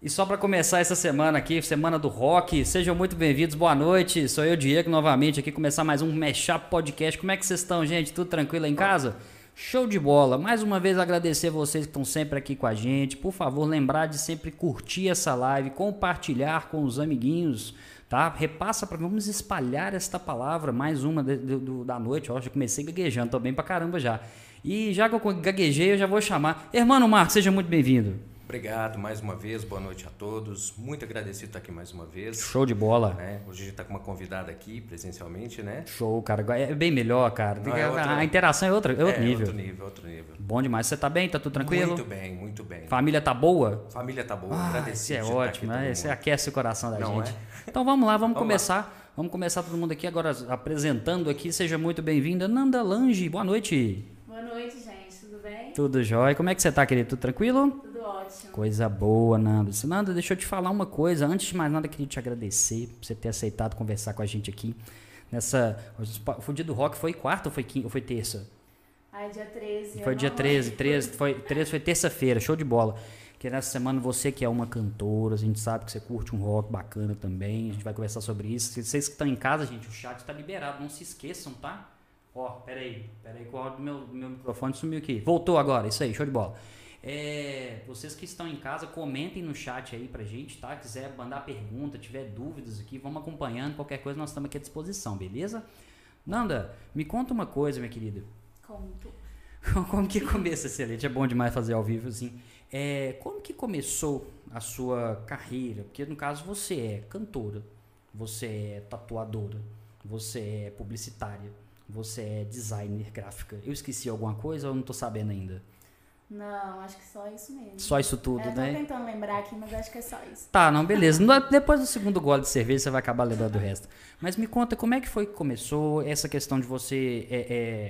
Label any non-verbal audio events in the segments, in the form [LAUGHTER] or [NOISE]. E só para começar essa semana aqui, semana do rock, sejam muito bem-vindos, boa noite. Sou eu, Diego, novamente aqui começar mais um Mashup Podcast. Como é que vocês estão, gente? Tudo tranquilo aí em casa? Show de bola. Mais uma vez agradecer vocês que estão sempre aqui com a gente. Por favor, lembrar de sempre curtir essa live, compartilhar com os amiguinhos, tá? Repassa para vamos espalhar esta palavra, mais uma de- do- do- da noite. Ó, já comecei gaguejando, tô bem pra caramba já. E já que eu gaguejei, eu já vou chamar. Hermano Marcos, seja muito bem-vindo. Obrigado mais uma vez, boa noite a todos. Muito agradecido estar aqui mais uma vez. Show de bola. né? Hoje a gente está com uma convidada aqui presencialmente, né? Show, cara. É bem melhor, cara. Não, é a, outro- a interação é, outra, é outro é, nível. outro nível, outro nível. Bom demais. Você tá bem? Tá tudo tranquilo? Muito bem, muito bem. Família tá boa? Família tá boa, Ah, isso agradecido. é de estar aqui ótimo, todo né? Isso mundo. aquece o coração da Não gente. é? Então vamos lá, vamos, Vamos começar. Vamos começar todo mundo aqui agora apresentando aqui. Seja muito bem-vinda, Nanda Lange. Boa noite. Boa noite, gente. Tudo bem? Tudo jóia? Como é que você tá, querido? Tudo tranquilo? Tudo ótimo. Coisa boa, Nando. Se- Nando, deixa eu te falar uma coisa. Antes de mais nada, eu queria te agradecer por você ter aceitado conversar com a gente aqui. Nessa. O dia do rock foi quarta ou foi, quinta, ou foi terça? Ai, dia 13. Foi eu dia não 13, lembro. 13 foi, 13 foi terça-feira, show de bola. Que nessa semana você que é uma cantora, a gente sabe que você curte um rock bacana também, a gente vai conversar sobre isso. Se Vocês que estão em casa, gente, o chat tá liberado, não se esqueçam, tá? Ó, peraí, peraí que o áudio do meu, do meu microfone sumiu aqui. Voltou agora, isso aí, show de bola. É, vocês que estão em casa, comentem no chat aí pra gente, tá? Quiser mandar pergunta, tiver dúvidas aqui, vamos acompanhando, qualquer coisa nós estamos aqui à disposição, beleza? Nanda, me conta uma coisa, minha querida. Conto. Então, Como que começa, excelente? É bom demais fazer ao vivo, assim. É, como que começou a sua carreira? Porque, no caso, você é cantora, você é tatuadora, você é publicitária, você é designer gráfica. Eu esqueci alguma coisa ou não tô sabendo ainda? Não, acho que só isso mesmo. Só isso tudo, É, eu tô né? tentando lembrar aqui, mas acho que é só isso. Tá, não, beleza. Não, Depois do segundo gole de cerveja, você vai acabar lembrando do resto. Mas me conta, como é que foi que começou essa questão de você... é,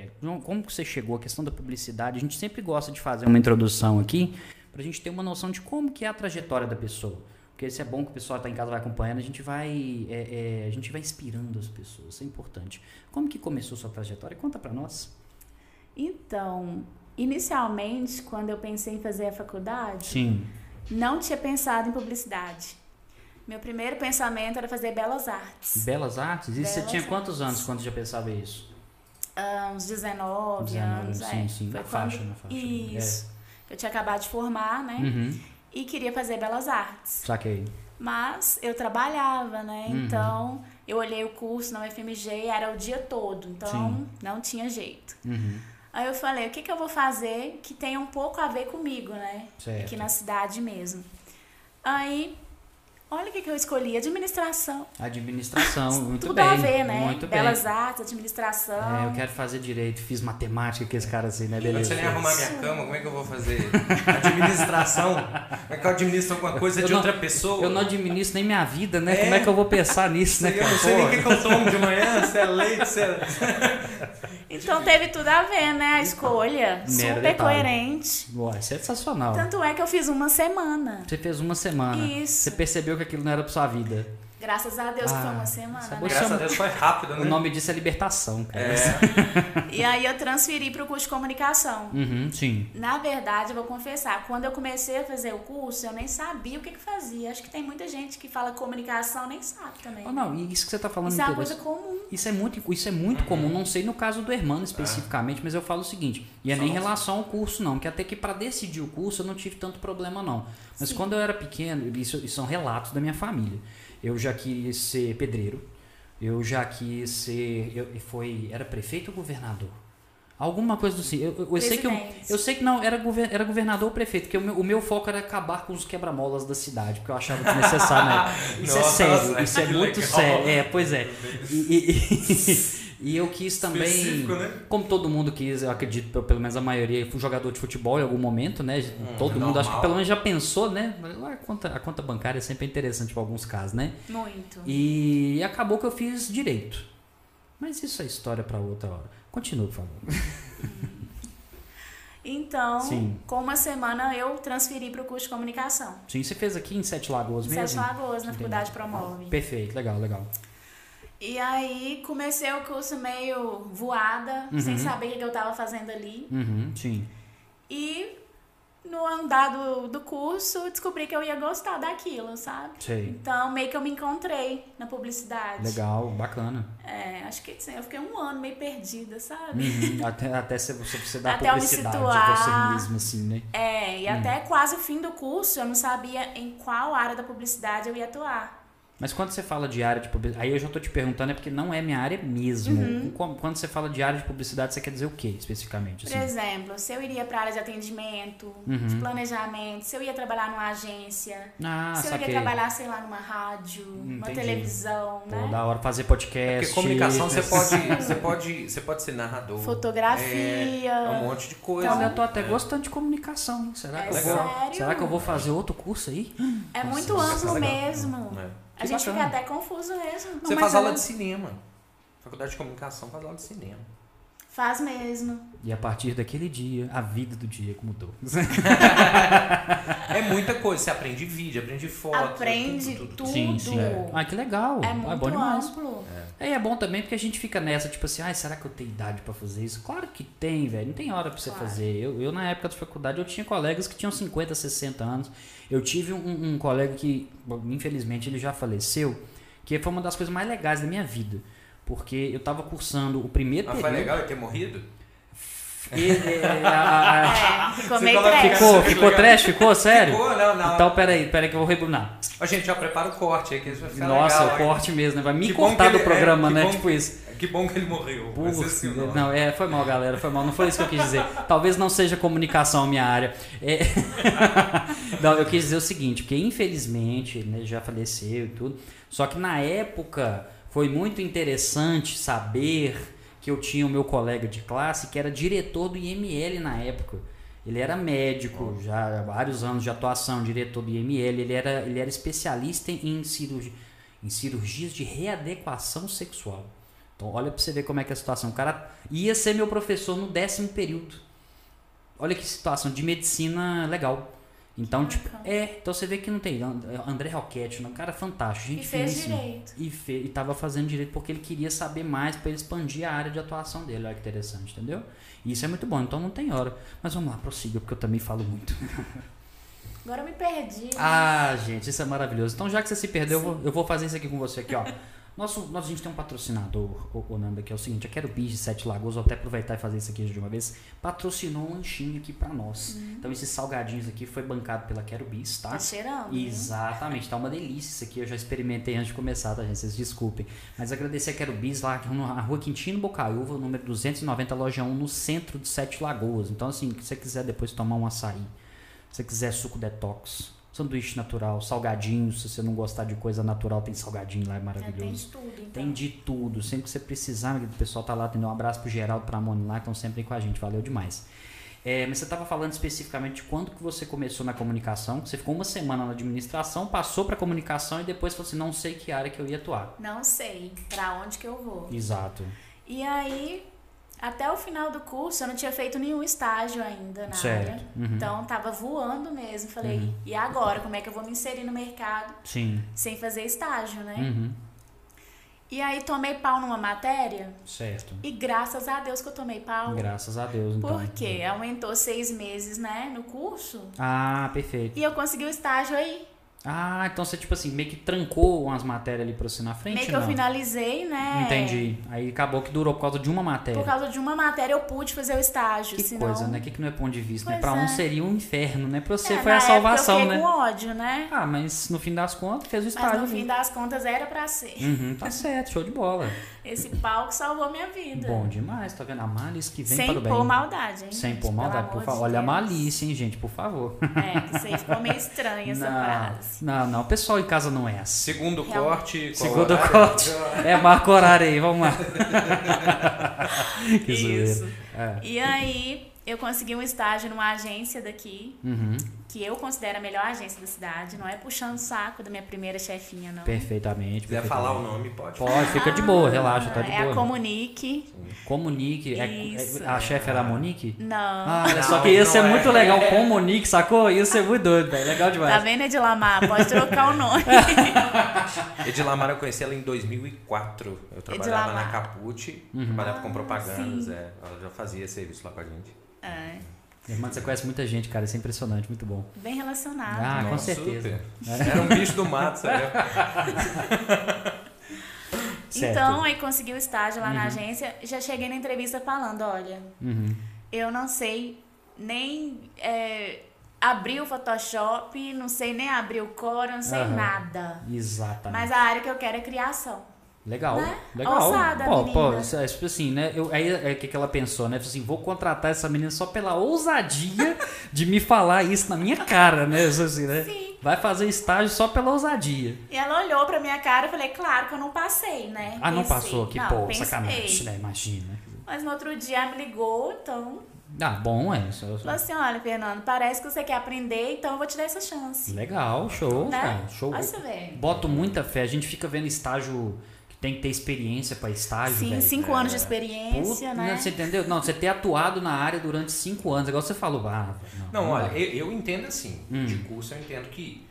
é, não, como que você chegou, a questão da publicidade? A gente sempre gosta de fazer uma introdução aqui pra gente ter uma noção de como que é a trajetória da pessoa. Porque isso é bom que o pessoal tá em casa, vai acompanhando, a gente vai, é, é, a gente vai inspirando as pessoas, isso é importante. Como que começou sua trajetória? Conta pra nós. Então, inicialmente, quando eu pensei em fazer a faculdade, Sim. não tinha pensado em publicidade. Meu primeiro pensamento era fazer belas artes. Belas Artes? E você Belas tinha quantos anos quando já pensava isso? Ah, uns 19, 19, anos. sim, é. sim. Foi Na faixa, quando- na faixa, né? Isso. Eu tinha acabado de formar, né? Uhum, E queria fazer belas artes. É. saquei. Mas eu trabalhava, né? Uhum. Então, eu olhei o curso na UFMG, era o dia todo. Então, Sim. não tinha jeito. Uhum, Aí eu falei, o que, que eu vou fazer que tenha um pouco a ver comigo, né? certo. Aqui na cidade mesmo. Aí, olha o que, que eu escolhi, administração. Administração, muito Tudo bem. a ver, né? Muito Belas bem. artes, administração. É, eu quero fazer direito, fiz matemática com esse cara assim, né? Quando Beleza. você nem arrumar minha cama, como é que eu vou fazer? Administração? Como é que eu administro alguma coisa Eu de não- outra pessoa? Eu não administro nem minha vida, né? É. Como é que eu vou pensar nisso, né? sei, eu cara? não sei nem o Pô, que que eu tomo de manhã, se é leite, se é... Então teve tudo a ver, né? A escolha. Mero Super detalhe. coerente. Ué, isso é sensacional. Tanto é que eu fiz uma semana. Você fez uma semana. Isso. Você percebeu que aquilo não era pra sua vida. Graças a Deus que foi Ah, uma semana, sabor né? Graças a Deus foi rápido, né? O nome disso é libertação, cara. É, E aí eu transferi para o curso de comunicação. Uhum, sim. Na verdade, eu vou confessar, quando eu comecei a fazer o curso, eu nem sabia o que, que fazia. Acho que tem muita gente que fala comunicação nem sabe também. Oh, não, e isso que você tá falando É. Isso é uma interessante. coisa comum. Isso é muito, isso é Uhum. muito comum, não sei no caso do Hermano especificamente, mas eu falo o seguinte, e é nem em relação ao curso não, que até que para decidir o curso eu não tive tanto problema não. Mas Sim. quando eu era pequeno, isso, isso são relatos da minha família. Eu já quis ser pedreiro, eu já quis ser, eu, foi, era prefeito ou governador? Alguma coisa do assim. Eu, eu- eu sei que eu, Presidente. eu sei que não, era, gover- era governador ou prefeito, porque o meu, o meu foco era acabar com os quebra-molas da cidade, porque eu achava desnecessário. [LAUGHS] Né? Isso Nossa, é sério, nossa, isso é que muito legal. sério. É, pois é. E, e- [LAUGHS] e eu quis também, Específico, né? como todo mundo quis, eu acredito, pelo- pelo menos a maioria, fui um jogador de futebol em algum momento, né? todo mundo, acho que Hum, normal. pelo menos já pensou, né? A conta, a conta bancária sempre é interessante para alguns casos, né? Muito. E acabou que eu fiz direito. Mas isso é história para outra hora. Continua, por favor. Então, Sim. com uma semana eu transferi para o curso de comunicação. Sim, você fez aqui em Sete Lagoas Em mesmo? Sete Lagoas, na Entendi. faculdade Promove. Perfeito, legal, legal. E aí comecei o curso meio Uhum. voada, sem saber o que eu estava fazendo ali. Uhum, sim. E no andar do, do curso, descobri que eu ia gostar daquilo, sabe? Sei. Então, meio que eu me encontrei na publicidade. Legal, bacana. É, acho que assim, eu fiquei um ano meio perdida, sabe? [LAUGHS] Uhum, Até, até se você, você dá Até eu me publicidade a situar. você mesmo, assim, né? É, e até quase o fim do curso eu não sabia em qual área da publicidade eu ia atuar. Mas quando você fala de área de publicidade, aí eu já tô te perguntando, é porque não é minha área mesmo. Uhum. Qu- Quando você fala de área de publicidade, você quer dizer o que especificamente? Por assim? exemplo, se eu iria para a área de atendimento, de planejamento, se eu ia trabalhar numa agência, Uhum. Ah, se eu saquei. ia trabalhar, sei lá, numa rádio, numa Entendi. televisão, Pô, né? da hora fazer É Porque podcast. É. comunicação você esse- pode, você pode, você pode ser narrador. Fotografia. É, é um monte de coisa. né? É. Olha, Então, eu tô até gostando de comunicação. hein? Será que, É eu vou, sério? será que eu vou fazer outro curso aí? É Nossa, muito isso Né? é amplo legal. mesmo. É. A gente fica bacana. até confuso mesmo. Você Mas faz eu- aula de cinema. é Faculdade de comunicação faz aula de cinema. Faz mesmo. E a partir daquele dia, a vida do Diego mudou. É muita coisa. Você aprende vídeo, aprende foto. Aprende tudo, tudo, tudo. tudo. É. Ah, que legal. É Ah, muito bom demais. amplo. É, é bom também porque a gente fica nessa, tipo assim, ai, será que eu tenho idade pra fazer isso? Claro que tem, velho. Não tem hora pra você Claro. fazer. Eu, eu, na época da faculdade, eu tinha colegas que tinham 50, 60 anos. Eu tive um, um colega que, bom, infelizmente, ele já faleceu, que foi uma das coisas mais legais da minha vida. Porque eu tava cursando o primeiro Mas Ah, foi período. legal ele ter morrido? E, e, a- a- [LAUGHS] É, [LAUGHS] ficou Você meio coloca- trash. ficou, é Legal. ficou trash? Ficou? Sério? Ficou? tá. Não, não. Então, peraí, peraí que eu vou rebobinar. A gente já prepara o corte aí, que isso vai ficar Nossa, legal. é. o corte mesmo, né? Vai me Que bom cortar que do ele- é, programa, que né? bom Tipo isso. Que bom que ele morreu. Vai ser Burro, assim o filho. nome. não, é, foi mal, galera, foi mal. Não foi isso que eu quis dizer. Talvez não seja comunicação a minha área. É. [LAUGHS] não, eu quis dizer o seguinte, porque infelizmente ele né, já faleceu e tudo. Só que na época foi muito interessante saber que eu tinha o meu colega de classe que era diretor do IML na época. Ele era médico, já há vários anos de atuação, diretor do IML. Ele era, ele era especialista em, cirurgi- em cirurgias de readequação sexual. Então, olha pra você ver como é que é a situação. O cara ia ser meu professor no décimo período. Olha que situação de medicina legal. Então, Que tipo, bacana. é. Então você vê que não tem. And- André Roquette, um cara fantástico. Gente E fez finíssima. direito. E, fe, e tava fazendo direito porque ele queria saber mais pra ele expandir a área de atuação dele. Olha que interessante, entendeu? E isso é muito bom, então não tem hora. Mas vamos lá, prossiga, porque eu também falo muito. Agora eu me perdi. Ah, gente, isso é maravilhoso. Então, já que você se perdeu, eu vou, eu vou fazer isso aqui com você aqui, ó. Nosso, nosso, a gente tem um patrocinador, o, o Nanda, que é o seguinte, eu quero Beach de Sete Lagoas, vou até aproveitar e fazer isso aqui de uma vez. Patrocinou um lanchinho aqui pra nós. Então, esses salgadinhos aqui foi bancado pela Quero Bis, tá? Tá cheirando. né? Exatamente, tá uma delícia isso aqui. Eu já experimentei antes de começar, tá, gente? Vocês desculpem. Mas agradecer a Quero Bis lá, que é na rua Quintino Bocaiúva, número 290, loja 1, no centro de Sete Lagoas. Então, assim, se você quiser depois tomar um açaí, se você quiser suco detox, sanduíche natural, salgadinho, se você não gostar de coisa natural, tem salgadinho lá, é É, tem maravilhoso. de tudo, então. Tem de tudo, sempre que você precisar, meu querido, o pessoal tá lá, entendeu? Um abraço pro Geraldo, pra Moni lá, que estão sempre aí com a gente, valeu demais. É, mas você tava falando especificamente de quando que você começou na comunicação, que você ficou uma semana na administração, passou pra comunicação e depois falou assim, não sei que área que eu ia atuar. Não sei pra onde que eu vou. Exato. E aí, até o final do curso, eu não tinha feito nenhum estágio ainda na Certo. área. Uhum. Então, tava voando mesmo. Falei, e agora? Como é que eu vou me inserir no mercado Sim. sem fazer estágio, né? Uhum. E aí, tomei pau numa matéria. Certo. E graças a Deus que eu tomei pau. Graças a Deus, então. Porque aumentou seis meses, né, no curso. Ah, perfeito. E eu consegui o estágio aí. Ah, então você, tipo assim, meio que trancou umas matérias ali pra você na frente, Meio que não? eu finalizei, né? Entendi. Aí acabou que durou por causa de uma matéria. Por causa de uma matéria eu pude fazer o estágio. Que senão... coisa, né? O que, que não é ponto de vista, né? Pois Pra um é. seria um inferno, né? Pra você É, foi na a época salvação, eu fiquei né? com ódio, né? Ah, mas no fim das contas fez o Mas estágio. no fim ali. das contas era pra ser. Uhum, tá certo, show de bola. Esse pau que salvou minha vida. Bom demais, tá vendo? A malícia que vem Sem para o pôr bem. maldade, hein? Sem gente? pôr Pelo maldade, amor por de favor. Olha a Deus. malícia, hein, gente, por favor. [LAUGHS] É, isso aí ficou meio estranha essa frase. não, não, o pessoal em casa não é assim. Segundo Real- corte. qual Segundo horário? corte. É, marca o horário aí, vamos [LAUGHS] lá. [LAUGHS] que Isso. zoeira. É. E aí, eu consegui um estágio numa agência daqui, Uhum, que eu considero a melhor agência da cidade. Não é puxando o saco da minha primeira chefinha, não. perfeitamente. Se quiser perfeitamente. falar um- o nome, pode. Pode, fica de boa, relaxa, tá de é boa. a Comunique. Comunique. é- é- Isso. a chefe era a Monique? Não. Ah, Não, só que ia ser não é. muito legal com o Monique, sacou? Ia ser muito doido, velho. Legal Tá demais. vendo, Edilamar? Pode trocar o nome. Edilamar, eu conheci ela em 2004. Eu trabalhava Edilamar. Ah, na Uhum. Caput, trabalhava com propagandas. É, ela já fazia serviço lá com a gente. É. Minha irmã, você conhece muita gente, cara. Isso é impressionante, muito bom. Bem Ah, relacionado. né? com Nossa, certeza. É. super. Era um bicho do mato, sabe? certo. Então, aí consegui o estágio lá na agência. Já cheguei na entrevista falando, olha, Uhum. eu não sei nem é, abrir o Photoshop, não sei nem abrir o Core, não sei Aham. nada. Exatamente. Mas a área que eu quero é criação. Legal, Né? legal. Ousada, pô, pô, menina. isso é tipo assim, né? Eu, aí é o que, que ela pensou, né? Falou assim, vou contratar essa menina só pela ousadia de me falar isso na minha cara, né? Isso Assim, né? Sim. Vai fazer estágio só pela ousadia. E ela olhou pra minha cara e falei, claro que eu não passei, né? Ah, não Pensei. passou? Que Não, pô, pensei. sacanagem, né? Imagina. Mas no outro dia ela me ligou, então. Ah, bom, é isso. Falou assim: olha, Fernando, parece que você quer aprender, então eu vou te dar essa chance. Legal, show, Né? cara. Show. Olha você vê. Boto muita fé. A gente fica vendo estágio que tem que ter experiência pra estágio. Sim, velho. é. cinco anos de experiência, Puta, né? Você entendeu? Não, você ter atuado na área durante cinco anos. Igual você falou, ah, não, Não, não olha, dá. eu, eu entendo assim. Hum. De curso, eu entendo que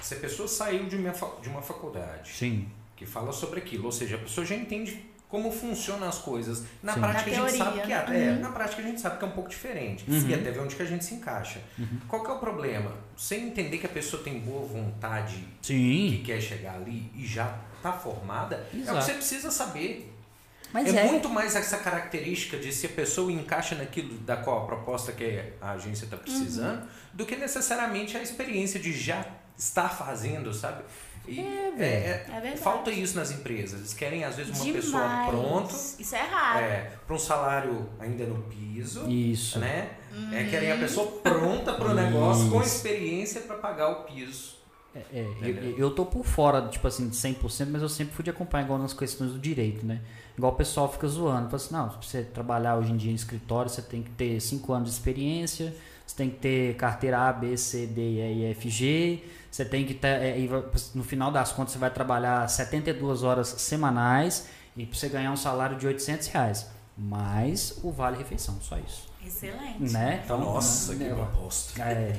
se a pessoa saiu de uma, fa- de uma faculdade Sim. que fala sobre aquilo, ou seja, a pessoa já entende como funcionam as coisas. Na Sim. prática, Na a gente teoria, sabe que né? é, é, na prática a gente sabe que é um pouco diferente. Uhum. E até ver onde que a gente se encaixa. Qual que é o problema? Você entender que a pessoa tem boa vontade Sim. que quer chegar ali e já tá formada, é o Exato. que você precisa saber. Mas é, é. muito mais essa característica de se a pessoa encaixa naquilo da qual a proposta que a agência está precisando, Uhum. do que necessariamente a experiência de já estar fazendo, sabe? E é, velho. É verdade. falta isso nas empresas. Eles querem, às vezes, uma pessoa Demais. pronta, Isso é Ah. raro. é, para um salário ainda no piso, Isso. Uhum. né? É, querem a pessoa pronta para o negócio, com Isso. experiência para pagar o piso. É, é, Entendeu? eu, eu tô por fora, tipo assim, de 100%, mas eu sempre fui de acompanhar igual nas questões do direito, né? Igual o pessoal fica zoando, fala assim, não, pra você trabalhar hoje em dia em escritório, você tem que ter 5 anos de experiência, você tem que ter carteira A, B, C, D, E, E, F, G, você tem que ter, é, e vai- no final das contas, você vai trabalhar 72 horas semanais e pra você ganhar um salário de 800 reais, mais o vale-refeição, só isso, Excelente. né? Então, Nossa, que né, proposta. É,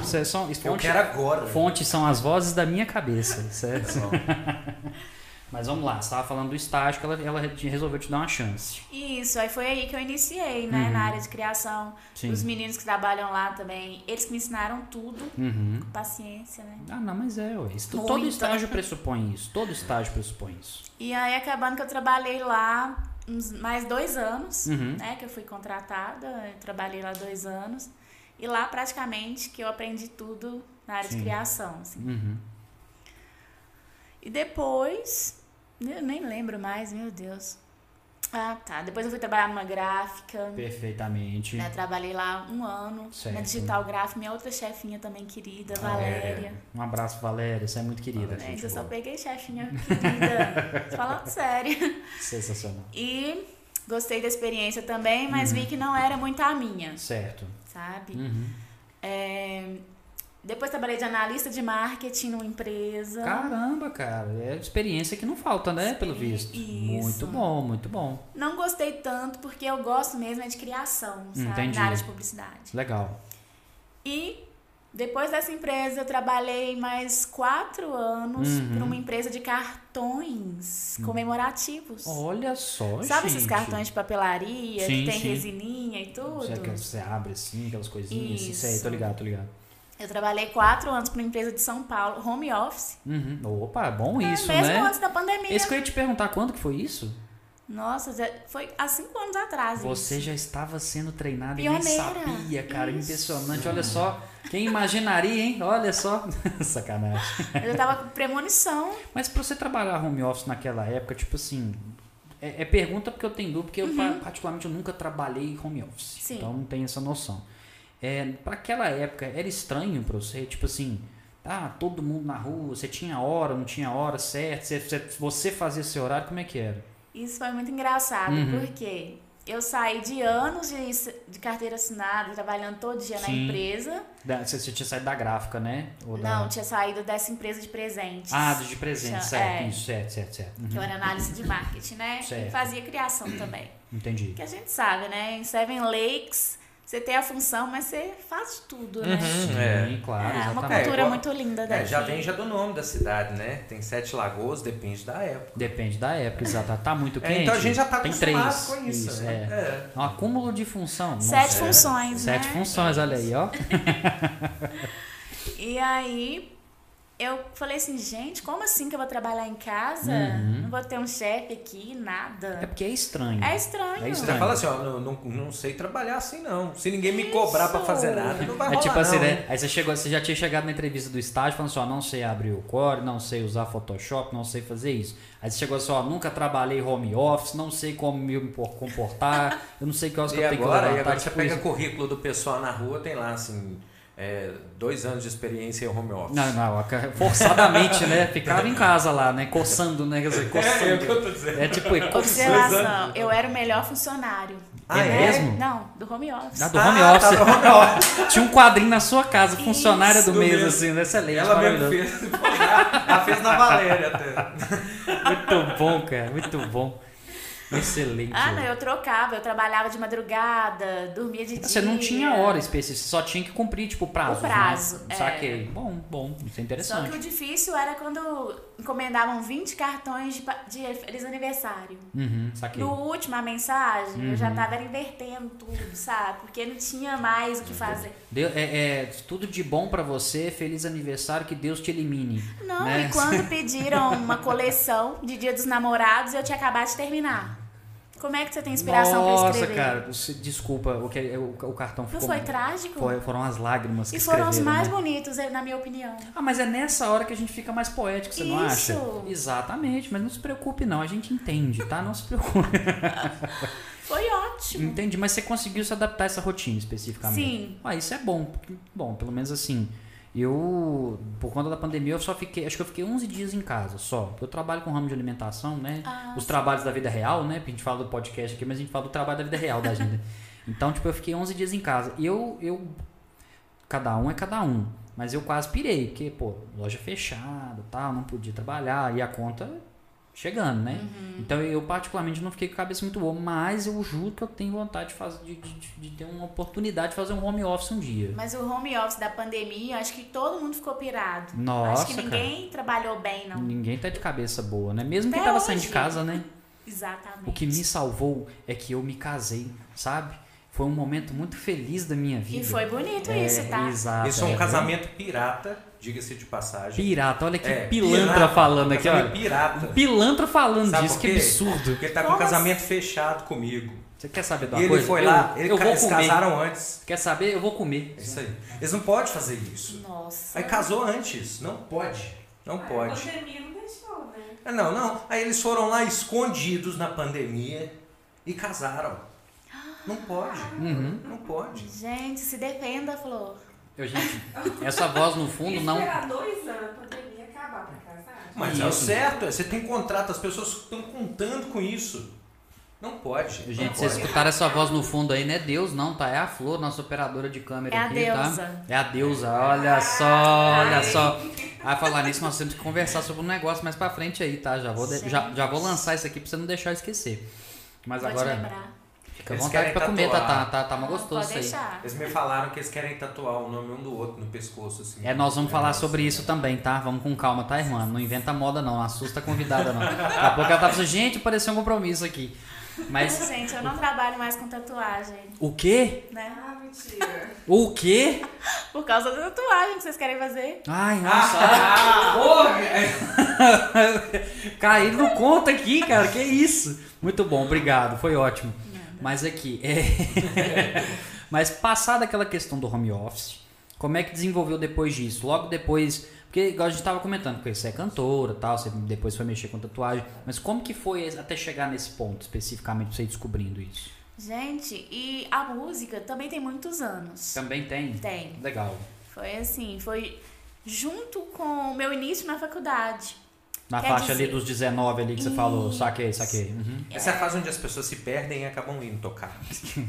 isso é só, isso é Eu um- quero agora. Fontes são as vozes da minha cabeça, certo? [LAUGHS] Pessoal. Mas vamos lá, você estava falando do estágio que ela, ela te- resolveu te dar uma chance. Isso, aí foi aí que eu iniciei, né? Na área de criação. Uhum. Sim. Os meninos que trabalham lá também, eles que me ensinaram tudo. Uhum. Paciência, né? Ah, não, mas é, ué. Isso- Muito. todo [LAUGHS] estágio pressupõe isso. Todo estágio pressupõe isso. E aí acabando que eu trabalhei lá uns mais dois anos, Uhum. né? Que eu fui contratada, eu trabalhei lá dois anos. E lá praticamente que eu aprendi tudo na área Sim. de criação. assim. Uhum. E depois, eu nem lembro mais, meu Deus. Ah, tá. Depois eu fui trabalhar numa gráfica. Perfeitamente. né, Trabalhei lá um ano Certo. na Digital Gráfica, minha outra chefinha também querida, Ah, Valéria. Um abraço, Valéria. Você é muito querida. Né, gente eu só boa. peguei chefinha [LAUGHS] querida. Tô falando sério. Sensacional. E gostei da experiência também, mas Uhum. vi que não era muito a minha, Certo. sabe? Uhum. É, Depois trabalhei de analista de marketing numa empresa. Então Caramba, cara. É experiência que não falta, né? Pelo Experi- visto. Isso. Muito bom, muito bom. Não gostei tanto porque eu gosto mesmo é de criação, sabe? Entendi. Na área de publicidade. Legal. E depois dessa empresa eu trabalhei mais quatro anos Uhum. para uma empresa de cartões comemorativos. Olha só, sabe gente. esses cartões de papelaria Sim, que tem sim. resininha e tudo? Você, que é você abre assim, aquelas coisinhas. Isso. Isso. aí, tô ligado, tô ligado. Eu trabalhei quatro anos para uma empresa de São Paulo, home office. Uhum. Opa, bom isso, é, mesmo né? antes da pandemia. Esse que eu ia te perguntar, quando que foi isso? Nossa, já- foi há cinco anos atrás. Você isso. já estava sendo treinada e nem Pioneira. sabia, cara. Isso. Impressionante, olha só. Quem imaginaria, hein? Olha só. [LAUGHS] Sacanagem. Eu já tava com premonição. Mas pra você trabalhar home office naquela época, tipo assim... É, é pergunta porque eu tenho dúvida, porque eu, pa- particularmente, eu nunca trabalhei home office. Uhum. Sim. Então, não tenho essa noção. É, para aquela época, era estranho pra você, tipo assim... Ah, todo mundo na rua, você tinha hora, não tinha hora certa, você, você, você fazia seu horário, como é que era? Isso foi muito engraçado, Uhum. porque eu saí de anos de, de carteira assinada, trabalhando todo dia na Sim. empresa. Da- Você, você tinha saído da gráfica, né? Ou da- Não, tinha saído dessa empresa de presentes. Ah, do de presente, Tinha- certo. é. Então, Isso, certo, certo, certo. Uhum, Que eu era análise de marketing, né? Certo. E fazia criação também. Entendi. Que a gente sabe, né? Em Seven Lakes, Você tem a função, mas você faz tudo, né? Uhum, Sim, é. É, claro, uma exatamente. É, cultura igual- muito linda daqui. É, já vem já do nome da cidade, né? Tem Sete Lagoas, depende da época. Depende da época, exato. Tá muito É, quente. então a gente já tá Tem acostumado três. com isso. Isso, né? é. É. Um acúmulo de função. Sete Nossa. funções, né? Sete funções, olha aí, ó. E aí eu falei assim, gente, como assim que eu vou trabalhar em casa? Não vou ter um chefe aqui, É nada. porque Uhum. é estranho. É estranho. É Você estranho. já fala assim, ó, não, não, não sei trabalhar assim não. Se ninguém me cobrar pra fazer nada, não vai É rolar tipo assim, não. né? Aí você chegou, você já tinha chegado na entrevista do estágio falando assim, ó, não sei abrir o Core, não sei usar Photoshop, não sei fazer isso. Aí você chegou assim, ó, nunca trabalhei home office, não sei como me por- comportar, eu não sei que horas que E eu tenho que agora, e levantar. agora você tipo pega isso. currículo do pessoal na rua, tem lá assim, é, dois anos de experiência em home office. Não, não, aca- forçadamente, [LAUGHS] né? Ficava em casa lá, né? Coçando, né? Quer dizer, É, é o que coçando. eu tô dizendo. É tipo, é coçando. Observação, eu era o melhor funcionário. Né? Ah, é mesmo? Não, do home office. Ah, do home Ah, office. tá, do home [LAUGHS] office. Tinha um quadrinho na sua casa, funcionária do do mês, mês. assim, né? Excelente, Ela mesmo maravilhoso. Ah, fez. [LAUGHS] Ela fez na Valéria até. Muito bom, cara, muito bom. Excelente. Ah, não, eu trocava, eu trabalhava de madrugada, dormia de dia. Você não tinha hora específica, você só tinha que cumprir, tipo, prazos, é. O prazo, né? é. Saquei. Bom, bom, isso é Só interessante. que o difícil era quando encomendavam 20 cartões de, pa- de feliz aniversário. Uhum, saquei. No último, a mensagem, eu Uhum. já tava invertendo tudo, sabe? Porque não tinha mais o que fazer. Deu- é, é, tudo de bom pra você, feliz aniversário, que Deus te elimine. Não, né? e quando pediram uma coleção de Dia dos Namorados, eu tinha acabado de terminar. Como é que você tem inspiração pra Nossa, escrever? cara, você- desculpa, o, que, o, o cartão Não ficou... foi trágico? foi- foram as lágrimas que E foram os escreveram, mais né? bonitos, eh, na minha opinião. Ah, mas é nessa hora que a gente fica mais poético, você não acha? Isso. Exatamente, mas não se preocupe não, a gente entende, tá? Não se [LAUGHS] preocupe. Foi ótimo. Entendi, mas você conseguiu se adaptar a essa rotina especificamente. Sim. Ah, isso é bom. porque- Bom, pelo menos assim, eu, por conta da pandemia, eu só fiquei, acho que eu fiquei 11 dias em casa só. Eu trabalho com ramo de alimentação, né? Os trabalhos da vida real, né? Porque a gente fala do podcast aqui, mas a gente fala do trabalho da vida real da [LAUGHS] gente. Então, tipo, eu fiquei 11 dias em casa. E eu, eu cada um é cada um. Mas eu quase pirei, porque, pô, loja fechada, tal, não podia trabalhar, e a conta chegando, né? Uhum. Então eu particularmente não fiquei com a cabeça muito boa, mas eu juro que eu tenho vontade de fazer de, de- de- de ter uma oportunidade de fazer um home office um dia. Mas o home office da pandemia, acho que todo mundo ficou pirado. Nossa, acho que ninguém trabalhou bem, não. Ninguém tá de cabeça boa, né? Mesmo quem Até tava saindo de hoje. casa, né? Exatamente. O que me salvou é que eu me casei, sabe? Foi um momento muito feliz da minha vida. E foi bonito É, isso, tá? Exato. Isso é é. um casamento pirata, diga-se de passagem. Pirata, olha que É, pilantra pirata, falando aqui, casamento olha. Pirata. Pilantra falando Sabe disso, por que quê? absurdo. Porque ele tá com Como um casamento assim? fechado comigo. Você quer saber de E uma ele coisa? foi Eu- lá, ele eu ca- vou eles comer. casaram antes. Quer saber? Eu vou comer. É Isso aí. Eles não podem fazer isso. Nossa. Aí casou antes. Não pode. Não A pode. pandemia não deixou, né? Ah, Não, não. Aí eles foram lá escondidos na pandemia e casaram. Não pode. Uhum. Não pode. Gente, se defenda, Flor. Eu, gente, essa voz no fundo não. [LAUGHS] Esperar dois anos a pandemia acabar pra casar. Mas é o Isso. certo, é, você tem contrato, as pessoas estão contando com isso. Não pode. não Gente, pode. vocês escutaram essa voz no fundo aí, não é Deus, não, tá? É a Flor, nossa operadora de câmera É a aqui, tá? deusa. É a deusa, olha só, olha só. Ah, falar nisso, nós temos que conversar sobre um negócio mais pra frente aí, tá? Já vou, de- Gente. já, já vou lançar isso aqui pra você não deixar eu esquecer. Mas Vou te agora, lembrar. fica à Eles vontade querem pra comer, tá, tá, tatuar. tá, tá mó gostoso Pode isso aí. deixar. Eles me falaram que eles querem tatuar o nome um do outro no pescoço, assim. É, nós vamos falar sobre assim, isso né? também, tá? Vamos com calma, tá, irmã? Não inventa moda, não. Não Assusta a convidada, não. Daqui a pouco ela tá pensando, gente, pareceu um compromisso aqui. Mas, Gente, eu não trabalho mais com tatuagem, o quê? né? Ah, mentira. O quê? Por causa da tatuagem que vocês querem fazer. Ai, nossa. Ah, porra! [LAUGHS] cara, ele não conta aqui, cara. Que isso? Muito bom, obrigado. Foi ótimo. Mas aqui, é... [LAUGHS] Mas passada aquela questão do home office, como é que desenvolveu depois disso? Logo depois, porque igual a gente tava comentando, porque você é cantora, tal, você depois foi mexer com tatuagem, mas como que foi até chegar nesse ponto especificamente pra você ir descobrindo isso? Gente, e a música também tem muitos anos. Também tem. Tem. Legal. Foi assim, foi junto com o meu início na faculdade. Na Quer faixa ali dizer- dos 19 ali que você falou, saquei, saquei. Uhum. Essa é a fase onde as pessoas se perdem e acabam indo tocar.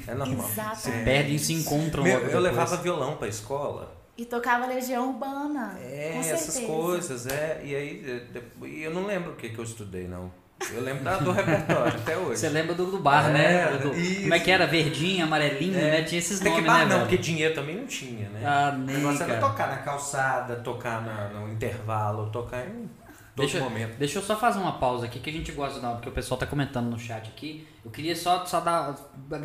É [LAUGHS] normal. Exatamente. Perdem e se encontram Meu, logo eu depois. levava violão pra escola. E tocava Legião Urbana. É, com essas certeza. coisas, é. E aí, é, de- e eu não lembro o que, que eu estudei, não. Eu lembro da- do repertório até hoje. Você lembra do, do bar, É, né? Do- isso. como é que era? Verdinho, amarelinho, né? Tinha esses Até que nomes, bar né, não, velho? porque é dinheiro também não tinha, né? Ah, o nem, negócio era cara. tocar na calçada, tocar na- no intervalo, tocar em todo Deixa, momento. deixa eu só fazer uma pausa aqui que a gente gosta não, porque o pessoal tá comentando no chat aqui. Eu queria só, só dar,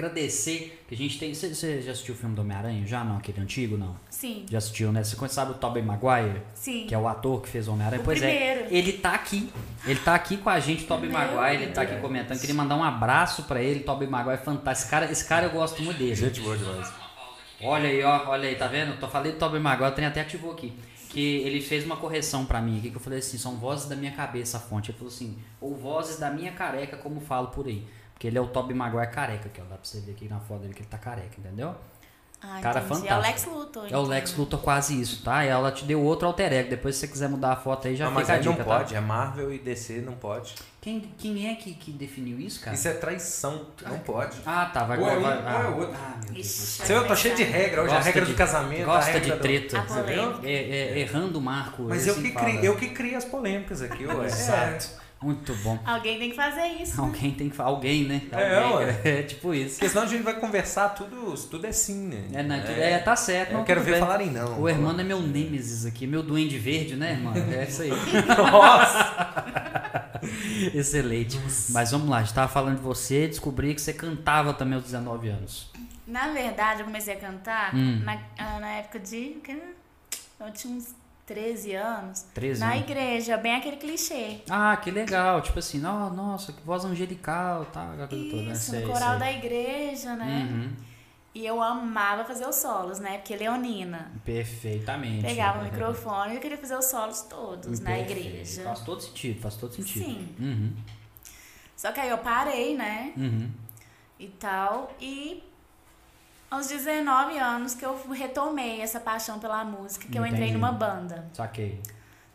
agradecer que a gente tem. Você- Você já assistiu o filme do Homem-Aranha? Já não, aquele antigo, não? Sim, Já assistiu, né? Você conhece, sabe o Tobey Maguire? sim. Que é o ator que fez o Homem-Aranha. O Pois é, primeiro. ele tá aqui. Ele tá aqui com a gente, Tobey Meu Maguire. Ele tá aqui comentando. Queria mandar um abraço pra ele, Tobey Maguire. Fantástico. Esse cara, esse cara eu gosto muito dele. Gente boa demais. Olha aí, ó, olha aí, tá vendo? Tô falei do Tobey Maguire, o trem até ativou aqui. Que ele fez uma correção pra mim aqui, que eu falei assim, são vozes da minha cabeça a fonte. Ele falou assim, ou vozes da minha careca, como falo por aí. Porque ele é o Tobey Maguire careca, que ó, dá pra você ver aqui na foto dele que ele tá careca, entendeu? Ah, Cara entendi. É o Lex fantástico. Luthor. É o então. Lex Luthor quase isso, tá? E ela te deu outro alter ego, depois se você quiser mudar a foto aí, já Não, fica mas a aí dica, não pode, tá? é Marvel e DC, não pode. Quem, quem é que, que definiu isso, cara? Isso é traição, não pode. Ah, tá, vai... Ou é vai, vai- um, ou é ah. outro. Ah, meu Deus. Ixi, Você viu, eu tô cheio de regra hoje, a Gosta regra de- do casamento, a Gosta regra de do- treta. A Você viu? polêmica. É, é, errando o marco. Mas assim eu que, fala. crio, eu que crio as polêmicas aqui, ué. Exato. É. Muito bom. Alguém tem que fazer isso. [LAUGHS] né? Alguém tem que falar. Alguém, né? É, Alguém, ué. [LAUGHS] é tipo isso. Porque senão a gente vai conversar tudo, tudo é sim, né? É, não, tudo- é, tá certo. Eu não, quero tudo ver bem. falarem não. O Hermano é meu nêmesis aqui, meu duende verde, né, irmão? É [LAUGHS] isso aí. Nossa! Excelente. Mas vamos lá, a gente tava falando de você, descobri que você cantava também aos 19 anos. Na verdade, eu comecei a cantar Hum. na, ah, na época de. que era? Eu tinha uns 13 anos. 13 na anos. igreja, bem aquele clichê. né? Ah, que legal. Tipo assim, "Nó- nossa, que voz angelical, tá? aquela coisa toda, né? Isso, Sei, no coral sei. da igreja, né? Uhum. E eu amava fazer os solos, né? Porque leonina. Perfeitamente. Pegava [LAUGHS] o microfone e eu queria fazer os solos todos na Perfeito. igreja. Faz todo sentido, faz todo sentido. Sim. Uhum, Só que aí eu parei, né? uhum. E tal. E aos 19 anos que eu retomei essa paixão pela música, que eu entrei Entendi. numa banda, Saquei.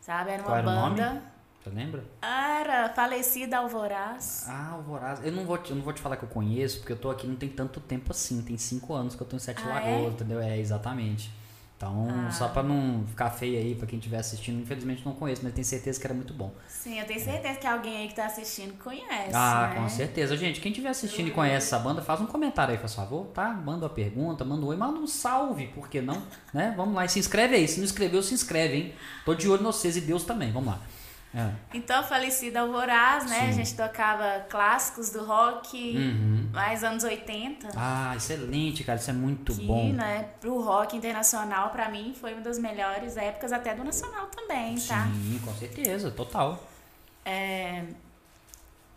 sabe? Era uma Qual era o nome? banda. Você lembra? Era falecida Alvoraz. Ah, Alvoraz. Eu não vou te, eu não vou te falar que eu conheço, porque eu tô aqui não tem tanto tempo assim. Tem cinco anos que eu tô em Sete Ah, Lagoas, é? Ah. entendeu? É, exatamente. Então, só pra não ficar feio aí, pra quem estiver assistindo, infelizmente não conheço, mas tenho certeza que era muito bom. Sim, eu tenho certeza que alguém aí que tá assistindo conhece. ah, né? com certeza. Gente, quem estiver assistindo e conhece essa banda, faz um comentário aí, faz favor, tá? Manda uma pergunta, manda um oi, manda um salve, por que [LAUGHS] não? né? Vamos lá, e se inscreve aí. Se não inscreveu, se inscreve, hein? Tô de olho em vocês e Deus também, vamos lá. É. Então, falecida Alvoraz, né? Sim. A gente tocava clássicos do rock, Uhum. mais anos 80. Ah, excelente, cara. Isso é muito que, bom. né, pro rock internacional, pra mim, foi uma das melhores épocas, até do nacional também, tá? Sim, com certeza, total. É,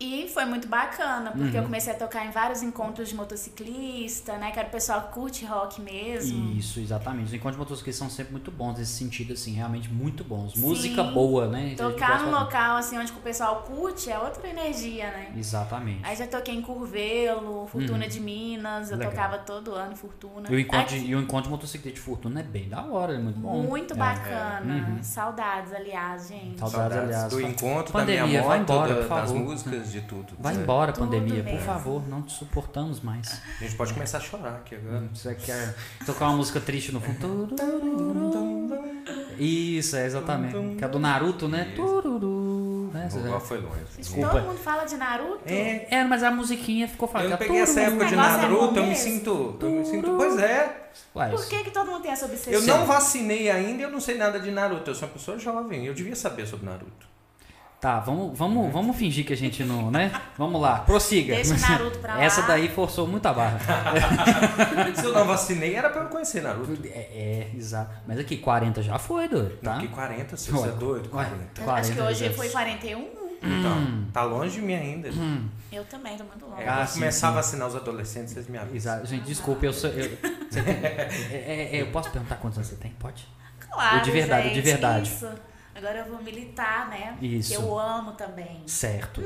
E foi muito bacana, porque Uhum. eu comecei a tocar em vários encontros de motociclista, né? Que era o pessoal que curte rock mesmo. Isso, exatamente. Os encontros de motociclistas são sempre muito bons nesse sentido, assim, realmente muito bons. Sim. Música boa, né? Isso a gente Tocar gosta num bastante. local, assim, onde o pessoal curte é outra energia, né? Exatamente. Aí já toquei em Curvelo, Fortuna de Minas, eu Uhum. Legal. tocava todo ano Fortuna. E o encontro, Aqui, de, e o encontro de motocicleta de fortuna é bem da hora, é muito bom. Muito É. bacana. Uhum. Saudades, aliás, gente. Saudades. aliás, do tá- encontro, Pandemia, da minha vai moto, embora, da- por das favor. músicas, de tudo. Vai É. embora, Tudo pandemia, por mesmo. favor, não te suportamos mais. A gente pode começar a chorar aqui agora. Você quer tocar uma música triste no fundo? Isso, é exatamente. Que é do Naruto, né? Isso. Tururu, né? Você já- Agora foi longe. Desculpa. Todo mundo fala de Naruto? É, É, tá mas a musiquinha ficou falando. eu peguei essa época de negócio é bom Naruto, eu me mesmo. sinto. Eu me sinto. Pois é. Ué, Por que, que todo mundo tem essa obsessão? Eu não vacinei ainda, eu não sei nada de Naruto. Eu sou uma pessoa jovem, eu devia saber sobre Naruto. Tá, vamos, Uhum. vamos, vamos fingir que a gente não, né? Vamos lá, prossiga. Deixa o Naruto pra [LAUGHS] lá. Essa daí forçou muito a barra. Se eu não vacinei, era pra eu conhecer Naruto. É, é, exato. Mas aqui, 40 já foi, doido. Tá? Não, que 40, você você é Ué, doido? ué, 40. Acho que 40 hoje já- foi 41. Então, tá longe de mim ainda. Eu também, tô muito longe. É, Hum. Ah, eu sim, sim. começar a vacinar os adolescentes, vocês me avisam. Exato. Gente, desculpa, eu sou. Eu, você tem- é, é, é, eu posso perguntar quantos anos você tem? Pode? Claro, de verdade, gente, de verdade. Isso. Agora eu vou militar, né? Isso. Que eu amo também. Certo.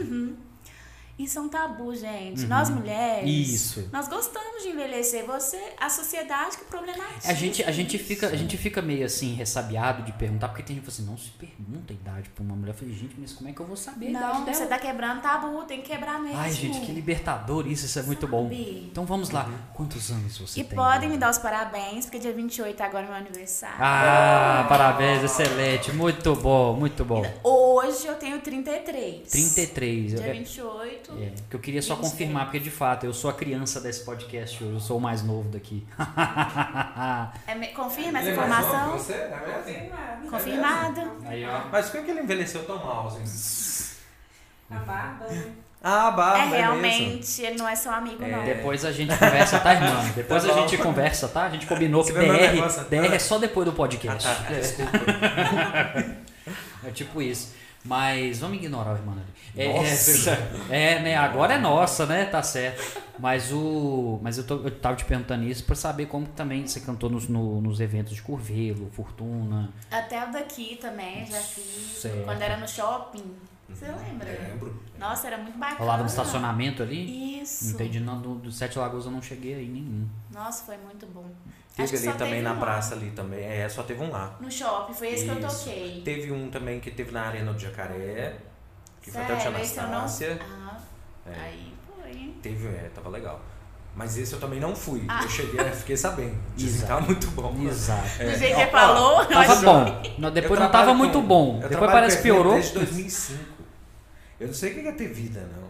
Isso é um tabu, gente. Nós mulheres. Uhum. Isso. Nós gostamos de envelhecer. Você, a sociedade que problematiza. A gente, a, gente fica, a gente fica meio assim, ressabiado de perguntar, porque tem gente que fala assim, não se pergunta a idade pra uma mulher. Eu falei, gente, mas como é que eu vou saber a idade Não, dela? você tá quebrando tabu, tem que quebrar mesmo. Ai, gente, que libertador isso, isso é muito bom. Sabe? Então vamos lá. Uhum. Quantos anos você E tem? podem me dar os parabéns, porque dia 28 agora é meu aniversário. Ah, parabéns, excelente. Muito bom, muito bom. Hoje eu tenho 33. 33. eu- Dia um. É, 28. é, que eu queria só 26. confirmar, porque de fato, eu sou a criança desse podcast hoje, eu sou o mais novo daqui. [LAUGHS] É me- confirma essa Ele é mais novo informação? que Você, é Confirmado. mesmo? Confirmado. Aí, ó. Mas por que ele envelheceu tão mal, assim? A barba, né? Ah, barba, é mesmo. realmente, ele não é seu amigo, É. não. Depois a gente conversa, tá, irmão? Depois Tá a bom. gente conversa, tá? A gente combinou que Você vai mandar DR, negócio, né? DR é só depois do Ah, podcast. [LAUGHS] tá. Desculpa. É tipo isso. Mas vamos ignorar o irmão ali. É, Nossa. É, é, né? Agora é nossa, né? Tá certo. Mas o. Mas eu, tô, eu tava te perguntando isso pra saber como que também você cantou nos, no- nos eventos de Curvelo, Fortuna. Até o daqui também, já fiz. Certo. Quando era no shopping. Você lembra? Uhum. Lembro. Nossa, era muito bacana. Ao lado do estacionamento ali. Ah. Isso. Não entendi, não. Do, do Sete Lagoas eu não cheguei aí nenhum. Nossa, foi muito bom. Teve Acho que ali só também teve na um praça ali também. É, só teve um lá. No shopping, foi esse É que eu Isso. toquei. Teve um também que teve na Arena do Jacaré. Que foi até o Tia Sério, esse eu não- Anastácia. Ah, É. aí foi. hein? Teve, é, tava legal. Mas esse eu também não fui. Ah. Eu cheguei, eu [LAUGHS] fiquei sabendo. Dizem que Exato. tava muito bom. É, Exato. Do jeito ó, que ó, ele falou, eu Tava acho- bom. Não, depois não tava muito bom. Depois parece que piorou. Desde 2005. Eu não sei o que é ter vida, não.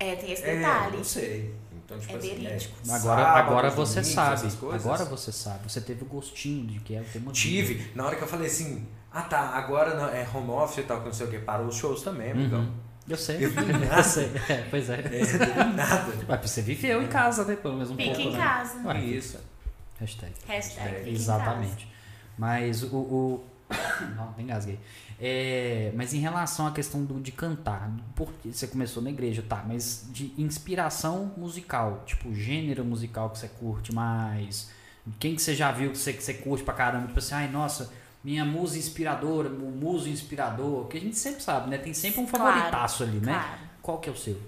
É, tem esse É, detalhe. não sei. Então, tipo É assim, verídico. Agora, sábado, agora você domingo, sabe. essas coisas. Agora você sabe. Você teve o gostinho de que era o tema Tive, na hora que eu falei assim, ah tá, agora não, é home office e tal, que não sei o que, parou os shows também, amigão. Uhum. Eu sei. Eu vi Eu nada. sei. [LAUGHS] É, pois é. É, do nada. Mas você viveu em casa, né? Pelo menos um Fica pouco, em né? casa. Ué, Isso. Hashtag. Hashtag É, fica em Exatamente. Mas o. o... [COUGHS] Não, me engasguei. É, mas em relação à questão do, de cantar, porque você começou na igreja, tá? Mas de inspiração musical, tipo, gênero musical que você curte mais. Quem que você já viu que você, que você curte pra caramba? Tipo assim, ai, nossa, minha musa inspiradora, o muso inspirador. Porque a gente sempre sabe, né? Tem sempre um Claro, favoritaço ali, casa. né? Claro. Qual que é o seu?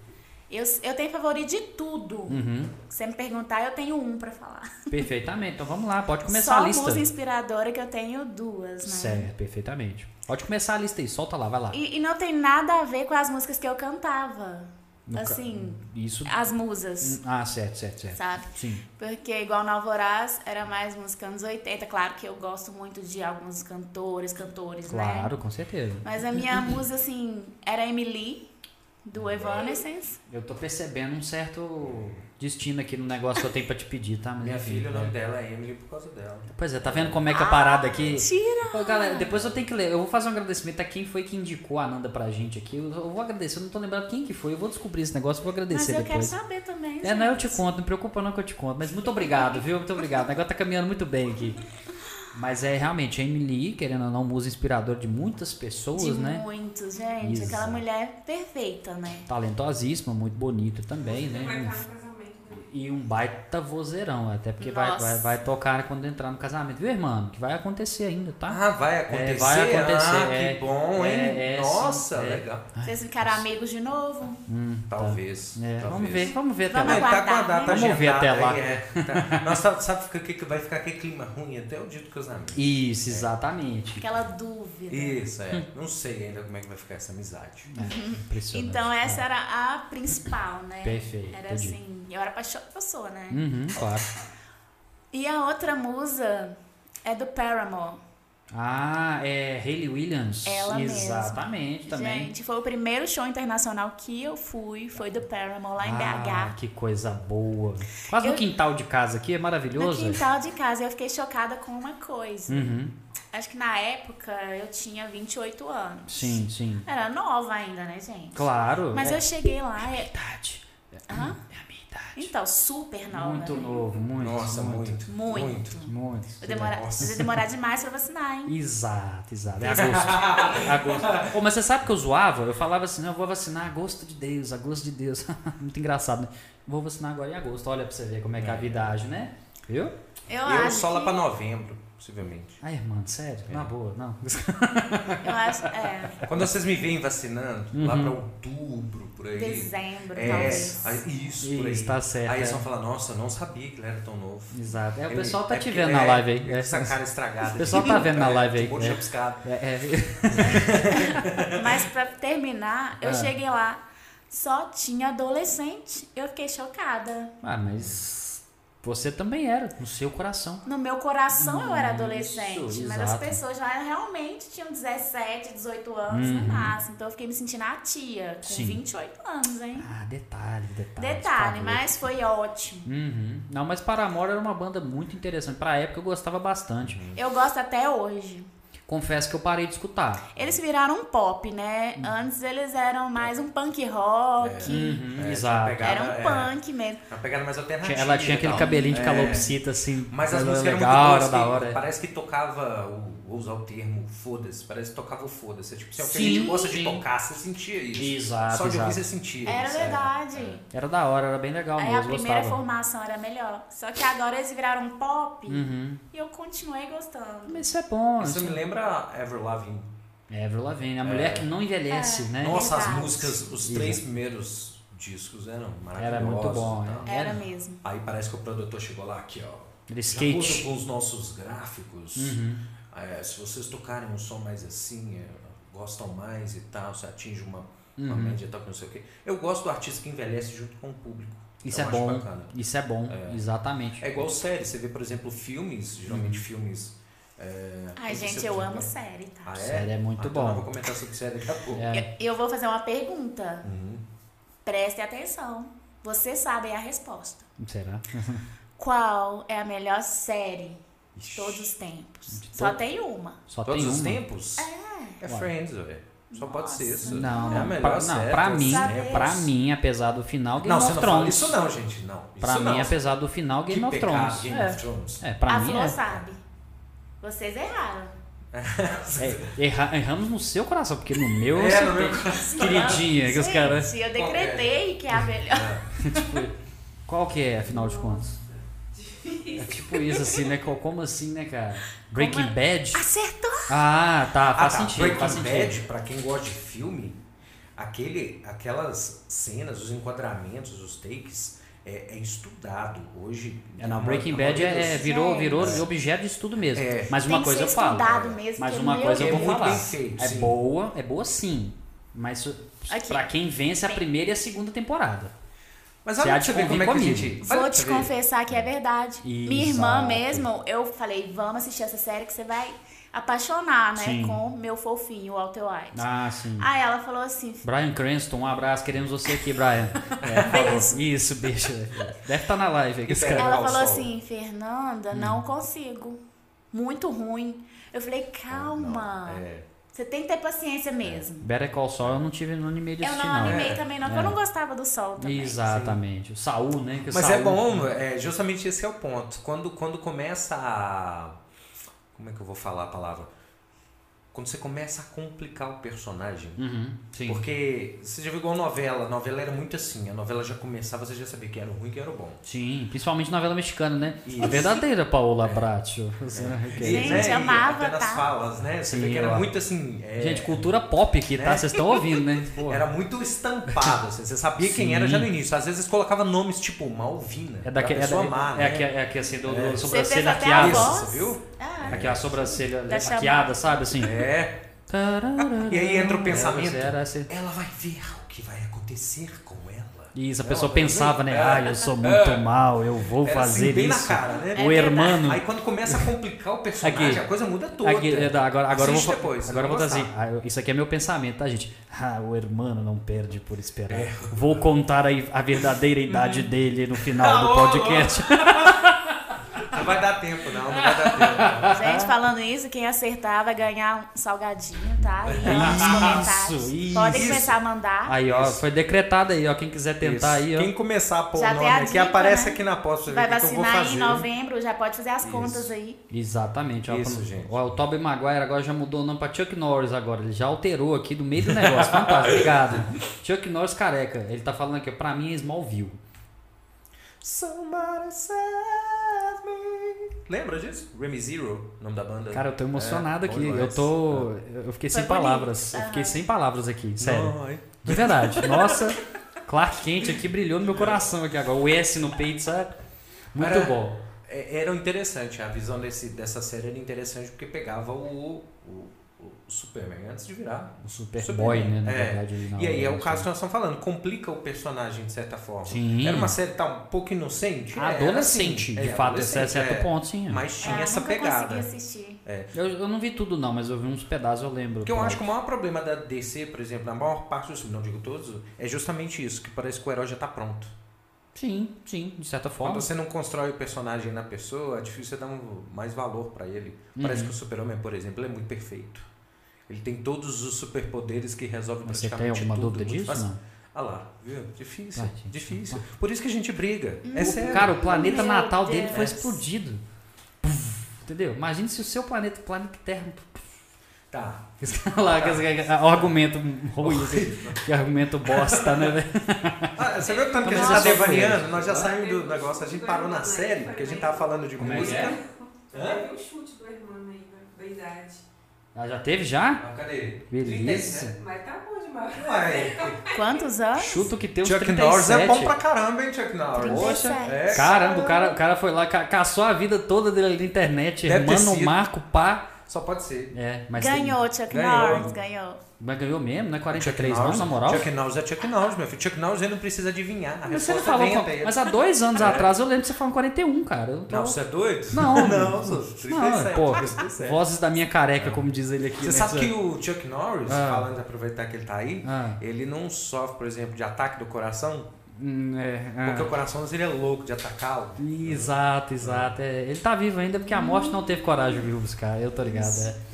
Eu, eu tenho favorito de tudo. Uhum. Se você me perguntar, eu tenho um pra falar. Perfeitamente. Então vamos lá, pode começar Só a lista. música inspiradora que eu tenho duas, né? Certo, perfeitamente. Pode começar a lista aí, solta lá, vai lá. E, e não tem nada a ver com as músicas que eu cantava. No ca- Assim, Isso. as musas, Ah, certo, certo, certo. sabe? né? Sim. Porque igual na Alvoraz era mais música anos 80. Claro que eu gosto muito de alguns cantores, cantores, né? Claro, com certeza. Mas a minha musa, assim, era a Emily, Hum. do Evanescence. Eu tô percebendo um certo destino aqui no negócio que eu tenho pra te pedir, tá? Mas Minha enfim, filha, o nome é. dela é Emily por causa dela. Pois é, tá vendo como é que a parada Ah, aqui. Tira! Ô, galera, depois eu tenho que ler. Eu vou fazer um agradecimento a quem foi que indicou a Ananda pra gente aqui. Eu, eu vou agradecer, eu não tô lembrando quem que foi. Eu vou descobrir esse negócio e vou Mas agradecer eu quero depois. saber também. É, não, eu gente. te conto, não preocupa não que eu te conto. Mas muito obrigado, viu? Muito obrigado. O negócio tá caminhando muito bem aqui. Mas é realmente a Emily, querendo ou não, musa inspiradora de muitas pessoas, De né? muitos, gente. Aquela Exato. mulher perfeita, né? Talentosísima, muito bonita também, né? Vai Um- estar no casamento né? dele. E um baita vozeirão, até porque vai, Nossa. vai, vai tocar quando entrar no casamento, viu, irmão? Que vai acontecer ainda, tá? Ah, vai acontecer. É, vai acontecer, Ah, é. que bom, hein? É, é, Nossa, sim, é. legal. Vocês ficaram amigos de novo? Hum, tá. Talvez. É, talvez. vamos ver, vamos ver até Vamos lá. Mas tá aguardar, guardado, tá né? Vamos ver agendado, até lá. aí é, tá. Nossa, sabe, sabe fica que- que vai ficar aquele clima ruim até o dia do casamento. Isso, exatamente. Aquela dúvida. Isso, é. Hum. Não sei ainda como é que vai ficar essa amizade. É, impressionante. Então essa é. era a principal, né? Perfeito, Era entendi. assim, eu era apaixonada, eu sou, né? Uhum, claro. E a outra musa é do Paramore. Ah, é Hayley Williams. Ela mesma. Exatamente, também. Gente, foi o primeiro show internacional que eu fui, foi do Paramore lá em ah, BH. que coisa boa. Quase Eu- no quintal de casa aqui, é No maravilhoso. quintal de casa, eu fiquei chocada com uma coisa. Uhum. Acho que na época eu tinha 28 anos. Sim, sim. Era nova ainda, né, gente? Claro. Mas é eu cheguei lá, a minha é- idade. É Hã? a minha idade. então, super nova. muito né? novo, muito. Nossa, muito. Muito. Muito. Eu demorar, Nossa. eu ia demorar demais pra vacinar, hein? Exato, exato. [LAUGHS] É agosto. agosto. Pô, mas você sabe que eu zoava? Eu falava assim, não, eu vou vacinar agosto de Deus, agosto de Deus. [LAUGHS] Muito engraçado, né? Vou vacinar agora em agosto. Olha pra você ver como é que é a vida age, né? Viu? Eu, Eu acho só lá que- pra novembro. possivelmente. Ai, mano, sério, É. na boa, não. Eu [LAUGHS] acho, é, Quando vocês me veem vacinando, lá pra Uhum. outubro, por aí. dezembro, É, talvez. aí- isso, por Isso, aí. tá certo, Aí é. eles vão falar, nossa, eu não sabia que ele era tão novo. Exato. É, o Eu- pessoal tá é te porque vendo ele na é- live ele aí. é com É. Essa cara estragada. O pessoal tá vendo na É, live aí, Um monte de é. chapiscado. É, é. [LAUGHS] Mas pra terminar, eu Ah. cheguei lá, só tinha adolescente. Eu fiquei chocada. Ah, mas você também era, no seu coração. No meu coração eu era adolescente, Isso, mas exato. as pessoas lá realmente tinham 17, 18 anos no máximo. Então eu fiquei me sentindo a tia, com Uhum. Sim. 28 anos, hein? Ah, detalhe, detalhe. Detalhe, tá mas foi ótimo. doido. Uhum. Não, mas Paramore era uma banda muito interessante. Pra época eu gostava bastante. Eu gosto até hoje. Confesso que eu parei de escutar. Eles viraram um pop, né? Antes eles eram mais um punk rock. Uhum, É, exato. tinha Era um é, punk mesmo. Uma pegada mais Tinha- alternativa. Ela tinha e aquele tal. cabelinho de É. calopsita, assim. Mas as era músicas eram legal, muito boas, assim, era da que hora. é. Parece que tocava, o- vou usar o termo, foda-se, parece que tocava o foda-se. É Tipo, se é o que a Sim, gente gosta sim. de tocar, você sentia isso. Exato, Só de exato. ouvir você sentia Era isso. é. verdade. Era da hora, era bem legal Aí mesmo, a primeira gostava. formação era melhor. Só que agora eles viraram um pop Uhum. e eu continuei gostando. Mas isso é bom. Isso me lembra Ever Loving. É, Avril Lavigne, a mulher que não envelhece, É. né? Nossa, as Verdade. músicas, os três primeiros discos eram maravilhosos. Era muito bom, e tal. é. Era Era. mesmo. Aí parece que o produtor chegou lá aqui, ó. Ele Já skate. Uhum. usa com os nossos gráficos. É, se vocês tocarem um som mais assim, é, gostam mais e tal, se atinge uma, uma Uhum. média e tal, que não sei o quê. Eu gosto do artista que envelhece junto com o público. Isso Eu é acho bom. bacana. Isso é bom, exatamente. É igual série, você vê, por exemplo, filmes, Uhum. geralmente filmes. é, Ai, que gente, você- eu amo série, tá? Ah, é? Série é muito Ah, então bom. Eu vou comentar sobre série daqui a pouco. É. Eu- Eu vou fazer uma pergunta. Uhum. Prestem atenção. Vocês sabem a resposta. Será? Qual é a melhor série de Ixi. todos os tempos? De Só to- tem uma. Só Todos tem os uma. tempos? É. Ué. Friends, velho. Só pode ser isso. Não, é a melhor pra, série não, pra todos os mim, tempos. pra mim, apesar do final, Game Não, of você não Thrones. fala isso não, gente. Não. pra isso mim, é não. apesar do final, Game que of pecado, Thrones. Game é. of Thrones. É, pra a mim Flor é. sabe. Vocês erraram. É, erra- erramos no seu coração, porque no meu. É, você no meu tem. caso. Queridinha, que os Gente, caras. eu decretei que é [LAUGHS] a melhor. Qual que é, afinal de contas? É tipo isso, assim, né? Co- Como assim, né, cara? Breaking Como é? Bad? Acertou! Ah, tá, Ah, faz tá. sentido, Breaking faz sentido. Bad, pra quem gosta de filme, aquele, aquelas cenas, os enquadramentos, os takes, é, é estudado hoje. É, não, A Breaking ma- a Bad maioria é, é, dos- virou, Gente. virou objeto de estudo mesmo. É. Mas Tem uma que coisa ser eu falo. né? estudado mesmo, mas que uma meu coisa eu Deus. vou É muito falar. bem feito, é sim. boa, é boa sim. Mas Aqui. para quem vence a primeira e a segunda temporada. Mas Você há olha pra de você ver como é que a convir gente... olha Vou pra te você ver. confessar que é verdade. Minha Exato. irmã mesmo, eu falei, vamos assistir essa série que você vai apaixonar, né? Sim. Com meu fofinho, o Walter White. Ah, sim. Aí ela falou assim, Brian Cranston, um abraço, queremos você aqui, [LAUGHS] Brian. É, falou. Isso, bicho. Deve estar na live aí, esse Libera. cara. Ela Ao falou sol. assim, Hum. Fernanda, não consigo. Muito ruim. Eu Ah, falei, calma. É. Você tem que ter paciência mesmo. Better Call Saul eu não tive no anime de Eu assistir, não não. animei É. também, não, porque eu não gostava do sol também. Exatamente. O Saul, né? que o Mas Saul- é bom, é, justamente esse é o ponto. Quando, quando começa a. Como é que eu vou falar a palavra? Quando você começa a complicar o personagem. Uhum, sim. Porque você já viu igual novela, a novela era muito assim, a novela já começava, você já sabia que era o ruim e que era o bom. Sim, principalmente novela mexicana, né? Isso. A verdadeira Paola Bracho. Assim, né? Que- Gente, né, e amava, até nas tá? falas, né? Você Sim, vê que era eu- muito assim. é, Gente, cultura pop aqui, tá? Né? Vocês estão ouvindo, né? Pô, Era muito estampado, assim, você sabia Sim. quem era já no início. Às vezes colocava nomes tipo Malvina. é daquele. pra É, pessoa da, amar, é, né? aque- é aquele assim, do, do É. fez sobrancelha até a arqueada. Isso, voz. você viu? Ah, Aquela sobrancelha Da chamada. arqueada, sabe? Assim. É. Tararara. E aí entra o pensamento. Era assim. Ela vai ver o que vai acontecer com ela. Isso, a Ela pessoa vai pensava, ver. né? É. Ah, eu sou muito mal, eu vou Era assim, fazer bem na isso. cara, né? O É hermano. Aí quando começa a complicar o personagem, Aqui. a coisa muda toda. Aqui, é, tá, agora agora eu vou, Assiste fa- depois, agora eu você vou vai trazer. gostar. Ah, eu- Isso aqui é meu pensamento, tá, gente? Ah, o hermano não perde por É. esperar. Vou contar a, a verdadeira idade dele no final do Hum. Ah, ô, podcast. Não vai dar tempo, não. Não vai [LAUGHS] dar tempo. Gente, falando isso, quem acertar vai ganhar um salgadinho, tá? Aí É nos comentários. isso. Podem começar a mandar. Ah, Aí, ó, Isso. foi decretado aí, ó. Quem quiser tentar aí, Isso. ó. Quem começar a pôr Já o nome tem a aqui, dica, aparece né? aqui na posta. Vai ver o que que eu vou vacinar aí em fazer. novembro, já pode fazer as contas aí. Exatamente, ó. Isso, pra- gente. ó, o Tobey Maguire agora já mudou o nome pra Chuck Norris agora. Ele já alterou aqui do meio do negócio. Fantástico, [LAUGHS] obrigado. Chuck Norris careca. Ele tá falando aqui, ó, pra mim é Smallville. Somebody save me. Lembra disso? Remy Zero, nome da banda. Cara, eu tô emocionado É, bom aqui. Eu demais. tô. Eu fiquei Foi sem bonito, palavras. Eu fiquei aham. sem palavras aqui, sério. Não, é. De verdade. [LAUGHS] Nossa, Clark Kent aqui brilhou no meu coração aqui agora. O S no peito, sabe? Muito Era- bom. É, Era interessante, a visão desse, dessa série era interessante porque pegava o, o, o Superman antes de virar. O Superboy, né? Superman, Na é. verdade. ali na e aí é o hora, caso que nós estamos falando, complica o personagem de certa forma. Sim. Era uma série tá um pouco inocente. é, era Adolescente, assim, de é, fato, esse adolescente, é certo é. ponto, sim. Mas tinha Ah, essa nunca pegada. consegui assistir. Eu, eu não vi tudo, não, mas eu vi uns pedaços, eu lembro. Porque eu acho que o maior problema da DC, por exemplo, na maior parte dos filmes, não digo todos, é justamente isso, que parece que o herói já tá pronto. Sim, sim, de certa forma. Quando você não constrói o personagem na pessoa, é difícil você dar um- mais valor pra ele. Parece Uhum. que o super-homem, por exemplo, é muito perfeito. Ele tem todos os superpoderes que resolve Mas Você tem praticamente alguma tudo. dúvida muito disso? fácil. Não? Ah lá, viu? Difícil, Ah, gente, Hum. difícil. Por isso que a gente briga. É sério. Cara, o planeta Meu natal dele Deus. foi explodido. Puf, Entendeu? Imagina se o seu planeta, o planeta Terra. [LAUGHS] Tá. Lá, que- que- que- argumento ruim, assim. que argumento bosta, né, velho? Ah, você viu [LAUGHS] o tanto que a gente tá Nossa. devaneando? Nós já saímos do negócio, a gente parou na série, porque a gente tava falando de Como é que música. Hã? Teve um chute do irmão aí, né? da- da idade. Ah, já teve já? Ah, cadê? Beleza. Mas tá bom demais. Ué, Quantos anos? Chuta o que tem os Chuck 37. Norris é bom pra caramba, hein, Chuck Norris? Poxa, 37. é. Caramba, o cara, o cara foi lá, ca- caçou a vida toda dele ali na internet. Deve ter Mano, sido. Marco, pá. Só pode ser. É, mas ganhou, Chuck Ganhou. Norris, ganhou. tem- mas ganhou mesmo, não é Chuck 43 não, Norris, na moral? Chuck Norris é Chuck Norris, meu filho. Chuck Norris ele não precisa adivinhar. A Mas você não resposta falou. vem com- até É. ele. Mas há dois [LAUGHS] anos atrás eu lembro que você falou 41, cara. Eu tô- Não, você é doido? Não, [LAUGHS] não, não, é sou 37. pô, 37. Vozes da minha careca, como diz ele aqui. é. Você né, sabe sir? que o Chuck Norris, Ah. falando de aproveitar que ele tá aí, Ah, ele não sofre, por exemplo, de ataque do coração, hum, é, ah. porque o coração dele é louco de atacá-lo. Exato, exato. é. ele tá vivo ainda porque a morte não teve coragem de vir buscar. Eu tô ligado, [LAUGHS] é.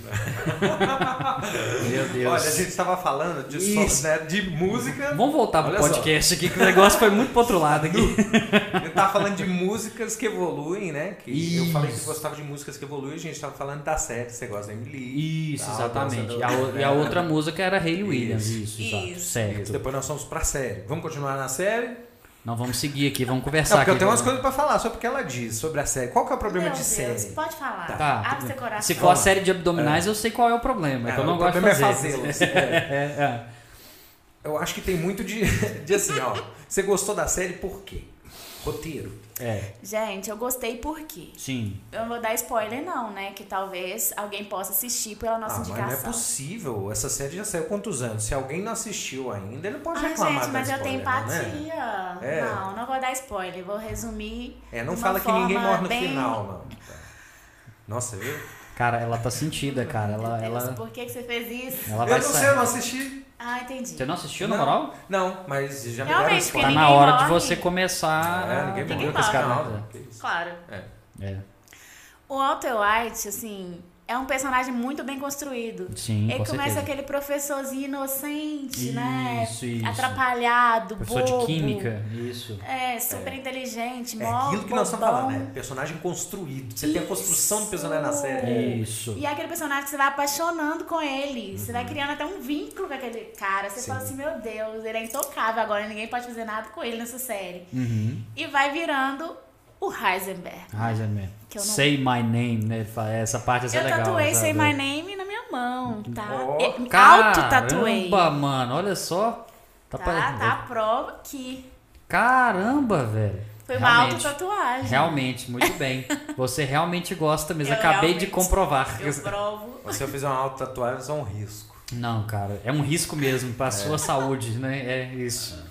Meu Deus. Olha, a gente tava falando de, Isso. som, né, de música, Vamos voltar pro Olha só. podcast aqui, que o negócio foi muito pro outro lado [LAUGHS] aqui. ele tava falando de músicas que evoluem, né? Que eu Isso. falei que gostava de músicas que evoluem, a gente tava falando da série, você gosta da Emily. Isso, tal, exatamente. dança E do- Né? a, o- e a outra música era Ray Williams. Isso, Isso. exato. Isso. É. Isso, Certo. depois nós somos pra série. Vamos continuar na série? Não, vamos seguir aqui, vamos conversar Não, É, porque eu aqui. tenho umas coisas pra falar, só porque ela diz sobre a série. Qual que é o problema Meu de Deus, série? pode falar. Tá, tudo Abre bem. seu coração. Se for a série de abdominais, eu sei qual é o problema. É, que eu não o gosto de problema fazer. é [LAUGHS] fazê-los. É. É, é. Eu acho que tem muito de, [LAUGHS] de assim, ó. Você gostou da série por quê? Roteiro. É, Gente, eu gostei por quê? sim. Eu não vou dar spoiler, não, né? Que talvez alguém possa assistir pela nossa ah, mas não é indicação. possível. Essa série já saiu quantos anos? Se alguém não assistiu ainda, ele pode Ai, reclamar gente, da mas eu tenho spoiler, não, né? empatia. É. Não, não vou dar spoiler. Vou resumir. É, não de uma fala que ninguém forma morre no bem- final, não. Tá. Nossa, viu? Cara, ela tá sentida, cara. Meu Ela, Deus, ela, por que, que você fez isso? ela eu vai não sei, eu sair. não assisti. Ah, entendi. Você não assistiu, na Não. moral? Não, mas já me deram Tá Realmente, spoiler. Ninguém na hora de morre. você começar É, ninguém a morreu com esse cara. não, né? que isso. Claro. É. É. O Walter White, assim, é um personagem muito bem construído. Sim, Ele com começa certeza. aquele professorzinho inocente, né? um Isso, isso. Atrapalhado, Professor de bobo. química, isso. É, super inteligente, É mó aquilo que nós estamos bobão. falando, né? Personagem construído. Você tem a construção do personagem na série. Isso. E é aquele personagem que você vai apaixonando com ele. Uhum. Você vai criando até um vínculo com aquele cara. Você Sim. fala assim, meu Deus, ele é intocável agora, ninguém pode fazer nada com ele nessa série. Uhum. E vai virando o Heisenberg. Heisenberg. Que eu não- Say my name, né? Ele fala, Essa parte essa é Eu legal. tatuei sabe? Say My Name na minha mão, tá? Ó, Eu- Auto-tatuei. Caramba, mano, olha só. Tá Tá, pare- tá a prova que Caramba, velho. foi uma realmente, auto-tatuagem. Realmente, muito [LAUGHS] bem. Você realmente gosta mesmo. Eu Acabei de realmente- comprovar. Eu provo. Se eu fizer uma auto-tatuagem, é um risco. Não, cara, é um risco mesmo pra sua saúde, né? É isso.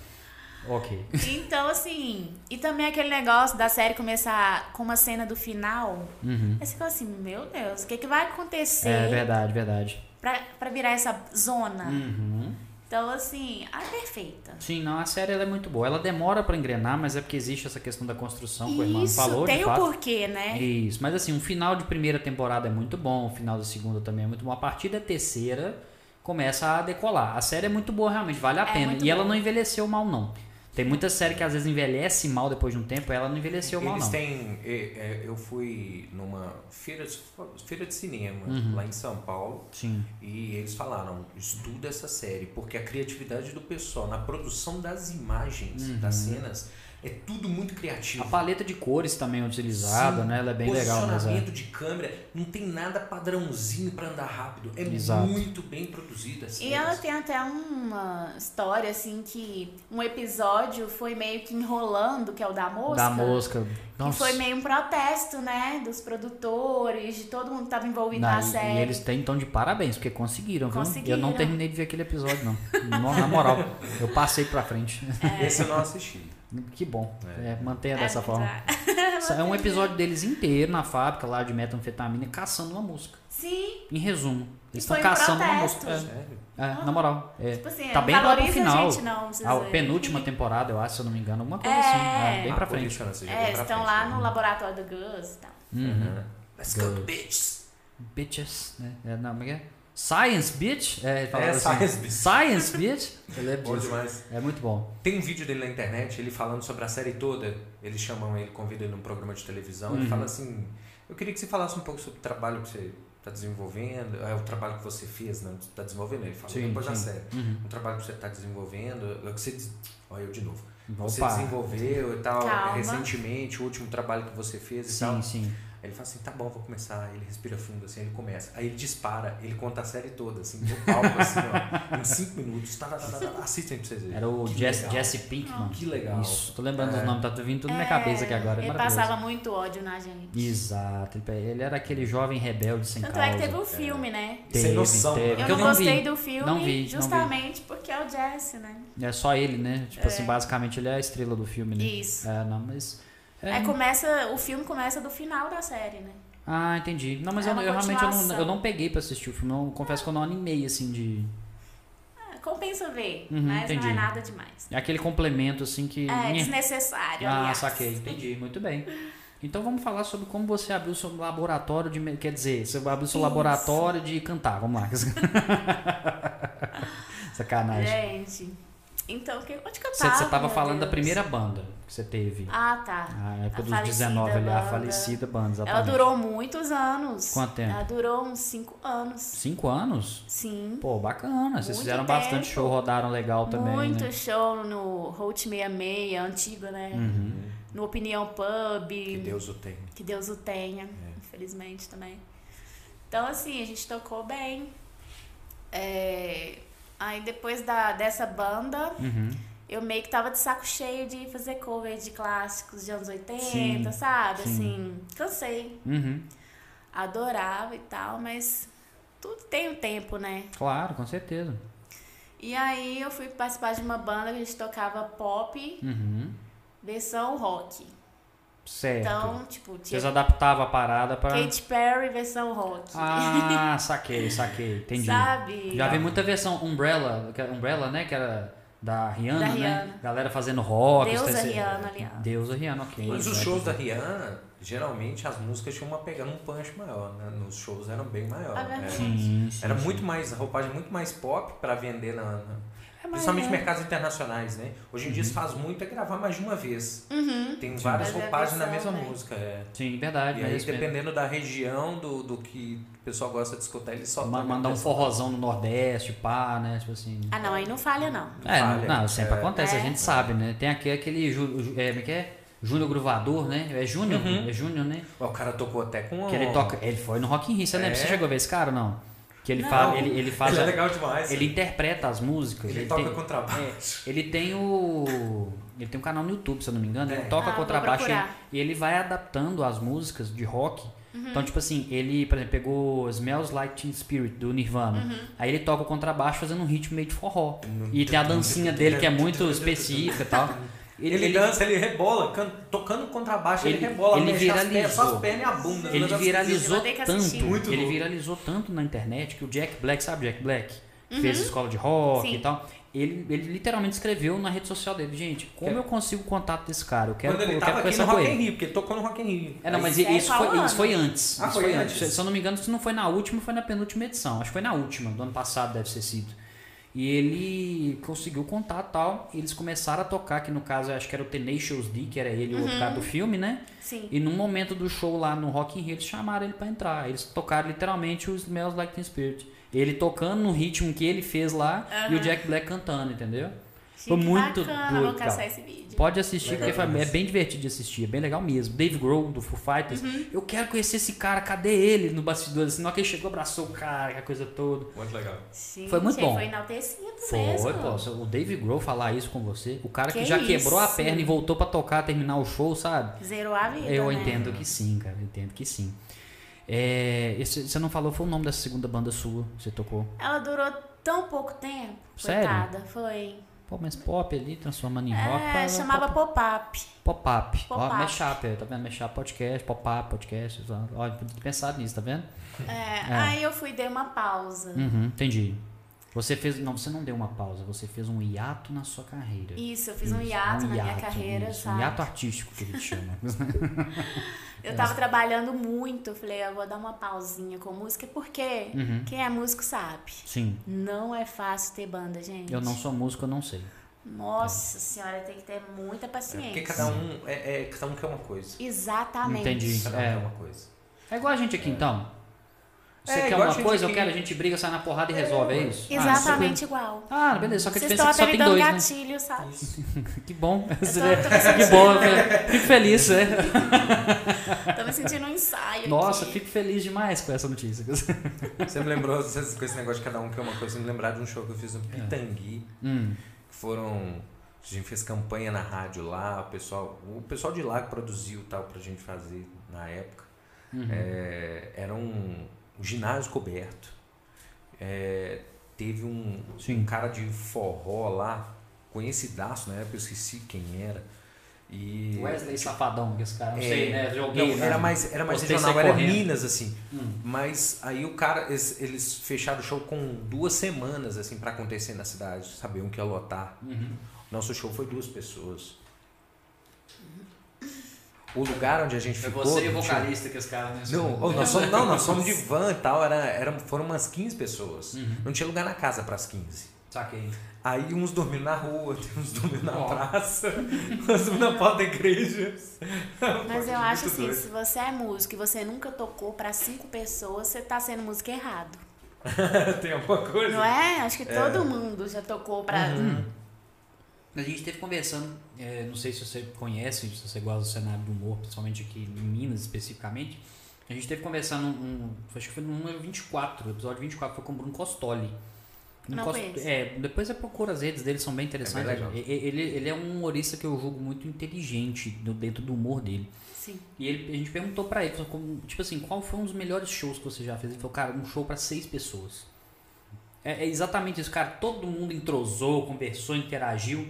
Ok. Então, assim, e também aquele negócio da série começar com uma cena do final. Uhum. Aí você fica assim, meu Deus, o que, que vai acontecer É verdade, verdade. pra, pra virar essa zona? Uhum. Então, assim, a perfeita. Sim, não, a série ela é muito boa. Ela demora pra engrenar, mas é porque existe essa questão da construção que o irmão Isso falou, tem de o fato. porquê, né? Isso, mas assim, um final de primeira temporada é muito bom, o final da segunda também é muito bom. A partir da terceira começa a decolar. A série é muito boa realmente, vale a É pena. E muito ela boa. não envelheceu mal não. Tem muita série que às vezes envelhece mal depois de um tempo, ela não envelheceu mal Eles não. têm. é, é, Eu fui numa feira de, feira de cinema Uhum. lá em São Paulo Sim. e eles falaram: estuda Uhum. essa série, porque a criatividade do pessoal na produção das imagens, das cenas, É tudo muito criativo. A paleta de cores também é utilizada, Sim. né? Ela é bem legal, mas é. Posicionamento de câmera, não tem nada padrãozinho pra andar rápido. É Exato. muito bem produzida. essa E ela cena. tem até uma história, assim, que um episódio foi meio que enrolando, que é o da mosca. Da mosca. Que Nossa. foi meio um protesto, né? Dos produtores, de todo mundo que tava envolvido Não, na e- série. E eles têm então de parabéns, porque conseguiram, viu? Conseguiram. Eu não terminei de ver aquele episódio, não. No- Na moral, eu passei pra frente. [LAUGHS] [LAUGHS] Esse eu não assisti. Que bom. É. É, mantenha É, dessa forma. tá. É um episódio deles inteiro na fábrica lá de metanfetamina caçando uma mosca. Sim, Em resumo, eles E estão foi um caçando uma protesto. mosca. É, Sério? é, na moral. É. tipo assim, Tá não bem lá pro valoriza final. Ah, a gente não. vocês A verem. penúltima temporada, eu acho, se eu não me engano, alguma coisa Ah. É. assim. É, bem Ah, pra por frente. isso que eu não assisti, É, bem eles pra estão frente, lá né? no laboratório do Gus e tal. Uhum. Let's go, Good. bitches. Bitches, né? É, não, como é que é? Science, bitch? É, ele falava É, assim. science, bitch. Science, bitch? [LAUGHS] Eu lembro Bom disso. demais. É muito bom. Tem um vídeo dele na internet, ele falando sobre a série toda. Eles chamam ele, convidam ele num programa de televisão. Uhum. Ele fala assim: Eu queria que você falasse um pouco sobre o trabalho que você está desenvolvendo, é, o trabalho que você fez, não está desenvolvendo. Ele fala Sim, depois da sim. Uhum. série. O trabalho que você está desenvolvendo, é o que você. des- Olha, eu de novo. Você Opa. desenvolveu e tal, Calma. recentemente, o último trabalho que você fez e Sim, tal. sim. Aí Ele fala assim, tá bom, vou começar. Aí Ele respira fundo, assim, ele começa. Aí ele dispara, ele conta a série toda, assim, no palco, assim, ó. Em cinco minutos. Tá, tá, tá, tá, tá. Assistem pra vocês verem. Era o Que Jesse, legal. Jesse Pinkman. Que legal. É. Isso, tô lembrando dos nomes, tá vindo tudo na minha cabeça aqui agora. É Ele maravilhoso. passava muito ódio na gente. Exato, ele- ele era aquele jovem rebelde sem Tanto causa. é que teve um filme, né? Sem Teve, noção, teve. É né? Eu porque não, eu não vi, gostei do filme não vi, não vi. justamente porque é o Jesse, né? É só ele, né? Tipo É. assim, basicamente ele é a estrela do filme, né? Isso. É, não, mas. é, Aí começa, o filme começa do final da série, né? Ah, entendi. Não, mas É eu, uma eu realmente eu não, continuação. eu não peguei pra assistir o filme. Eu confesso que eu não animei, assim, de. Ah, Compensa ver, Uhum, mas não entendi. é nada demais. É aquele complemento, assim, que. É Nhé. desnecessário, Ah, aliás. saquei. Entendi, muito bem. Então vamos falar sobre como você abriu o seu laboratório de. me- Quer dizer, você abriu o seu Isso. laboratório de cantar. Vamos lá. [LAUGHS] Sacanagem. Gente, então, que- onde que eu Você, tava? você tava É, meu falando da Deus? primeira banda que você teve. Ah, tá. A época a dos falecida 19 ali, a banda. falecida banda, Ela exatamente. durou muitos anos. Quanto tempo? Ela durou uns cinco anos. Cinco anos? Sim. Pô, bacana. Vocês Muito fizeram tempo. bastante show, rodaram legal também, Muito né? show no Route 66, antigo, né? Uhum. No Opinião Pub. Que Deus o tenha. Que Deus o tenha, É. infelizmente também. Então, assim, a gente tocou bem. É, Aí depois da, dessa banda, Uhum. eu meio que tava de saco cheio de fazer cover de clássicos de anos 80, Sim, sabe? sim. Assim, cansei. Uhum. Adorava e tal, mas tudo tem um tempo, né? Claro, com certeza. E aí eu fui participar de uma banda que a gente tocava pop, Uhum. versão rock. Certo. Então, tipo, tinha Vocês adaptavam a parada pra. Katy Perry versão rock. [LAUGHS] Ah, saquei, saquei. Entendi. Sabe? Já vi muita versão Umbrella, que era Umbrella, né? Que era da Rihanna, Da né? Rihanna. Galera fazendo rock. Deusa esse- Rihanna, aliás. Deusa Rihanna, ok. Mas os Certo. shows da Rihanna, geralmente as músicas tinham uma pegada, um punch maior, né? Nos shows eram bem maior. É né? verdade. Sim, sim, Era sim. muito mais, a roupagem muito mais pop pra vender na... na- É, mas Principalmente é. mercados internacionais, né? Hoje em dia se Uhum. faz muito é gravar mais de uma vez. Uhum. Tem várias Fazer a roupagens na mesma versão, né? música. É. Sim, verdade. E mas aí, Ah, isso mesmo. dependendo da região, do, do que o pessoal gosta de escutar, ele só Ma- toca mandar um dessa- forrozão no Nordeste, pá, né? Tipo assim. Ah, não, aí não falha, não. É, Falha. não, sempre É. acontece, a É. gente sabe, né? Tem aqui aquele. Ju, Ju- é, como é que é? Júnior Gruvador, né? É Júnior? Uhum. É Júnior, né? Ó, O cara tocou até com. um Que ele toca. Ele foi no Rock in Rio, você lembra? Oh. É. Você chegou a ver esse cara ou não? Que ele Não. fala. Ele, ele faz. Ele é a- legal demais. ele Ele, interpreta as músicas. ele toca tem, É, contrabaixo. ele tem o. Ele tem um canal no YouTube, se eu não me engano. Ele É. toca Ah, vou contrabaixo e, procurar. Uhum. e ele vai adaptando as músicas de rock. Então, tipo assim, ele, por exemplo, pegou Smells Like Teen Spirit do Nirvana. Uhum. Aí ele toca o contrabaixo fazendo um ritmo meio de forró. E tem a dancinha dele [LAUGHS] que é muito específica e tal. Ele, dança, ele rebola, can- tocando contrabaixo, ele, Ele- rebola, ele mexe as viralizou. pernas, só as pernas e a bunda. assim, Ele Negócio viralizou Eu vou ter que assistir. tanto, Muito ele louco. viralizou tanto na internet que o Jack Black, sabe Jack Black? Que Fez escola de rock Sim. e tal. Ele, ele literalmente escreveu na rede social dele, gente, como Quer- eu consigo o contato desse cara? Eu quero, né? Quando ele eu tava quero aqui no conversar Rock com in ele. Rio, porque ele tocou no Rock in Rio. É, não, mas Isso aí isso foi, falando. isso foi antes. Ah, isso foi foi antes. antes. Se eu não me engano, isso não foi na última, foi na penúltima edição. Acho que foi na última, do ano passado deve ser sido. E ele conseguiu contato e tal. E eles começaram a tocar, que no caso eu acho que era o Tenacious D, que era ele, o outro cara do filme, né? Sim. E num momento do show lá no Rock in Rio, eles chamaram ele pra entrar. Eles tocaram literalmente os Smells Like Teen Spirit. Ele tocando no ritmo que ele fez lá e o Jack Black cantando, entendeu? Foi muito bacana, doido, vou caçar cara. esse vídeo. Pode assistir, Legal porque foi- é demais. bem divertido de assistir, é bem legal mesmo. Dave Grohl, do Foo Fighters. Eu quero conhecer esse cara, cadê ele no bastidor? Assim, na hora que ele chegou, abraçou o cara, a coisa toda. Muito legal. Gente, Foi muito ele bom. Foi enaltecido Foi, mesmo. pô. O Dave Grohl falar isso com você. O cara que, Que já isso? quebrou a perna e voltou pra tocar, terminar o show, sabe? Zerou a vida, Eu né? entendo que sim, cara. Eu entendo que sim. É, esse- você não falou, foi o nome dessa segunda banda sua que você tocou? Ela durou tão pouco tempo. Sério? Coitada, foi. Pô, mas pop ali, transformando em rock. É, pra- chamava pop- pop-up. Pop-up. Ó, Pop-up. mashup, aí, tá vendo? Mashup podcast, pop-up podcast. ó, Ó, podia ter pensado nisso, tá vendo? É, Aí eu fui dei uma pausa. Uhum, entendi. Você fez. Não, você não deu uma pausa, você fez um hiato na sua carreira. Isso, eu fiz um Isso, hiato na minha hiato, carreira, isso, Um sabe? hiato artístico que a gente chama. Eu tava trabalhando muito, eu falei, eu vou dar uma pausinha com música, porque Uhum. quem é músico sabe. [LAUGHS] Sim. Não é fácil ter banda, gente. Eu não sou músico, eu não sei. Nossa senhora, tem que ter muita É porque paciência. cada um, é, é- cada um quer uma coisa. Exatamente. Entendi. Cada um É. quer uma coisa. É igual a gente aqui então. Você É, quer igual a uma gente coisa, eu aqui. quero, a gente briga, sai na porrada e resolve, é isso? Ah, Exatamente igual. super- Ah, beleza, só que a Vocês diferença estão é que até só me tem dando dois, né? gatilho, sabe? Que bom. [LAUGHS] Eu tô, tô me que sentindo, bom, eu fico feliz, né? [LAUGHS] tô me sentindo um ensaio. Nossa, aqui. fico feliz demais com essa notícia. [LAUGHS] Você me lembrou, vocês- com esse negócio de cada um quer uma coisa, me lembrar de um show que eu fiz no É. Pitangui. Hum, que foram a gente fez campanha na rádio lá, o pessoal, o pessoal de lá que produziu e tal pra gente fazer na época. É, era um, ginásio coberto. É, teve um, Sim. um cara de forró lá, conhecidaço na época, eu esqueci quem era. E Wesley Safadão, que esse cara, não é, sei, né? Joguei. não, né? era mais, era mais Postei regional, saí era correndo. Hum. Minas, assim. Mas aí o cara, eles, eles fecharam o show com duas semanas, assim, para acontecer na cidade. Sabiam que ia lotar. Uhum. Nosso show foi duas pessoas. O lugar onde a gente Foi ficou... você e o tinha- vocalista que esse cara, né? não, oh, nós somos, não, nós somos de van e tal, era, era, foram umas 15 pessoas. Uhum. Não tinha lugar na casa para as 15. Saquei. Aí uns dormiram na rua, [LAUGHS] uns dormiram na Ó. praça, [LAUGHS] uns dormiram na porta da igreja. Mas eu acho assim, doido. se você é músico e você nunca tocou pra cinco pessoas, você tá sendo músico errado. [LAUGHS] Tem alguma coisa? Não é? Acho que todo mundo já tocou pra. Uhum. Hum. A gente esteve conversando, é, não sei se você conhece, se você gosta do cenário do humor, principalmente aqui em Minas especificamente. A gente esteve conversando, um, acho que foi no número 24, o episódio 24 foi com o Bruno Costoli. Bruno Não Cost- conheço. é, depois você procura as redes dele, são bem interessantes. legal. E- e- ele, ele é um humorista que eu julgo muito inteligente do- dentro do humor dele. Sim. E ele, a gente perguntou pra ele, falou como- tipo assim, qual foi um dos melhores shows que você já fez? Ele falou, cara, um show pra seis pessoas. É, é exatamente isso, cara. Todo mundo entrosou, conversou, interagiu.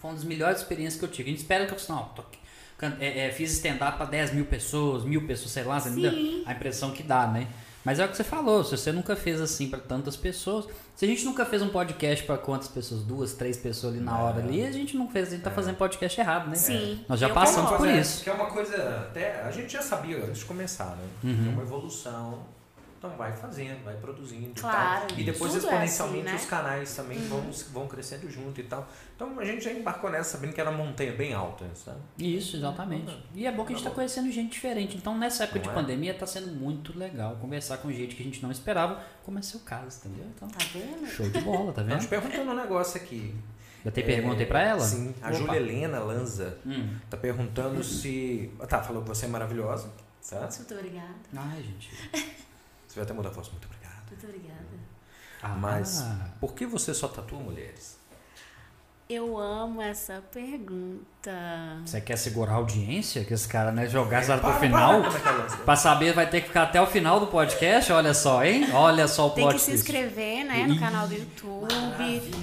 Foi uma das melhores experiências que eu tive. A gente espera que eu falo, não, tô aqui, can- é, é, fiz stand-up pra 10 mil pessoas, mil pessoas, sei lá, você me deu Sim. a impressão que dá, né? Mas é o que você falou, se você nunca fez assim pra tantas pessoas. Se a gente nunca fez um podcast pra quantas pessoas? Duas, três pessoas ali na hora ali, a gente não fez, a gente tá fazendo podcast errado, né? Sim. Nós já Eu passamos concordo. por Mas é, isso. Que é uma coisa até. A gente já sabia antes de começar, né? Uhum. É uma evolução. Então vai fazendo, vai produzindo Claro, e tal. E depois tudo é exponencialmente assim, né? os canais também vão, vão crescendo junto e tal. Então a gente já embarcou nessa, sabendo que era uma montanha bem alta, sabe? Isso, exatamente. E é bom que a gente tá conhecendo gente diferente. Então, nessa época Não de é? pandemia, tá sendo muito legal conversar com gente que a gente não esperava, como é seu caso, entendeu? Então, Tá vendo? show de bola, tá Eu te [LAUGHS] vendo? perguntando um negócio aqui. Já tem É, pergunta aí pra ela? Sim, a Opa. Júlia Helena Lanza Hum. tá perguntando se. Ah, Tá, falou que você é maravilhosa. Tá? Muito obrigada. Ai, gente. Você vai até mudar a voz, muito obrigado. Muito obrigada. Ah, Mas por que você só tatua mulheres? Eu amo essa pergunta. Você quer segurar a audiência? Que esse cara, né, jogar essa pro É, Para, final? para, Ana Carla. Pra saber, vai ter que ficar até o final do podcast? Olha só, hein? Olha só o Tem plot que se twist. inscrever, né, no canal do YouTube.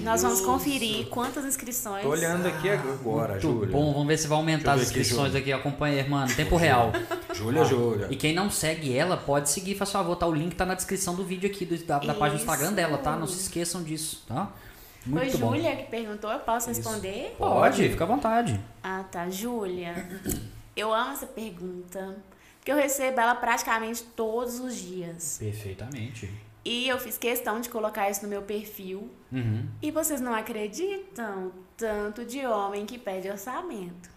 Nós vamos conferir quantas inscrições. Tô é olhando Ah, aqui agora, Muito Júlia. bom, vamos ver se vai aumentar as Deixa eu ver aqui, inscrições Júlia. aqui. Acompanha, irmã, tempo real. Ah, Júlia, Júlia. E quem não segue ela, pode seguir, faz favor, tá? O link tá na descrição do vídeo aqui, do- da, da página do Isso. Instagram dela, tá? Não se esqueçam disso, tá? Muito Foi bom. Júlia que perguntou, eu posso responder? Pode, fica à vontade. Ah, tá. Júlia, eu amo essa pergunta. Porque eu recebo ela praticamente todos os dias. Perfeitamente. E eu fiz questão de colocar isso no meu perfil. Uhum. E vocês não acreditam tanto de homem que pede orçamento.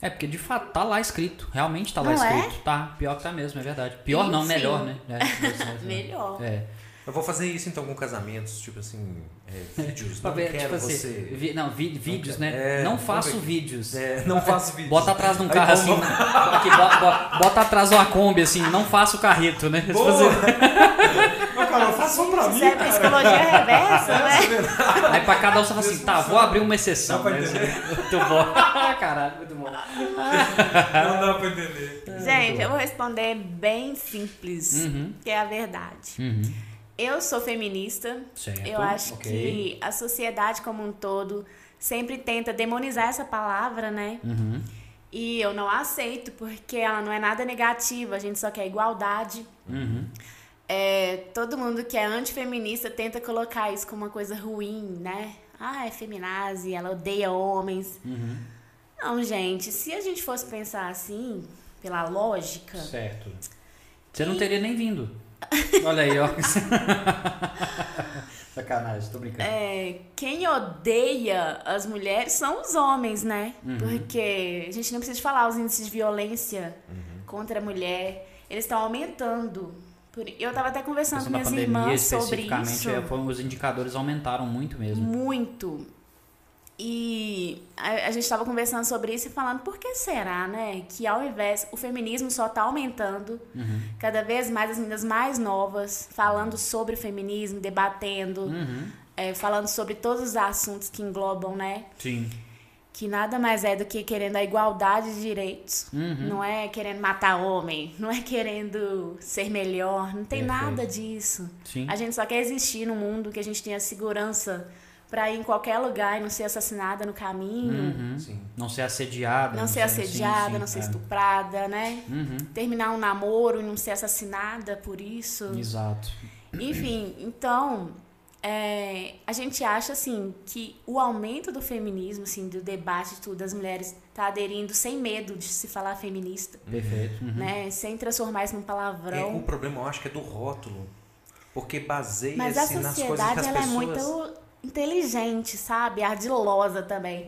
É, porque de fato tá lá escrito. Realmente tá lá Não é? [LAUGHS] escrito. Tá, pior que tá mesmo, é verdade. Pior não, Sim. melhor, né? É, Melhor. É. Eu vou fazer isso então com casamentos, tipo assim, é, [LAUGHS] vídeos. Pra não ver, quero tipo assim, você. vi- não, vi- vídeos, quero. né? É, não vamos faço ver. vídeos. É, não faço vídeo. Bota atrás de um Aí, carro assim. bom, [LAUGHS] aqui, bota, bota- bota atrás de uma Kombi, assim, não faço carreto, né? Boa! Fazer- [LAUGHS] Não, cara, faça um pra mim, Isso é cara. psicologia [LAUGHS] reversa, né? Aí pra cada um você fala assim, tá, vou abrir uma exceção. Dá pra né? entender. Muito bom. [LAUGHS] Caralho, muito bom. né? Não dá pra entender. Gente, eu vou responder bem simples, Uhum. que é a verdade. Uhum. Eu sou feminista, Certo. Eu acho ok. que a sociedade como um todo sempre tenta demonizar essa palavra, né? Uhum. E eu não aceito, porque ela não é nada negativa, a gente só quer igualdade. Uhum. É, todo mundo que é antifeminista tenta colocar isso como uma coisa ruim, né? Ah, é feminazi, ela odeia homens. Uhum. Não, gente, se a gente fosse pensar assim, pela lógica, Certo. Tá. Você não teria nem vindo. Olha aí, ó. [LAUGHS] Sacanagem, tô brincando. É, quem odeia as mulheres são os homens, né? Uhum. Porque a gente não precisa de falar os índices de violência Uhum. contra a mulher. Eles estão aumentando. Por- Eu tava até conversando Questão com da minhas pandemia, irmãs sobre especificamente, isso. Hum. é, foi- os indicadores aumentaram muito mesmo. Muito. E a, a gente estava conversando sobre isso e falando por que será, né? Que ao invés, o feminismo só tá aumentando. Uhum. Cada vez mais as meninas mais novas falando sobre o feminismo, debatendo, Uhum. é, falando sobre todos os assuntos que englobam, né? Sim. Que nada mais é do que querendo a igualdade de direitos. Uhum. Não é querendo matar homem, não é querendo ser melhor, não tem Perfeito. nada disso. Sim. A gente só quer existir num mundo que a gente tenha segurança pra ir em qualquer lugar e não ser assassinada no caminho, Uhum. Sim. Não ser assediada. né? não, ser assediada, não É. é. ser estuprada, né? estuprada. Terminar um namoro e não ser assassinada por isso. Exato. Enfim, então é, a gente acha assim que o aumento do feminismo, assim, do debate e tudo, das mulheres tá aderindo sem medo de se falar feminista, Perfeito. Uhum. né? Sem transformar isso num É, o palavrão. problema eu acho que é do rótulo. Porque baseia-se Mas a assim, nas coisas que as sociedade pessoas. Uhum, ela é muito inteligente, sabe? Ardilosa também.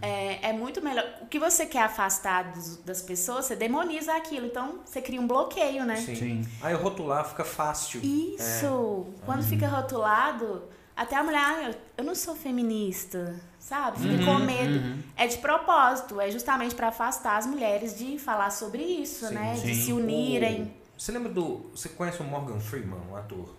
É, é muito melhor. O que você quer afastar dos- das pessoas, você demoniza aquilo. Então você cria um bloqueio, né? Sim. Sim. Aí rotular fica fácil. Isso! É. Quando Uhum. fica rotulado, até a mulher, ah, eu- eu não sou feminista, sabe? Fica Uhum, com medo. É de propósito, é justamente pra afastar as mulheres de falar sobre isso, Sim, né? sim. De se unirem. O- Você lembra do. Você conhece o Morgan Freeman, um ator?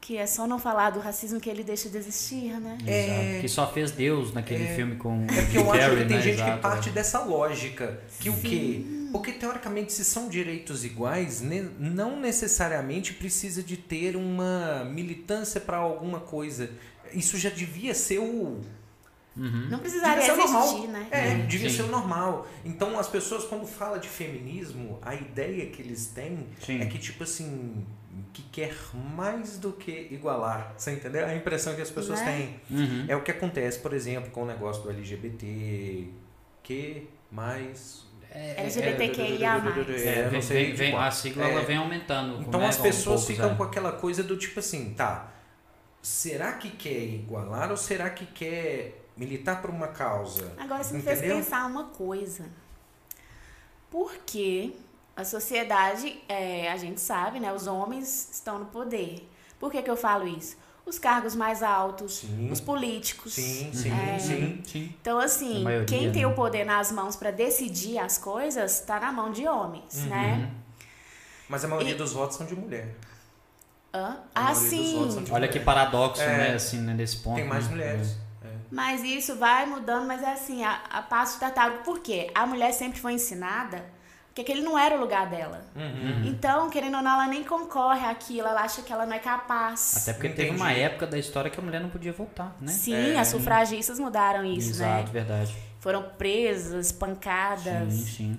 Que é só não falar do racismo que ele deixa de existir, né? É. Exato. Que só fez Deus naquele É. filme com. É [LAUGHS] porque eu Jim acho Carrey, que tem né? gente Exato, que parte é. dessa lógica. Que o quê? Porque, teoricamente, se são direitos iguais, ne- não necessariamente precisa de ter uma militância para alguma coisa. Isso já devia ser o. Não precisaria Uhum. Devia ser normal. existir, né? É, Uhum, devia sim. ser o normal. Então, as pessoas, quando falam de feminismo, a ideia que eles têm Sim. é que, tipo assim, que quer mais do que igualar. Você entendeu? É A impressão que as pessoas Né? têm. Uhum. É o que acontece, por exemplo, com o negócio do LGBT, que mais. É. LGBTQIA+. É, É, eu vem, não sei, vem- vem- tipo, a sigla ela é. vem aumentando. Então né, as aos pessoas poucos, ficam é. com aquela coisa do tipo assim, tá, será que quer igualar ou será que quer militar por uma causa? Agora você me fez Entendeu? pensar uma coisa. Por que a sociedade, é, a gente sabe, né? Os homens estão no poder. Por que, que eu falo isso? Os cargos mais altos, Sim. os políticos. Sim, sim, É. sim. Sim. tipo, Então, A assim, maioria, quem tem né? o poder nas mãos para decidir as coisas está na mão de homens, né? Mas a maioria E- dos votos são de mulher. Hã? A maioria dos votos são Assim, de Olha que paradoxo, tipo, É. né? Assim, né, nesse ponto. Tem mais né? mulheres. mas isso vai mudando, mas é assim, a, a passo de tartaruga. Por quê? A mulher sempre foi ensinada que aquele não era o lugar dela. Uhum. Então, querendo ou não, ela nem concorre àquilo, ela acha que ela não é capaz. Até porque teve Entendi. uma época da história que a mulher não podia votar, né? Sim, as sufragistas mudaram isso, Exato, né? verdade. Foram presas, Sim, pancadas. sim.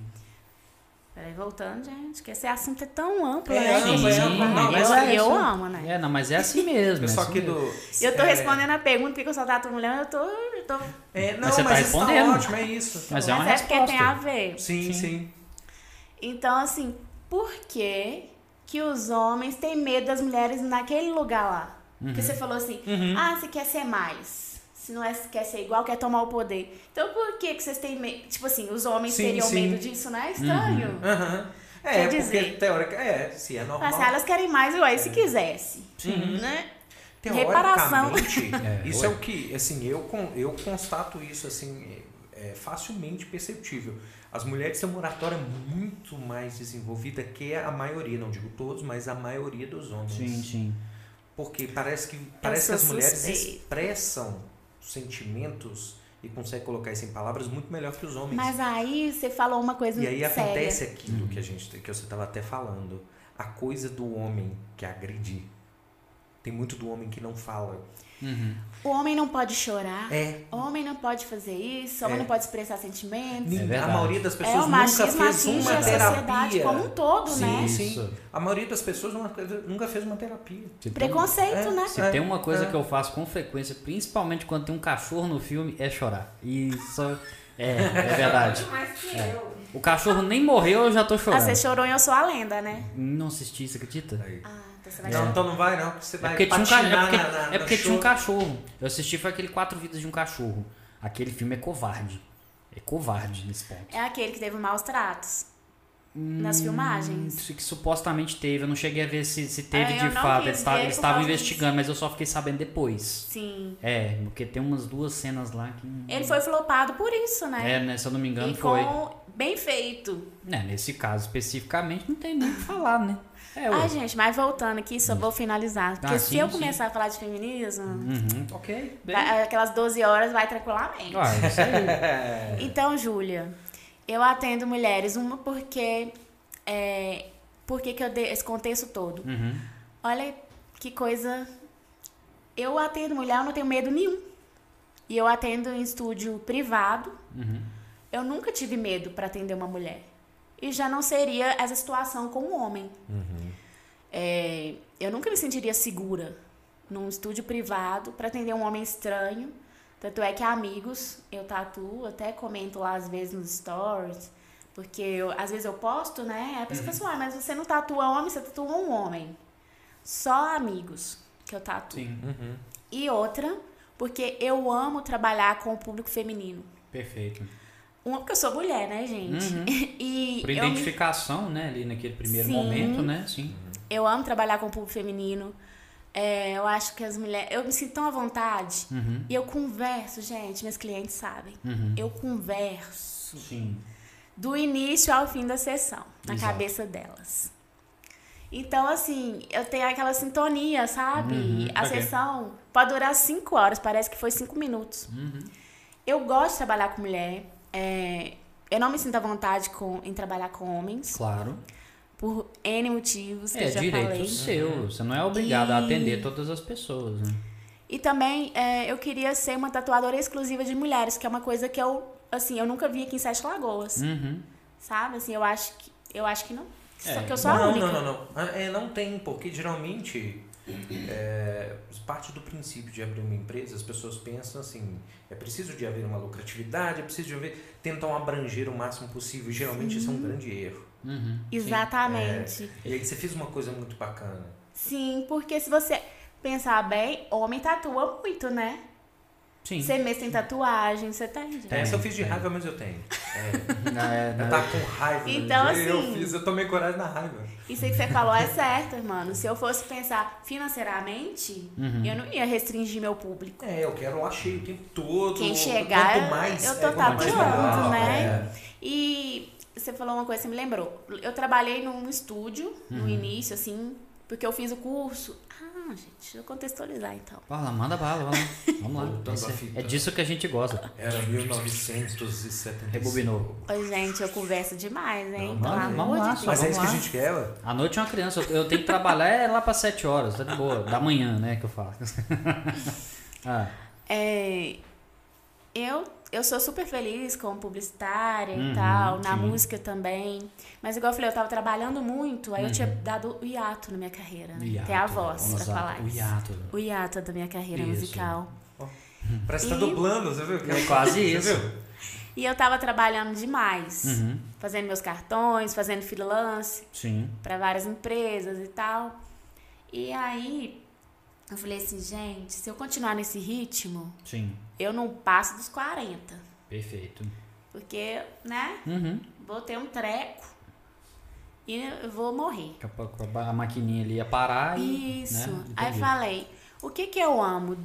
Peraí, voltando, gente, que esse assunto é tão amplo, É né? amplo, gente? é amplo. Não, mas eu, é eu isso. amo, né? É, não, mas é assim [LAUGHS] mesmo. é Pessoal assim aqui mesmo. do. Eu tô é, respondendo a pergunta porque eu só tava mulher, mas eu tô. Eu tô... É, não, Mas mas, você tá isso respondendo. tá ótimo, é isso. Tá Mas é ótimo. uma mas é porque tem resposta. a ver. Sim, Sim. sim. Então, assim, por que, que os homens têm medo das mulheres naquele lugar lá? Porque Uhum. você falou assim, ah, você quer ser mais. Se não é, quer ser igual, quer tomar o poder. Então por que, que vocês têm medo? Tipo assim, os homens Sim, teriam sim. medo disso, não é estranho? Aham. É, Quer porque dizer- teórica, é, se é normal. Mas se assim, "Ah, elas querem mais, uai, se quisesse. Uhum. Né? reparação. É. Teoricamente, [LAUGHS] É, isso oi. é o que, assim, eu, con- eu constato isso, assim, é, é facilmente perceptível. As mulheres têm uma oratória muito mais desenvolvida que a maioria, não digo todos, mas a maioria dos homens. Sim, sim. Porque parece que, parece que as sou mulheres suspeita. expressam sentimentos e conseguem colocar isso em palavras muito melhor que os homens. Mas aí você falou uma coisa E aí séria. acontece aquilo que a gente que você estava até falando, a coisa do homem que agride. Tem muito do homem que não fala. O homem não pode chorar. É, O homem não pode fazer isso. O homem É. não pode expressar sentimentos. nin- a É verdade. maioria das É, pessoas o nunca machismo fez atinge uma a sociedade terapia. como um todo, né? Sim. Isso. A maioria das pessoas nunca nunca fez uma terapia. Se um- tem- Preconceito, É, né? Se É, tem uma coisa é. que eu faço com frequência, principalmente quando tem um cachorro no filme, é chorar. E só. É, é verdade. [LAUGHS] Muito mais que eu. O cachorro nem morreu, eu já tô Ah, chorando. você chorou em Eu Sou a Lenda, né? Não assisti, você acredita? Aí. Ah, então você vai Não, chorar. então não vai não, porque você É vai porque, tinha um, ca- é patinar porque- na- na- é no porque tinha um chão. cachorro. Eu assisti foi aquele Quatro Vidas de um Cachorro. Aquele filme é covarde. É covarde nesse ponto. É aquele que teve maus tratos. Nas filmagens. Isso que supostamente teve. Eu não cheguei a ver se, se teve É, de eu não fato. Eles, quis ver estavam- por eles estavam causa disso. investigando, mas eu só fiquei sabendo depois. Sim. É, porque tem umas duas cenas lá que. Ele foi flopado por isso, né? É, né? Se eu não me engano, e foi. com bem feito. Né, nesse caso especificamente, não tem nem o que falar, né? É, ué. Ai, gente, mas voltando aqui, só vou finalizar. Porque Ah, se sim, eu sim. começar a falar de feminismo, Uhum. Ok. Bem, vai- aquelas 12 horas vai tranquilamente. ah, isso aí. É. Então, Júlia, eu atendo mulheres, uma porque. É, por que, que eu dei esse contexto todo? Uhum. Olha que coisa. Eu atendo mulher, eu não tenho medo nenhum. E eu atendo em estúdio privado. Eu nunca tive medo para atender uma mulher. E já não seria essa situação com um homem. É, eu nunca me sentiria segura num estúdio privado para atender um homem estranho. Tanto é que amigos, eu tatuo, até comento lá às vezes nos stories. Porque eu- às vezes eu posto, né? Aí A pessoa fala assim, "Ué, mas você não tatua homem, você tatua um homem. Só amigos que eu tatuo. Sim, E outra, porque eu amo trabalhar com o público feminino. perfeito. Uma, porque eu sou mulher, né, gente? Uhum. [LAUGHS] E Por eu, me- identificação, né? Ali naquele primeiro Sim. momento, né? Sim. eu amo trabalhar com o público feminino. É, eu acho que as mulheres. Eu me sinto tão à vontade. Uhum. E eu converso, gente, meus clientes sabem. Uhum. Eu converso Sim. do início ao fim da sessão, na Exato. cabeça delas. Então, assim, eu tenho aquela sintonia, sabe? Uhum, A saquei. sessão pode durar cinco horas, parece que foi cinco minutos. Uhum. Eu gosto de trabalhar com mulher. é, eu não me sinto à vontade com, em trabalhar com homens, Claro. por N motivos que É eu já direito falei. seu. Você não é obrigado a E- atender todas as pessoas, né? E também é, eu queria ser uma tatuadora exclusiva de mulheres, que é uma coisa que eu, assim, eu nunca vi aqui em Sete Lagoas. Uhum. Sabe? Assim, eu acho que. Eu acho que não. É, Só que eu sou a Não, única. não, não, não. Ah, É, não tem, porque geralmente é, parte do princípio de abrir uma empresa, as pessoas pensam assim, é preciso de haver uma lucratividade, é preciso de haver. Tentam abranger o máximo possível. E geralmente isso é um grande erro. Uhum. Exatamente. E aí você fez uma coisa muito bacana. Sim, porque se você pensar bem, homem tatua muito, né? Sim. [LAUGHS] Você mesmo tem tatuagem, você tá gente. Tem, Essa eu fiz de tem. raiva, mas eu tenho. É, Ah, é, eu né? tava com raiva. no Então, dia, eu assim- fiz, eu tomei coragem na raiva. Isso aí que você falou é certo, mano. Se eu fosse pensar financeiramente, Uhum. eu não ia restringir meu público. É, eu quero lá cheio o tempo todo. Quem chegar, quanto mais, eu é, tô quanto mais melhor, tatuando, né? é. E você falou uma coisa que me lembrou. Eu trabalhei num estúdio Uhum. no início, assim, porque eu fiz o curso. Ah, gente, deixa eu contextualizar então. Fala, manda bala, vai lá. Vamos lá. Voltando Esse- à fita. é disso que a gente gosta. Era 1975. [LAUGHS] Rebobinou. Ô, gente, eu converso demais, hein? Não, Pelo vamos- amor vamos lá, de Deus. só- Mas é isso que a lá. gente quer, ué. A noite é uma criança, eu- eu tenho que trabalhar é lá para 7 horas, tá de boa, da manhã, né, que eu falo. [LAUGHS] ah, É, eu, eu sou super feliz como publicitária Uhum, e tal, na sim. música também. Mas igual eu falei, eu tava trabalhando muito, aí eu tinha dado o hiato na minha carreira. o Né? Uhum. hiato, Tem a voz pra exato, falar O isso. hiato. O hiato da minha carreira Isso. musical. Parece que tá E- dublando, você viu? É quase Você isso. viu? E eu tava trabalhando demais, Uhum, fazendo meus cartões, fazendo freelance sim. para várias empresas e tal. E aí eu falei assim, gente, se eu continuar nesse ritmo, Sim, eu não passo dos 40, perfeito. porque, né? Uhum. Botei um treco. e eu vou morrer. Daqui a pouco a a maquininha ali ia parar e. Isso. né? Entendi. Aí falei, o que que eu amo?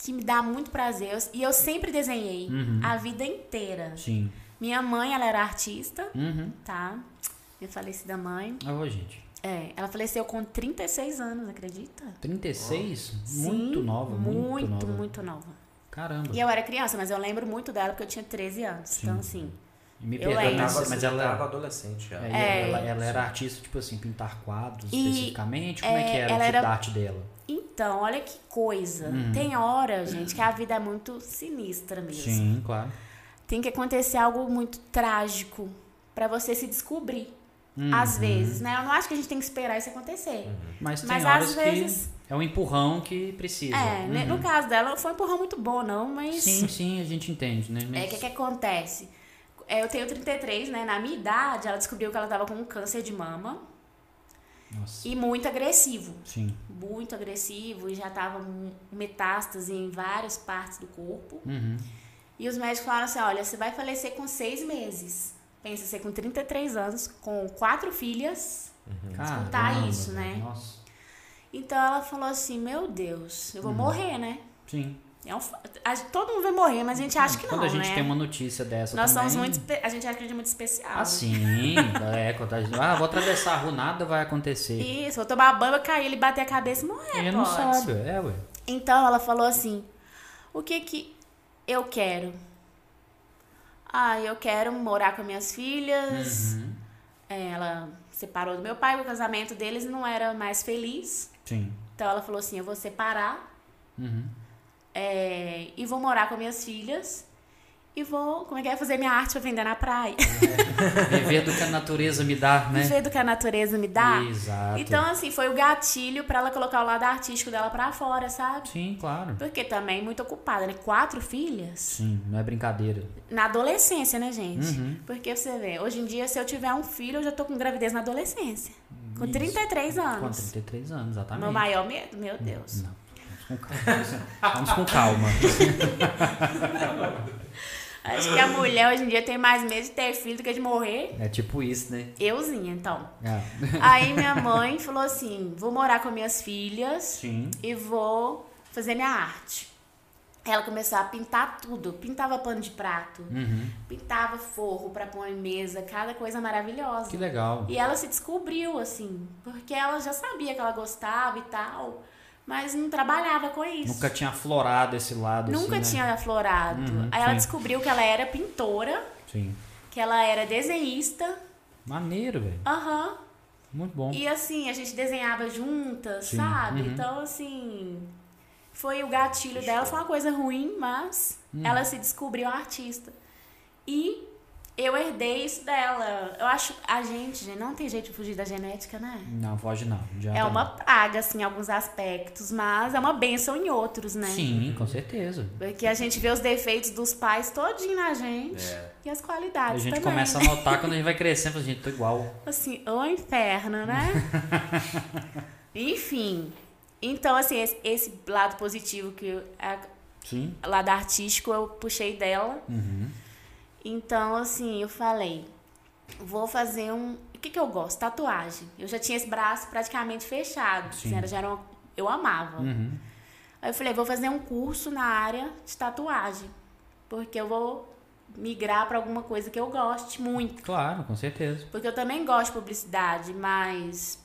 Que me dá muito prazer. eu- E eu sempre desenhei Uhum. a vida inteira. Sim. Minha mãe, ela era artista, Uhum. tá? Minha falecida mãe. Ah, ô, gente. É, ela faleceu com 36 anos, acredita? 36? Sim, muito nova, muito, muito nova. muito nova. Caramba. E eu era criança, mas eu lembro muito dela porque eu tinha 13 anos. Então, assim, Me eu perdoa, lembro. mas- Tava, mas tava ela, adolescente já. é, É, ela, ela era artista, tipo assim, pintar quadros E, especificamente? Como é, que é, era o tipo ela era- da arte dela? Então, olha que coisa. Uhum. Tem hora, gente, que a vida é muito sinistra mesmo. Sim, claro. Tem que acontecer algo muito trágico pra você se descobrir. Uhum. Às vezes, né? Eu não acho que a gente tem que esperar isso acontecer. Mas tem Mas horas às vezes. que é um empurrão que precisa. É, né, Uhum. no caso dela, foi um empurrão muito bom, não, mas. Sim, sim, a gente entende, né? É, o que, que acontece? É, eu tenho 33, né? Na minha idade, ela descobriu que ela tava com um câncer de mama Nossa. e muito agressivo. Sim. Muito agressivo e já tava com metástase em várias partes do corpo. Uhum. E os médicos falaram assim: olha, você vai falecer com seis meses. Pensa, você com 33 anos, com quatro filhas. Caramba, isso, né? Nossa. Então ela falou assim: meu Deus, eu vou Uhum. morrer, né? Sim. É um fa- a gente- todo mundo vai morrer, mas a gente acha que não. Quando a gente né? tem uma notícia dessa Nós também... somos muito. espe- A gente acha que a gente é muito especial. Ah, sim. [LAUGHS] é, quando a gente... Ah, vou atravessar a rua, nada vai acontecer. Isso, eu tomar banho, eu cair, ele bater a cabeça e morrer, Ele pode. não sabe, é, ué. Então ela falou assim: o que que eu quero? Ah, eu quero morar com minhas filhas. Uhum. É, Ela separou do meu pai, o casamento deles não era mais feliz. Sim. Então ela falou assim: eu vou separar Uhum. é, e vou morar com minhas filhas. E vou, como é que é, fazer minha arte pra vender na praia. Viver do que a natureza me dá, [LAUGHS] né? Viver do que a natureza me dá. Exato. Então, assim, foi o gatilho pra ela colocar o lado artístico dela pra fora, sabe? Sim, claro. Porque também muito ocupada, né? Quatro filhas Sim, não é brincadeira. na adolescência, né, gente? Uhum. Porque você vê, hoje em dia, se eu tiver um filho, eu já tô com gravidez na adolescência. Com Isso. 33 Com anos. 33 anos, Uhum. exatamente. Meu maior medo? Meu Deus. Não. Vamos com calma. Vamos com calma. Acho que a mulher hoje em dia tem mais medo de ter filho do que de morrer. É tipo isso, né? Euzinha, então. Ah, Aí [LAUGHS] minha mãe falou assim: vou morar com minhas filhas Sim. e vou fazer minha arte. Ela começou a pintar tudo. Pintava pano de prato, Uhum. pintava forro pra pôr em mesa, cada coisa maravilhosa. Que legal. E é ela se descobriu, assim, porque ela já sabia que ela gostava e tal, mas não trabalhava com isso. Nunca tinha aflorado esse lado. Nunca assim, tinha aflorado. Uhum, Aí ela sim. descobriu que ela era pintora, Né? Sim. que ela era desenhista. Maneiro, velho. Aham. Muito bom. E assim, a gente desenhava juntas, Sim, sabe? uhum. Então, assim, foi o gatilho dela, foi uma coisa ruim, mas Hum. ela se descobriu artista. E eu herdei isso dela. Eu acho, a gente, gente, não tem jeito de fugir da genética, né? Não, voz não. Já É tá uma praga, assim, em alguns aspectos, mas é uma benção em outros, né? bom. Sim, com certeza. Porque a gente vê os defeitos dos pais todinho na gente É. e as A qualidades gente Ah, também. né? começa a notar quando a gente vai crescendo, fala, gente, tô igual. Assim, o inferno, [LAUGHS] né? Enfim. Então, assim, esse, esse lado positivo que eu- a, Sim. lado artístico eu puxei dela. Uhum. Então, assim, eu falei, vou fazer um. O que, que eu gosto? Tatuagem. Eu já tinha esse braço praticamente fechado. Sim. assim, era- já era uma- eu amava. Uhum. Aí eu falei, vou fazer um curso na área de tatuagem. Porque eu vou migrar pra alguma coisa que eu goste muito. Claro, com certeza. Porque eu também gosto de publicidade, mas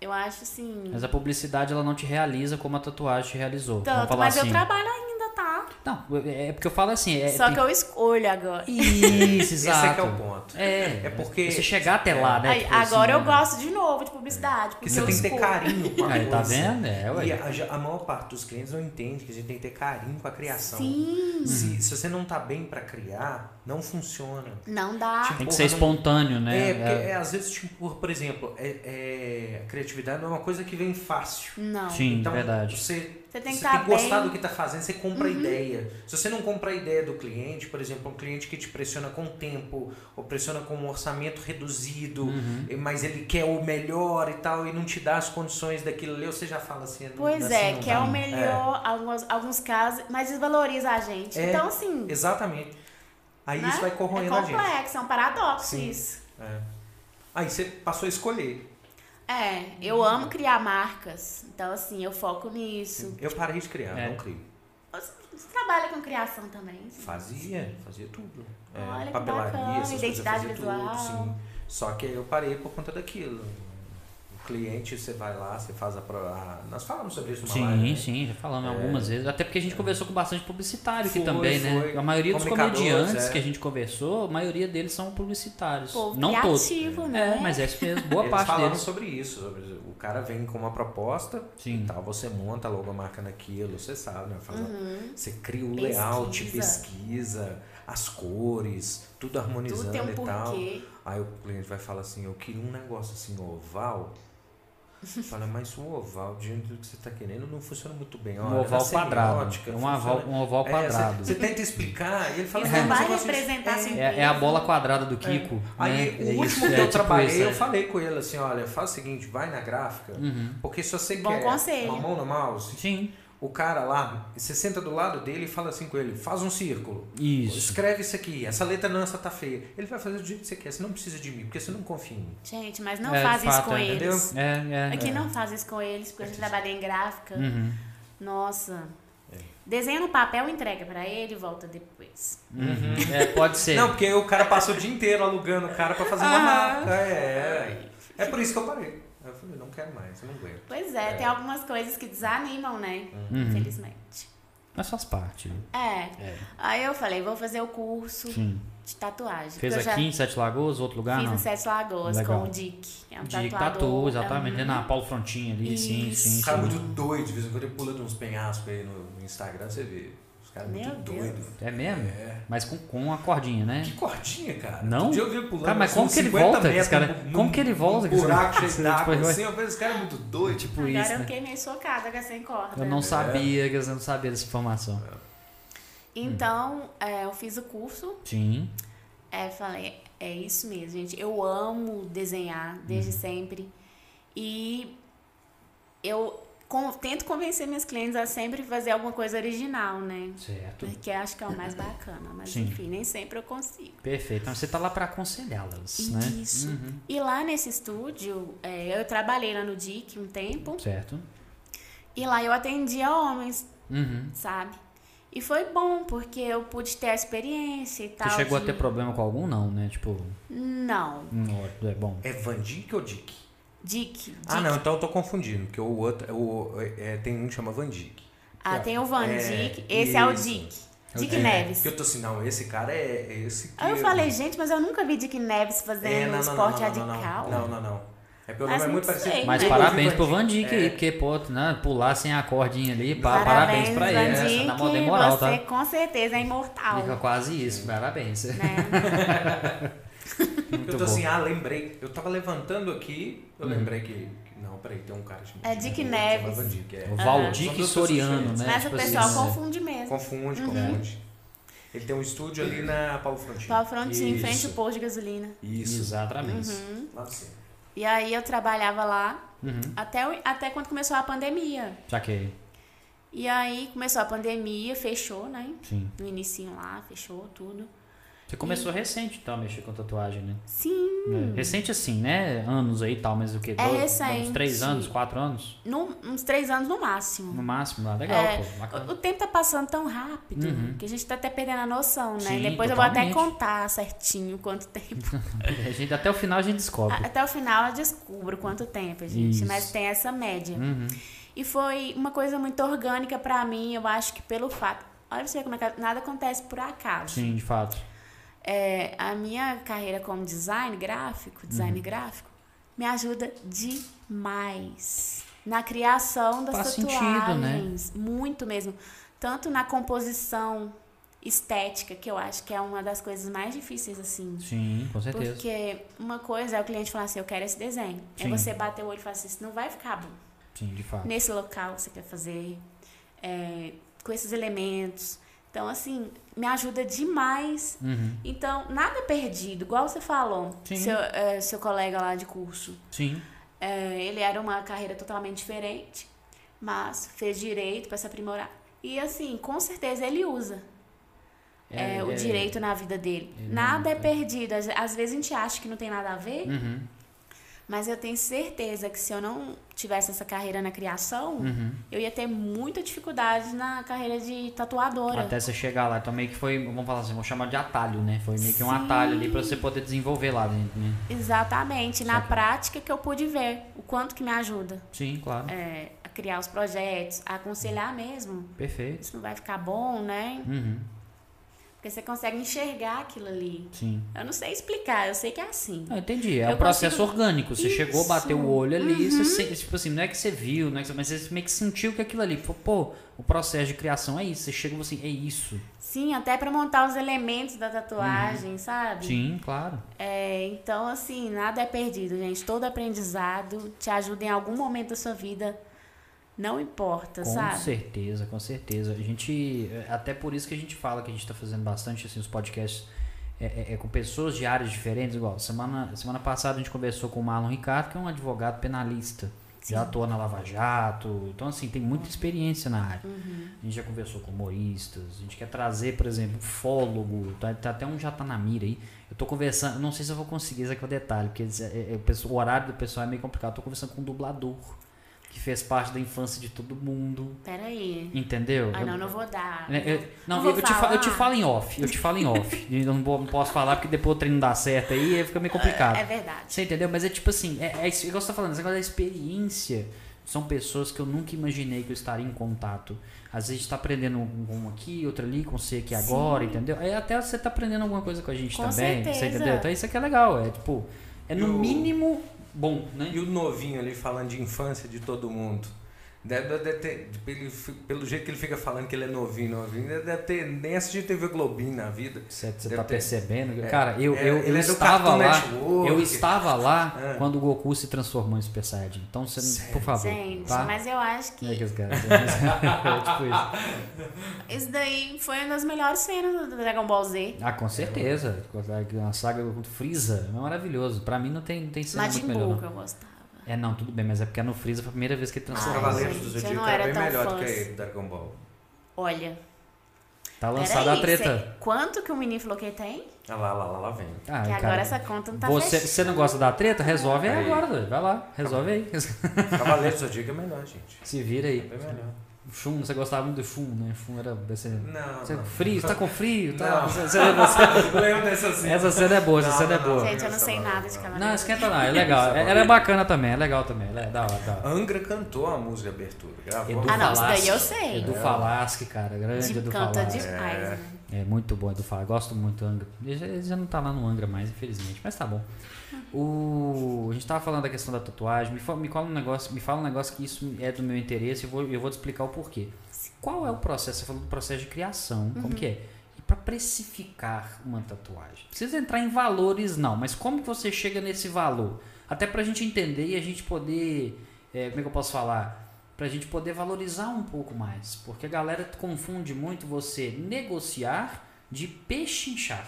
eu acho assim. Mas a publicidade ela não te realiza como a tatuagem te realizou. Vamos Tanto, falar mas assim. eu trabalho ainda, tá? Não, é porque eu falo assim. É, Só tem- que eu escolho agora. [LAUGHS] Isso, Esse exato. é que é o ponto. É, É porque- Você chegar até lá, né? Aí, tipo assim, agora eu né? gosto de novo de publicidade. Porque Porque você eu tem que ter escolho. carinho com a Aí, tá coisa. vendo? É, ué. E a, a maior parte dos clientes não entende que a gente tem que ter carinho com a criação. Sim, Se, se você não tá bem pra criar, não funciona. não dá. Tem que Porra, ser não- espontâneo, né? É, porque é, às vezes, tipo, por exemplo, é- é- a criatividade não é uma coisa que vem fácil. Não. Sim, então, verdade. Você, você Você tem que tem estar que gostar bem. Uhum. do que tá fazendo, você compra a ideia. Se você não compra a ideia do cliente, por exemplo, um cliente que te pressiona com tempo, ou pressiona com um orçamento reduzido, Uhum. eh, mas ele quer o melhor e tal, e não te dá as condições daquilo ali, você já fala assim. não- Pois assim é, não que dá. é o melhor, alguns, alguns casos, mas desvaloriza a gente. É. Então, assim. Exatamente. Aí né? isso vai É corroendo a gente. complexo, é um paradoxo Sim. isso. É. Aí você passou a escolher. É, eu amo criar marcas. Então, assim, eu foco nisso. Eu parei de criar, É. não crio. Você, você trabalha com criação também? assim, sim? Fazia, fazia tudo. É, Olha que papelaria, bacana, essas coisas, eu identidade fazia visual. tudo, sim. Só que aí eu parei por conta daquilo. O cliente, você vai lá, você faz a, pro- a- Nós falamos sobre isso uma Sim, live, né? sim, já falamos algumas vezes. Até porque a gente conversou com bastante publicitário Foi, aqui também, né? foi. A maioria dos Comunicadores, comediantes é. que a gente conversou, a maioria deles são publicitários. Povo não todos. criativo, né? É, mas é isso mesmo. Boa Eles parte falaram deles. sobre isso. sobre- O cara vem com uma proposta Sim. e tal, você monta logo a marca naquilo, você sabe, né? Faz a- Você cria o Uhum. Pesquisa. layout, pesquisa, as cores, tudo harmonizando Tudo tem um e tal. porquê. Aí o cliente vai falar assim, eu queria um negócio assim, oval. Fala, mas um oval, diante do que você está querendo, não funciona muito bem. Um Olha, oval na quadrado. semiótica Um, aval, funciona- um oval É, você- quadrado. você, tenta explicar e ele fala... Isso "Ah, mas vai eu gosto disso." representar É. seu É, é a bola quadrada do Kiko. né? Aí É o último isso, que é eu tipo trabalhei, isso, eu é. falei com ele assim, olha, faz o seguinte, vai na gráfica, Uhum. porque se você Bom quer conselho. uma mão no mouse, Sim. o cara lá, você senta do lado dele e fala assim com ele, faz um círculo. Isso. Escreve isso aqui, essa letra não, essa tá feia. Ele vai fazer do jeito que você quer, você não precisa de mim, porque você não confia em mim. Gente, mas não É, de faz isso fato, com é. eles. É, é. Aqui não faz isso com eles, porque eu já trabalhei em gráfica. Uhum. Nossa. Desenha no papel, entrega pra ele e volta depois. Uhum. É, pode ser. Não, porque o cara passa o dia inteiro alugando o cara pra fazer uma Ah. marca. É, é. É por isso que eu parei. Aí Eu falei, não quero mais, eu não aguento. Pois é, É. tem algumas coisas que desanimam, né? Infelizmente. Mas faz parte. É. É. Aí eu falei, vou fazer o curso Sim. de tatuagem. Fez porque eu já aqui em Sete Lagoas, outro lugar? Fiz não. em Sete Lagoas Legal. com o Dick. É um De tatuador. tatu, exatamente. é né? um- Na Paulo Frontinha ali, sim, Isso. sim. Os caras sim. muito doidos, de vez em quando ele pula de uns penhascos aí no, no Instagram, você vê. Os caras Meu muito Deus. doidos. É mesmo? É. Mas com, com a cordinha, né? Que cordinha, cara. Não? Outro dia eu vi ele pulando. Cara, mas assim, como uns que ele 50 volta, metros esse cara? num- Como que ele volta, Num que buraco esse- cheio d'água, Tipo, assim, eu falei, esse cara é muito doido. Tipo, Tipo Agora isso, eu né? fiquei meio chocada com essa encorda. Eu não sabia, que eu não sabia dessa informação. Então, é, eu fiz o curso. Sim. É, falei, é isso mesmo, gente. Eu amo desenhar Uhum. desde sempre. E eu con- tento convencer minhas clientes a sempre fazer alguma coisa original, né? Certo. Porque acho que é o mais bacana. Mas, Sim. enfim, nem sempre eu consigo. Perfeito. Então você tá lá pra aconselhá-las, né? Isso. E lá nesse estúdio, é, eu trabalhei lá no DIC um tempo. Certo. E lá eu atendia homens, Uhum. sabe? E foi bom, porque eu pude ter a experiência e Você tal. chegou de- a ter problema com algum, não, né? Tipo, Não. hum, ó, é bom. é Van Dyck ou Dick? Dick. Ah, Dick. não, então eu tô confundindo, porque o outro, é o, é, tem um que chama Van Dyck. Ah, tem o Van É, Dick. Esse é o isso. Dick. É o Dick Dick. Neves. Que eu tô assim, não, esse cara é é esse que... Aí eu falei, gente, mas eu nunca vi Dick Neves fazendo esporte É, não, não, radical. Não, não, não. É porque o Mas nome é não muito sei, parecido. com Mas o né? parabéns Van pro Dyck. Van Dijk É. aí, porque, pô, né, pular sem a cordinha ali, pa- parabéns, Parabéns, pra Van ele. né? Essa é Dick, na moral, moral, você tá? com certeza é imortal. Fica quase isso, parabéns. [LAUGHS] Né? Muito eu tô bom. assim, ah, lembrei. Eu tava levantando aqui, eu lembrei que. que- Não, peraí, tem um cara chamado. É Dick chamado Neves. Van Dyck, é. O São Valdique duas pessoas Soriano, diferentes. né? mas Tipo o assim, pessoal né? confunde mesmo. Confunde, confunde. Ele tem um estúdio ali na Paulo Frontinho. Paulo Frontin, em frente Isso. ao posto de gasolina. Isso. Exatamente. Uhum. Lá no centro. E aí eu trabalhava lá Uhum. até, o- até quando começou a pandemia. Saquei. E aí começou a pandemia, fechou, né? Sim. No inicinho lá, fechou tudo. Você começou recente, então, a mexer com tatuagem, né? Sim, É, Recente assim, né? Anos aí e tal, mas o que? Hum. É Uns recente. três anos, quatro anos? num- uns três anos no máximo. No máximo, lá. Legal, É, pô. Bacana. O tempo tá passando tão rápido que a gente tá até perdendo a noção, né? Uhum. Sim, Depois eu totalmente. vou até contar certinho quanto [LAUGHS] tempo. A gente, até o final a gente descobre. A- até o final eu descubro quanto tempo, gente. Isso. Mas tem essa média. Uhum. E foi uma coisa muito orgânica pra mim, eu acho que pelo fato. Olha pra você ver como é que nada acontece por acaso. Sim, de fato. É, a minha carreira como design gráfico, design Uhum. gráfico, me ajuda demais na criação das Faz sentido, tatuagens, muito mesmo, tanto na composição estética, que eu acho que é uma das coisas mais difíceis assim. Sim, com certeza. Porque uma coisa é o cliente falar assim, eu quero esse desenho. Aí Sim. você bater o olho e falar assim, isso não vai ficar bom Sim, de fato. nesse local que você quer fazer, é, com esses elementos. Então, assim, me ajuda demais. Uhum. Então, nada perdido, igual você falou, Sim. seu, é, seu colega lá de curso. Sim. É, ele era uma carreira totalmente diferente, mas fez direito para se aprimorar. E, assim, com certeza ele usa é, o direito na vida dele. ele não- nada é perdido. Às, às vezes a gente acha que não tem nada a ver, Uhum. Mas eu tenho certeza que se eu não tivesse essa carreira na criação, Uhum. eu ia ter muita dificuldade na carreira de tatuadora. Até você chegar lá. Então meio que foi, vamos falar assim, vamos chamar de atalho, né? Foi meio que um Sim. atalho ali pra você poder desenvolver lá dentro, né? Exatamente. Na Saquei. prática que eu pude ver o quanto que me ajuda Sim, claro. é, a criar os projetos, a aconselhar mesmo. Perfeito. Isso não vai ficar bom, né? Uhum. Porque você consegue enxergar aquilo ali. Sim. Eu não sei explicar, eu sei que é assim. Ah, entendi. É Eu um processo consigo- orgânico. Você chegou, Isso. bateu o olho ali, você se- tipo assim, não é que você viu, não é que você, mas você meio que sentiu que aquilo ali. Pô, pô, o processo de criação é isso. Você chegou assim, é isso. Sim, até pra montar os elementos da tatuagem, sabe? Uhum. Sim, claro. É, então, assim, nada é perdido, gente. Todo aprendizado te ajuda em algum momento da sua vida. Não importa, Com sabe? certeza, com certeza. A gente. é, Até por isso que a gente fala que a gente tá fazendo bastante assim, os podcasts é, é- é com pessoas de áreas diferentes. Igual, semana, semana passada a gente conversou com o Marlon Ricardo, que é um advogado penalista. Já atuou na Lava Jato. Então, assim, tem muita experiência na área. A gente já conversou com humoristas. A gente quer trazer, por exemplo, um fólogo. Tá, tá- até um já tá na mira aí. Eu tô conversando. Não sei se eu vou conseguir, esse aqui é o detalhe, porque eles- é- é- o, pessoal- o horário do pessoal é meio complicado. Eu tô conversando com um dublador. Que fez parte da infância de todo mundo. Peraí. Entendeu? Ah, Eu- não, não vou dar. né, eu- não, vou eu, te fa- eu te falar. falo em off. Eu te falo em [LAUGHS] off. Eu não, vou- não posso falar porque depois o treino não dá certo aí e fica meio complicado. É verdade. Você entendeu? Mas é tipo assim, é, é isso igual você tá falando, esse negócio da experiência. São pessoas que eu nunca imaginei que eu estaria em contato. Às vezes tá aprendendo um, um aqui, outro ali, com você aqui agora, entendeu? Aí até você tá aprendendo alguma coisa com a gente Com também. Você certeza. entendeu? Então isso aqui é legal. É tipo, é no Eu- mínimo bom, né? E o novinho ali falando de infância de todo mundo. Deve, deve ter, pelo, pelo jeito que ele fica falando que ele é novinho, novinho, ele deve ter nem assistido TV Globinho na vida. Você você Deve tá ter- percebendo? é, Cara, eu, é, eu, ele eu é do estava Cartoon lá. Network. Eu estava lá É. quando o Goku se transformou em Super Saiyajin. Então você, não- por favor. Gente, tá? mas eu acho que É que os caras. [LAUGHS] é tipo isso. isso daí foi uma das melhores cenas do Dragon Ball Z. Ah, com certeza. A saga do Freeza é maravilhoso. Pra mim não tem, não tem cena Majin é muito melhor. Buu, que não. eu gostava. É, não, tudo bem, mas é porque é no Freeza foi a primeira vez que ele Os transformou. Cavaleiros Ah, gente, do eu Zodíaco não era era bem tão melhor fã do que assim. Dragon Ball. Olha. Tá lançada a peraí, treta. cê- quanto que o menino falou que ele tem? Ah lá, lá, lá, lá vem. Ah, que agora cara, essa conta não tá você, fechada. você não gosta da treta? Resolve aí Aí. agora, doido. Vai lá, resolve aí. [LAUGHS] Cavaleiros do Zodíaco é melhor, gente. Se vira É aí. bem melhor. Shun, você gostava muito do Shun, né? Shun era. Você, Não, você não. frio, você tá com frio? Tá, Não. você- você- [LAUGHS] você- Lembra dessa cena? essa cena é boa, essa Não, cena é não, boa. Gente, eu não sei Não, nada de não. cavaleiro. Não, esquenta não, é legal. É- Ela é bacana também, é legal também. ela É da hora, da hora. Angra cantou a música de abertura, gravou. Ah, não, isso daí eu sei. Edu Falasque, cara, grande de Edu canta Falasque. demais, né? É muito bom Edu Falasque, gosto muito do Angra. Ele já, ele já não tá lá no Angra mais, infelizmente, mas tá bom. O, a gente tava falando da questão da tatuagem, me, fa- me, fala um negócio, me fala um negócio que isso é do meu interesse e eu vou, eu vou te explicar o porquê. Qual é o processo, você falou do processo de criação, como que é? E pra precificar uma tatuagem? Precisa entrar em valores não, mas como que você chega nesse valor? Até pra gente entender e a gente poder, é, como é que eu posso falar? Pra gente poder valorizar um pouco mais. Porque a galera confunde muito você negociar de pechinchar.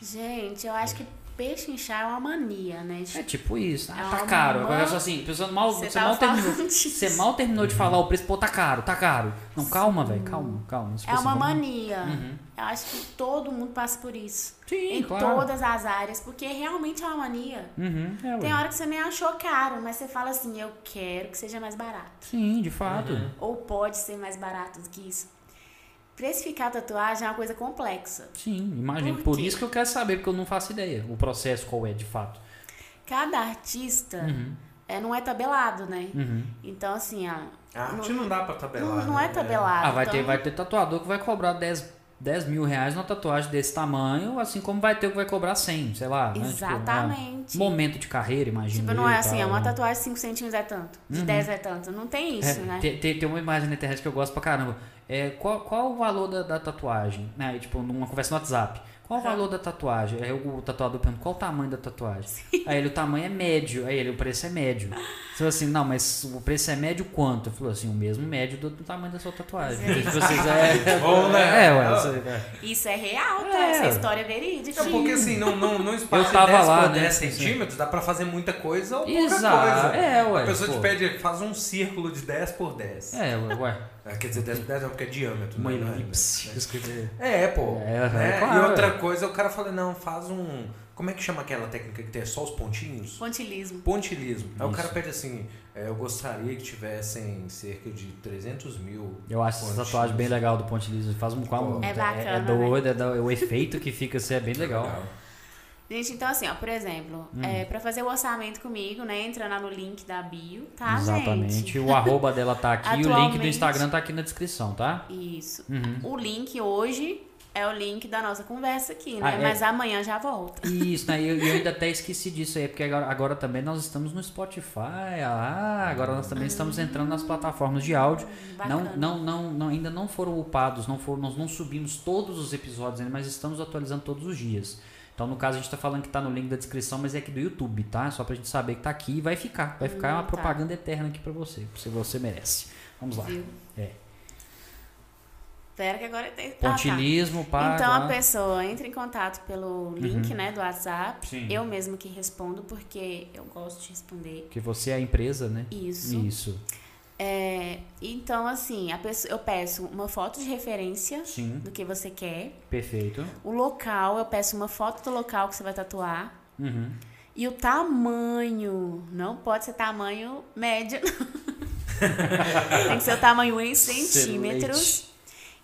Gente, eu acho que pechinchar é uma mania, né? É tipo isso. Ah, É tá uma caro. mão- Agora é só assim, a pessoa mal, Você você, tava mal terminou, falando disso. você mal terminou de falar o preço, pô, tá caro, tá caro. Não, calma, velho, calma, calma. Tipo É assim, uma vamos- Uhum. mania. Eu acho que todo mundo passa por isso. Sim, em claro. todas as áreas, porque realmente é uma mania. Uhum, é, Tem ué. hora que você nem achou caro, mas você fala assim, eu quero que Uhum. seja mais barato. Sim, de fato. Ou pode ser mais barato do que isso. Precificar tatuagem é uma coisa complexa. Sim, imagino. Por Por, quê? isso que eu quero saber, porque eu não faço ideia o processo qual é de fato. Cada artista Uhum. é, não é tabelado, né? Uhum. Então, assim, ó, A arte não dá pra tabelar. não, não é né? tabelado. Ah, vai, então- ter, vai ter tatuador que vai cobrar 10, 10 mil reais numa tatuagem desse tamanho, assim como vai ter o que vai cobrar 100, sei lá. né? Tipo, Exatamente. ah, momento de carreira, imagina. Tipo, não é assim, é uma né? tatuagem de 5 centímetros é tanto, de Uhum. 10 é tanto. Não tem isso, né? tem, tem, tem uma imagem na internet que eu gosto pra caramba. É, qual, qual o valor da, da tatuagem? Né? E, Tipo, numa conversa no WhatsApp. Qual o Aham. valor da tatuagem? Aí o tatuador pergunta, qual o tamanho da tatuagem? Aí ele, o tamanho é médio. Aí ele, o preço é médio. Você falou assim, não, mas o preço é médio quanto? Ele falou assim, o mesmo médio do, do tamanho da sua tatuagem. Gente. Tipo, vocês é... [LAUGHS] Bom, né? É, ué, você- Isso é real, tá? É. Essa história é verídica. Então, porque assim, não, não, não espaço Eu tava de 10 lá, por né? 10 centímetros, dá pra fazer muita coisa ou pouca Exato. coisa. É, ué, A pessoa pô. te pede, faz um círculo de 10 por 10. É, ué, ué. Ah, Quer dizer, 10 por 10 não, porque é diâmetro. Uma né? Não é- elipse. É, pô. É, né? claro, E outra é. coisa, o cara fala, não, faz um, Como é que chama aquela técnica que tem só os pontinhos? Pontilismo. Pontilismo. Aí o Isso. cara pede assim, é, eu gostaria que tivessem cerca de 300 mil. Eu acho essa pontinhos." tatuagem bem legal do ponte liso. Faz um qual É bacana, é, doido, é, da- o efeito que fica assim é bem legal. Tá. Gente, então assim, ó, por exemplo, Uhum. é, pra fazer o orçamento comigo, né? Entra lá no link da bio, tá, Exatamente. gente? O arroba dela tá aqui, o link do Atualmente- Instagram tá aqui na descrição, tá? Isso. Uhum. O link hoje é o link da nossa conversa aqui, né? Ah, é. Mas amanhã já volta. Isso, né? E eu, e eu ainda até esqueci disso aí, porque agora, agora também nós estamos no Spotify, ah, agora nós também estamos entrando nas plataformas de áudio. Bacana. Não, não, não, não, ainda não foram upados, não foram, nós não subimos todos os episódios ainda, mas estamos atualizando todos os dias. Então, no caso, a gente tá falando que tá no link da descrição, mas é aqui do YouTube, tá? Só pra gente saber que tá aqui e vai ficar. Vai ficar Hum, uma tá. propaganda eterna aqui pra você, se você merece. Vamos lá. Viu? Ah, É. Pera que agora tem. Ah, tá. Pontilismo, pá, Então lá. a pessoa entra em contato pelo link, né, do WhatsApp. Uhum. Sim. Eu mesmo que respondo, porque eu gosto de responder. Que você é a empresa, né? Isso. Isso. É, então, assim, a pessoa, eu peço uma foto de referência Sim, do que você quer. perfeito. O local, eu peço uma foto do local que você vai tatuar. Uhum. E o tamanho. Não pode ser tamanho médio, [LAUGHS] não. Tem que ser o tamanho em centímetros. Excelente.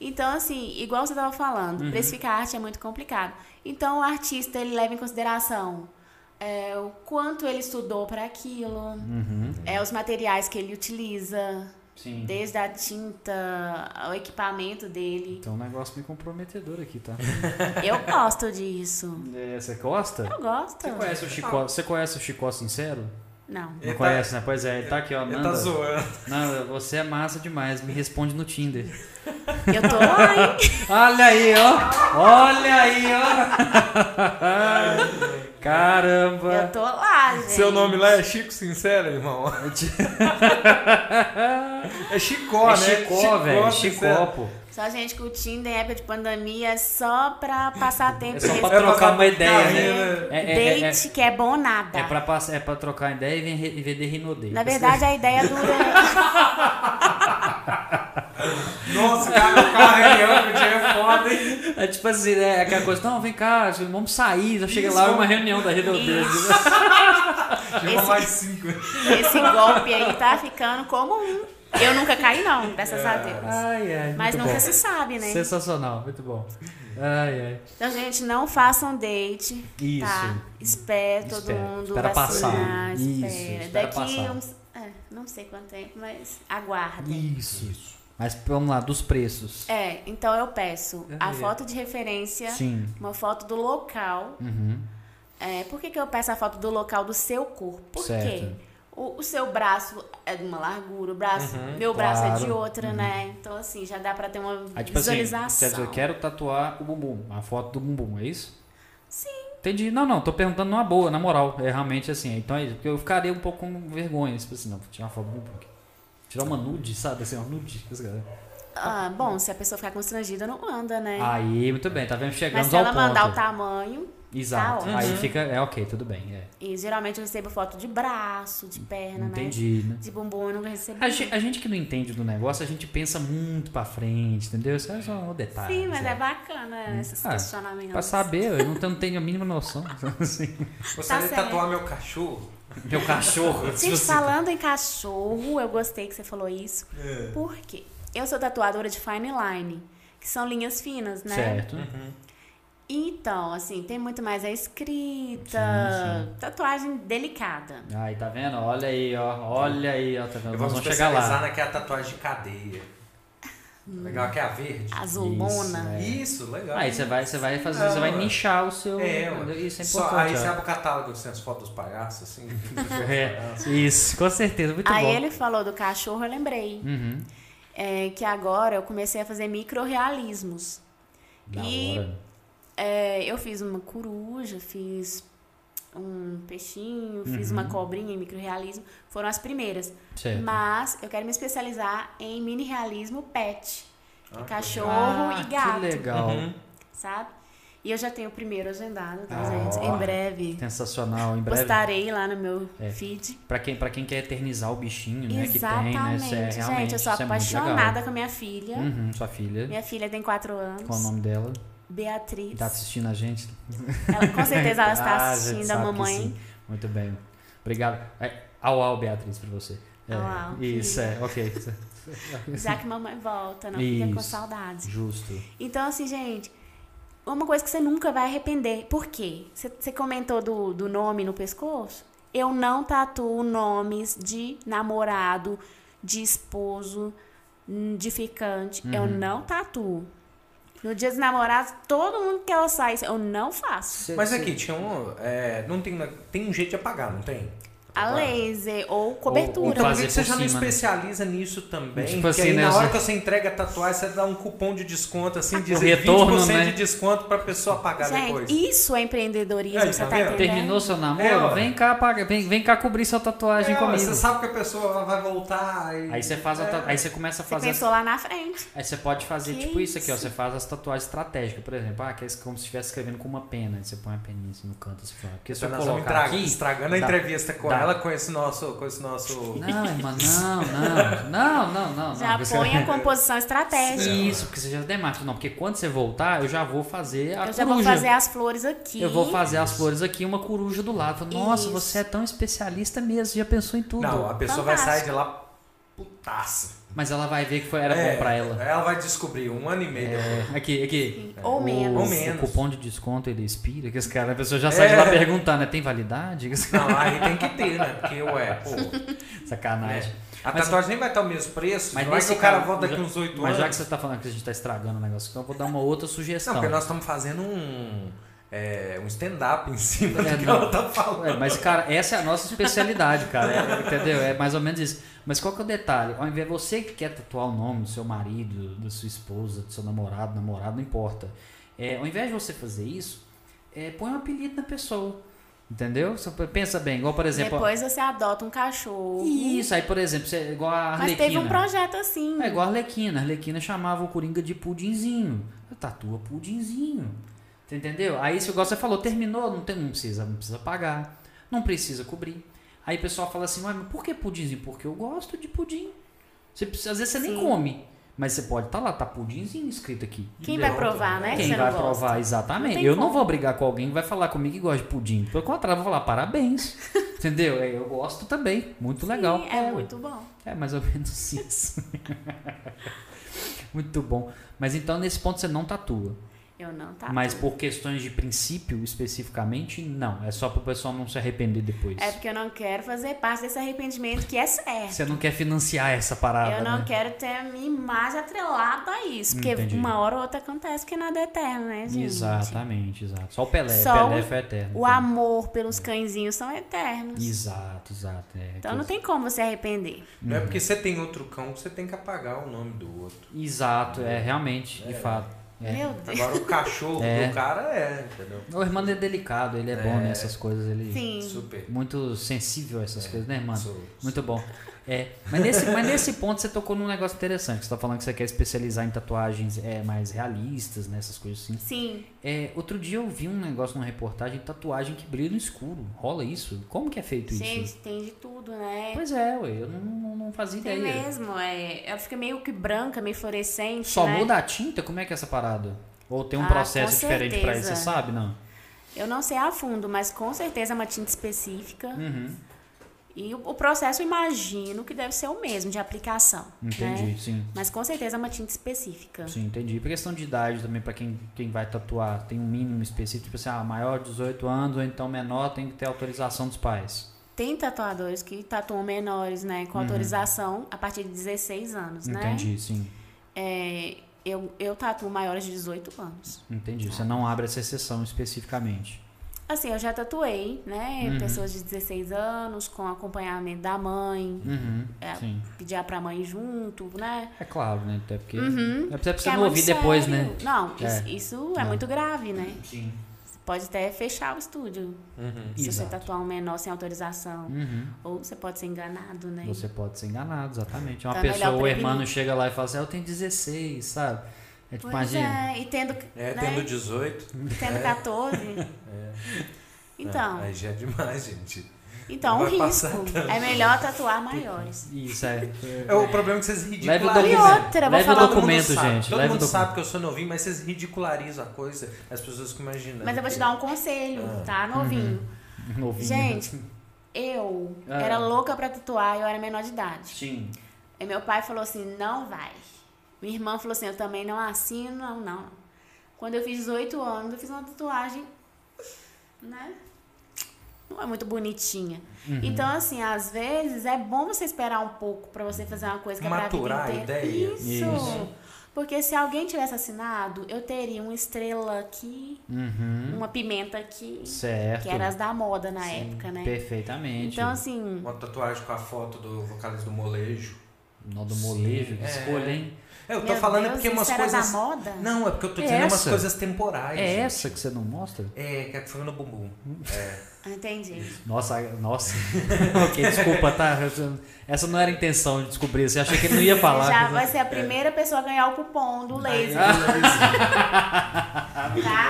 Então, assim, igual você estava falando, Uhum. precificar arte é muito complicado. Então, o artista, ele leva em consideração é, o quanto ele estudou para aquilo, Uhum. é, os materiais que ele utiliza, Sim. desde a tinta, ao equipamento dele. Então, um negócio meio comprometedor aqui, tá? Eu gosto disso. É, Você gosta? Eu gosto. Você conhece o Chicó? Você conhece o Chicó Sincero? Não. Não Ele tá- conhece, né? Pois é, ele tá aqui, ó. Ele tá Nanda, zoando. Nanda, você é massa demais, me responde no Tinder. [LAUGHS] Eu tô lá, hein? Olha aí, ó! Olha aí, ó! Eu Caramba! tô lá, [LAUGHS] gente. Seu nome lá é Chico Sincero, irmão? É Chicó, É né? Chicó, velho. Chicó, Sincero. pô. Só gente curtindo em época de pandemia é só pra passar tempo. É só e pra É pra respirar. trocar uma dar ideia, carinho, né? É, é, é, Date que é bom nada. é, é pra, pass- é pra trocar ideia e ven- e vender Rinodei. Na verdade, a ideia dura. Nossa, cara, o carro é grande, é foda, hein? [LAUGHS] É tipo assim, né? É aquela coisa, não, vem cá, vamos sair. Já chega Isso. lá, é uma reunião da Rinodei. Chegou Esse- mais cinco. é Esse golpe aí tá ficando comum. Eu nunca caí, não, graças a Deus. Ai, ai. Mas Ah, é muito nunca bom. se sabe, né? Sensacional, muito bom. Ai, ai. Então, gente, não façam date. Isso. Tá? Espera todo Espera. mundo. Espera vacinar, passar. Isso, espera Daqui passar. uns. é, não sei quanto tempo, mas aguardem. Isso. Mas vamos lá, dos preços. É, então eu peço É. a foto de referência, Sim. uma foto do local. Uhum. É, por que, que eu peço a foto do local do seu corpo? Por quê? Certo. O, o seu braço é de uma largura, o braço, meu braço é de Uhum, claro. outra, né? Então, assim, já dá pra ter uma Aí, tipo assim, quer dizer, visualização. eu quero tatuar o bumbum, a foto do bumbum, é isso? Sim, Entendi. Não, não, tô perguntando numa boa, na moral. É realmente assim. Então é isso. Porque eu ficaria um pouco com vergonha. Tipo assim, não, vou tirar uma foto do bumbum aqui. Tirar uma nude, sabe? Assim, uma nude. Essa galera. Ah, bom, se a pessoa ficar constrangida, não anda, né? Aí, muito bem, tá vendo? Mas Chegamos se ao ela ponto. mandar o tamanho, Exato. tá Aí ótimo. fica, é ok, tudo bem. É. e geralmente eu recebo foto de braço, de perna, né? Entendi, né? De bumbum eu nunca recebo. A ge- a gente, que não entende do negócio, a gente pensa muito pra frente, entendeu? Isso é só um detalhe. Sim, mas sabe? é bacana esses Ah, questionamentos. Pra saber, eu não tenho, não tenho a mínima noção. [LAUGHS] assim. Gostaria de certo. tatuar meu um cachorro? Meu cachorro. Gente, você- tá- falando em cachorro, eu gostei que você falou isso. É. Por quê? Eu sou tatuadora de fine line, que são linhas finas, né? Certo. Uhum. Então, assim, tem muito mais a escrita, tatuagem delicada. Aí, tá vendo? Olha aí, ó. Olha aí, ó. Tá vendo? Eu Nós vou me vamos chegar especializar lá. Hum. naquela tatuagem de cadeia. Legal, que é a verde. Azulona. é. Isso, legal. Aí você vai, você vai fazer, Não, você vai ué. nichar o seu. É, ué. isso é Só- aí importante. você ó. abre o catálogo, assim, as fotos dos palhaços, assim. [LAUGHS] É, isso, com certeza, é. muito Aí bom. ele falou do cachorro, eu lembrei. Uhum. É, que agora eu comecei a fazer microrealismos. Da E- hora. É, eu fiz uma coruja, fiz um peixinho, fiz Uhum. uma cobrinha em microrealismo. Foram as primeiras. Certo. Mas eu quero me especializar em mini realismo pet. Ah, cachorro Ah, e gato. Que legal. Uhum. Sabe? E eu já tenho o primeiro agendado, tá, Ah, gente? ó. Em breve. Sensacional, em breve. Postarei lá no meu É. feed. Pra quem, pra quem quer eternizar o bichinho, né? Que tem, né? Exatamente. Isso é, realmente, gente, eu sou isso é muito legal. apaixonada com a minha filha. Uhum, sua filha. Minha filha tem 4 anos. Qual o nome dela? Beatriz. Tá assistindo a gente? Ela- com certeza ela [LAUGHS] está Ah, a gente assistindo a sabe que mamãe. sim. Muito bem. Obrigado. É, au, au, Beatriz, pra você. É, Au, au, Isso, é, ok. [LAUGHS] Já que mamãe volta, não fica com Isso. saudade. Justo. Então, assim, gente, uma coisa que você nunca vai arrepender. Por quê? Você- Você comentou do, do nome no pescoço? Eu não tatuo nomes de namorado, de esposo, hum, de ficante. Eu não tatuo. No dia dos namorados, todo mundo que ela sai, eu não faço. Mas aqui, tinha um. é, não tem, tem um jeito de apagar, não tem? A laser ou ou cobertura. Então por fazer que que você por já não cima, né? especializa nisso também? Tipo Porque assim, aí né, na hora você- que você entrega a tatuagem, você dá um cupom de desconto, assim, dizer retorno, 20% né? de desconto pra pessoa pagar depois. Gente, isso é empreendedorismo, Aí, você tá tá vendo? entendendo? Terminou seu namoro? É, ó. vem cá, paga, vem, vem cá cobrir sua tatuagem É, ó, comigo. Você sabe que a pessoa vai voltar e... é, Aí você faz a ta- aí você começa a Você fazer. pensou lá na frente. Aí você pode fazer Que tipo isso aqui, ó. isso? Você faz as tatuagens estratégicas, por exemplo, ah, que é como se estivesse escrevendo com uma pena. Aí você põe a peninha assim no canto assim, fala, porque se eu Nós estamos colocar um entra- aqui. estragando dá- a entrevista com dá- ela, com esse nosso... Com esse nosso... Não, irmã, não, não. Não, não, não, Já não. porque põe [LAUGHS] a Ah, você... composição estratégica. Isso, porque você já demarca. Não, porque quando você voltar, eu já vou fazer a Eu já vou coruja. fazer as flores aqui. Eu vou fazer as flores aqui e uma coruja do lado. Fala, Nossa, Isso. você é tão especialista mesmo, já pensou em tudo. Não, a pessoa vai sair Fantástico. de lá putaça. Mas ela vai ver que foi, era É, bom pra ela. Ela vai descobrir um ano e meio depois. É, aqui, aqui. Ou menos. Ou o menos. cupom de desconto ele expira, que os caras, a pessoa já sai de lá É. perguntando, né? Tem validade? [LAUGHS] Não, aí tem que ter, né? Porque, ué, pô... né? Sacanagem. A É. Mas- tatuagem nem vai estar o mesmo preço, Mas não é nesse que o cara caso, volta já- daqui uns 8 anos. Mas já que você tá falando que a gente tá estragando o negócio, então eu vou dar uma outra Não, sugestão. porque nós estamos fazendo um, é, um stand-up em cima É, do que não. ela tá falando. É, mas, cara, essa é a nossa especialidade, cara. É, entendeu? É mais ou menos isso. Mas qual que é o detalhe? Ao invés você que quer tatuar o nome do seu marido, da sua esposa, do seu namorado, namorado, não importa. É, ao invés de você fazer isso, é, põe um apelido na pessoa. Entendeu? Você pensa bem, igual, por exemplo. Depois você adota um cachorro. Isso, aí, por exemplo, você, igual a Mas Arlequina. teve um projeto assim. É igual a Arlequina. A Arlequina chamava o Coringa de Pudinzinho. Eu tatua Pudinzinho. Você entendeu? Aí, se igual você falou, terminou, não, tem, não, precisa, não precisa pagar, não precisa cobrir. Aí o pessoal fala assim, "Ué, mas por que pudinzinho? Porque eu gosto de pudim. Você precisa- às vezes você nem Sim. come, mas você pode estar lá, tá pudinzinho escrito aqui. Quem vai Pronto. provar, né? que Quem você vai não gosta? provar, exatamente. Não tem eu não como. vou brigar com alguém que vai falar comigo que gosta de pudim. Pelo contrário, eu vou falar [LAUGHS] parabéns. entendeu? É, Eu gosto também. Muito legal. Sim, É, é, ué. muito bom. É mais ou [LAUGHS] menos isso. Muito bom. Mas então nesse ponto você não tatua. Eu não tá. Mas por questões de princípio especificamente, não. É só pro pessoal não se arrepender depois. É porque eu não quero fazer parte desse arrependimento que é certo. Você não quer financiar essa parada. Eu não né? quero ter a minha imagem atrelada a isso. Porque Entendi. uma hora ou outra acontece, porque nada é eterno, né, gente? Exatamente, exato. Só o Pelé. Só Pelé o- foi eterno. O amor pelos cãezinhos são eternos. Exato, exato. É, Então não tem como você arrepender. Não é porque você tem outro cão que você tem que apagar o nome do outro. Exato, é realmente, de fato. É. Meu Deus. Agora [LAUGHS] o cachorro É. do cara é, entendeu? O irmão é delicado, ele é, bom nessas coisas. Ele... Sim. Super. muito sensível a essas coisas, né, mano? sou- Muito bom. É, mas, nesse, mas nesse ponto você tocou num negócio interessante. Você tá falando que você quer especializar em tatuagens é, mais realistas, né? Essas coisas assim. Sim. É, outro dia eu vi um negócio numa reportagem, tatuagem que brilha no escuro. Rola isso? Como que é feito isso? Gente, tem de tudo, né? Pois é, ué, eu não, não, não fazia Tem ideia. mesmo, é. Ela fica meio que branca, meio fluorescente. Só né? muda a tinta? Como é que é essa parada? Ou tem um Ah, processo com diferente pra isso, você certeza. sabe? Não. Eu não sei a fundo, mas com certeza é uma tinta específica. Uhum. E o, o processo, eu imagino que deve ser o mesmo de aplicação. Entendi, Né? sim. Mas com certeza é uma tinta específica. Sim, entendi. Por questão de idade também, pra quem, quem vai tatuar, tem um mínimo específico, tipo assim, ah, maior de 18 anos ou então menor tem que ter autorização dos pais. Tem tatuadores que tatuam menores, né? Com autorização a partir de 16 anos, né? Uhum. Entendi, sim. É, eu, eu tatuo maiores de 18 anos. Entendi. Você não abre essa exceção especificamente. Assim, eu já tatuei, né? Uhum. Pessoas de 16 anos, com acompanhamento da mãe. Uhum, É. Sim. Pedir pra mãe junto, né? É claro, né? Até porque. É pra Porque você é não muito ouvir depois, sério. né? Não, É. isso, isso é, É. muito grave, né? Sim. Você pode até fechar o estúdio Uhum. se você Exato. tatuar um menor sem autorização. Uhum. Ou você pode ser enganado, né? Você pode ser enganado, exatamente. Uma Então é melhor pessoa, o prevenir. irmão chega lá e fala assim, ah, eu tenho 16, sabe? É tipo, Pois imagina. É. é, e tendo, É, né? tendo 18. [LAUGHS] E tendo 14. [LAUGHS] Então, Aí já é demais, gente. Então, um Vai passar risco. É melhor tatuar maiores. Isso é. É o problema é que vocês Leve o ridicularizam. E documento. outra, vou Leve o falar- documento, Todo mundo sabe, gente. Todo Leve o mundo documento. sabe que eu sou novinho, mas vocês ridicularizam a coisa. As pessoas ficam imaginando. Mas eu é. vou te dar um conselho, Ah. tá, novinho? Novinho. [LAUGHS] Gente, eu Uhum. Ah. era louca pra tatuar e eu era menor de idade. Sim. E meu pai falou assim, não vai. Minha irmã falou assim, eu também não assino, não, não. Quando eu fiz 18 anos, eu fiz uma tatuagem, né? Não é muito bonitinha. Uhum. Então, assim, às vezes é bom você esperar um pouco pra você fazer uma coisa que Maturar a é pra vida inteira. ideia. Isso. Isso. Porque se alguém tivesse assinado, eu teria uma estrela aqui, Uhum. uma pimenta aqui, Certo. que eram as da moda na Sim, época, né? Perfeitamente. Então, assim, Uma tatuagem com a foto do vocalista do molejo. Nó do molejo, que Sim, é. escolha, hein? É, eu tô meu falando é Deus, porque isso umas era coisas. da moda? Não, é porque eu tô É dizendo umas essa. coisas temporais. é gente. essa que você não mostra? É, que é que foi no bumbum. É. Ah, Entendi. Nossa, nossa. [LAUGHS] ok, desculpa, tá? Essa não era a intenção de descobrir isso. Eu achei que ele não ia falar. Já vai ser a primeira pessoa a ganhar o cupom do laser, [LAUGHS] tá?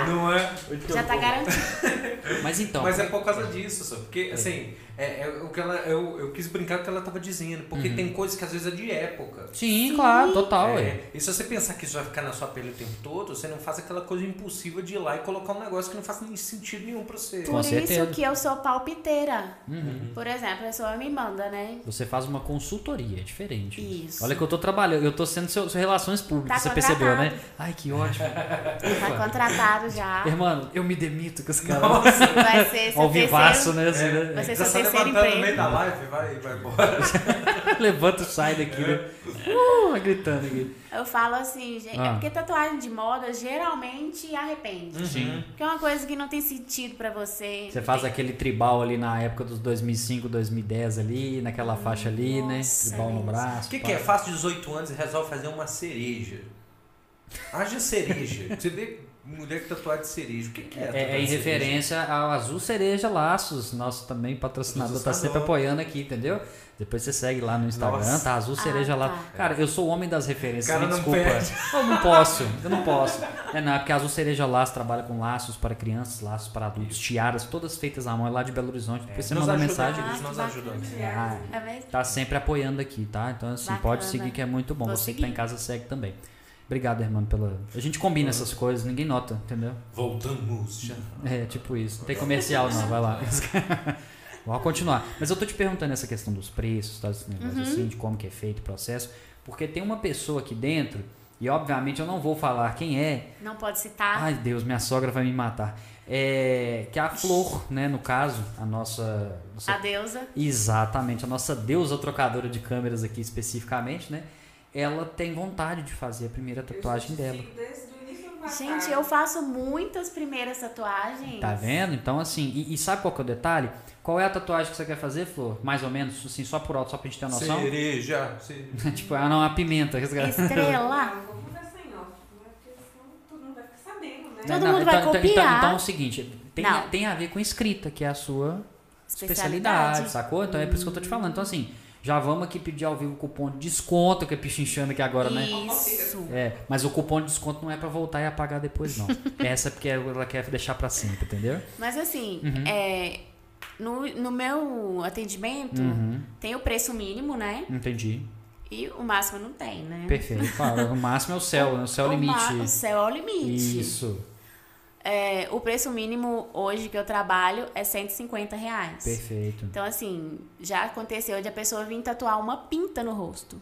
Não é? Já tá garantido. Mas então. Mas é por causa disso, só. Porque, assim, é, é o que ela, eu, eu quis brincar com o que ela tava dizendo. Porque Uhum. tem coisas que às vezes é de época. Sim, claro, total, Ah, É, ué. E se você pensar que isso vai ficar na sua pele o tempo todo, você não faz aquela coisa impulsiva de ir lá e colocar um negócio que não faz nem sentido nenhum pra você. Com Por certeza. Uhum. isso que eu sou palpiteira. Por exemplo, a pessoa me manda, né? Você faz uma consultoria, é diferente. Isso. Olha que eu tô trabalhando, eu tô sendo seu, seu relações públicas, Tá você percebeu, né? contratado. Ai, que [LAUGHS] ótimo. Tá contratado já. Irmão, [LAUGHS] eu me demito com esse cara. Vai [LAUGHS] ser Ao seu vivaço, é terceiro. né? É, assim, né? Vai ser Já seu sai terceiro levantando no meio emprego. da live, vai, vai embora. [LAUGHS] Levanta e sai daqui, né? É. Uh, gritando aqui. Eu falo assim, gente, Ah. é porque tatuagem de moda geralmente arrepende. Sim. Porque é uma coisa que não tem sentido pra você. Uhum. Você faz aquele tribal ali na época dos 2005, 2010 ali, naquela faixa ali, né? Nossa, Tribal no Deus. braço. O que, pá. que é? Faço 18 anos e resolve fazer uma cereja. Haja cereja. [LAUGHS] Você vê mulher que tá tatuada de cereja. O que, que é? É, é em referência ao Azul Cereja Laços, nosso também patrocinador, tá sempre Patrocinador. apoiando aqui, entendeu? Depois você segue lá no Instagram, Nossa. tá? Azul Ah, Cereja Laços. tá. Cara, eu sou o homem das referências, Cara, me não desculpa. perde. Eu não posso, eu não posso. É não, é porque a Azul Cereja Laços trabalha com laços para crianças, laços para adultos, tiaras, todas feitas à mão, é lá de Belo Horizonte. Depois você nos manda ajuda, mensagem. Eles Ah, nos que ajudam. bacana. É, ah, É verdade. tá sempre apoiando aqui, tá? Então, assim, pode Bacana. seguir que é muito bom. Vou Você que tá seguir. em casa segue também. Obrigado, irmão, pela. A gente combina Uhum. essas coisas, ninguém nota, entendeu? Voltamos já. É, tipo isso. Não tem comercial não, vai lá. Vamos continuar. Mas eu tô te perguntando essa questão dos preços, tá? Esse negócio assim, de como que é feito o processo. Porque tem uma pessoa aqui dentro, e obviamente eu não vou falar quem é. Não pode citar. Ai, Deus, minha sogra vai me matar. É, que é a Flor, né, no caso, a nossa... nossa- a deusa. Exatamente, a nossa deusa trocadora de câmeras aqui especificamente, né? Ela tem vontade de fazer a primeira tatuagem dela. Desde o início do Gente, eu faço muitas primeiras tatuagens. Tá vendo? Então, assim, e, e sabe qual que é o detalhe? Qual é a tatuagem que você quer fazer, Flor? Mais ou menos, assim, só por alto, só pra gente ter uma noção? Cereja. cereja. tipo, ah, não, a pimenta. resgate. Estrela. Não, vou conversar em off, né? Porque senão todo mundo vai ficar sabendo, né? Todo mundo vai então, Então, copiar. então é o seguinte, tem, Não. tem a ver com escrita, que é a sua especialidade, sacou? Então é por isso que eu tô te falando. Então, assim, já vamos aqui pedir ao vivo o cupom de desconto, que é pichinchando aqui agora, né? Isso. É, mas o cupom de desconto não é pra voltar e apagar depois, [LAUGHS] não. Essa é porque ela quer deixar pra sempre, entendeu? Mas assim, Uhum. é, no, no meu atendimento, Uhum. tem o preço mínimo, né? Entendi. E o máximo não tem, né? Perfeito. Claro, o máximo é o céu, né? o céu é o limite. ma- O céu é o limite. Isso. É, o preço mínimo hoje que eu trabalho é 150 reais. Perfeito. Então, assim, já aconteceu de a pessoa vir tatuar uma pinta no rosto.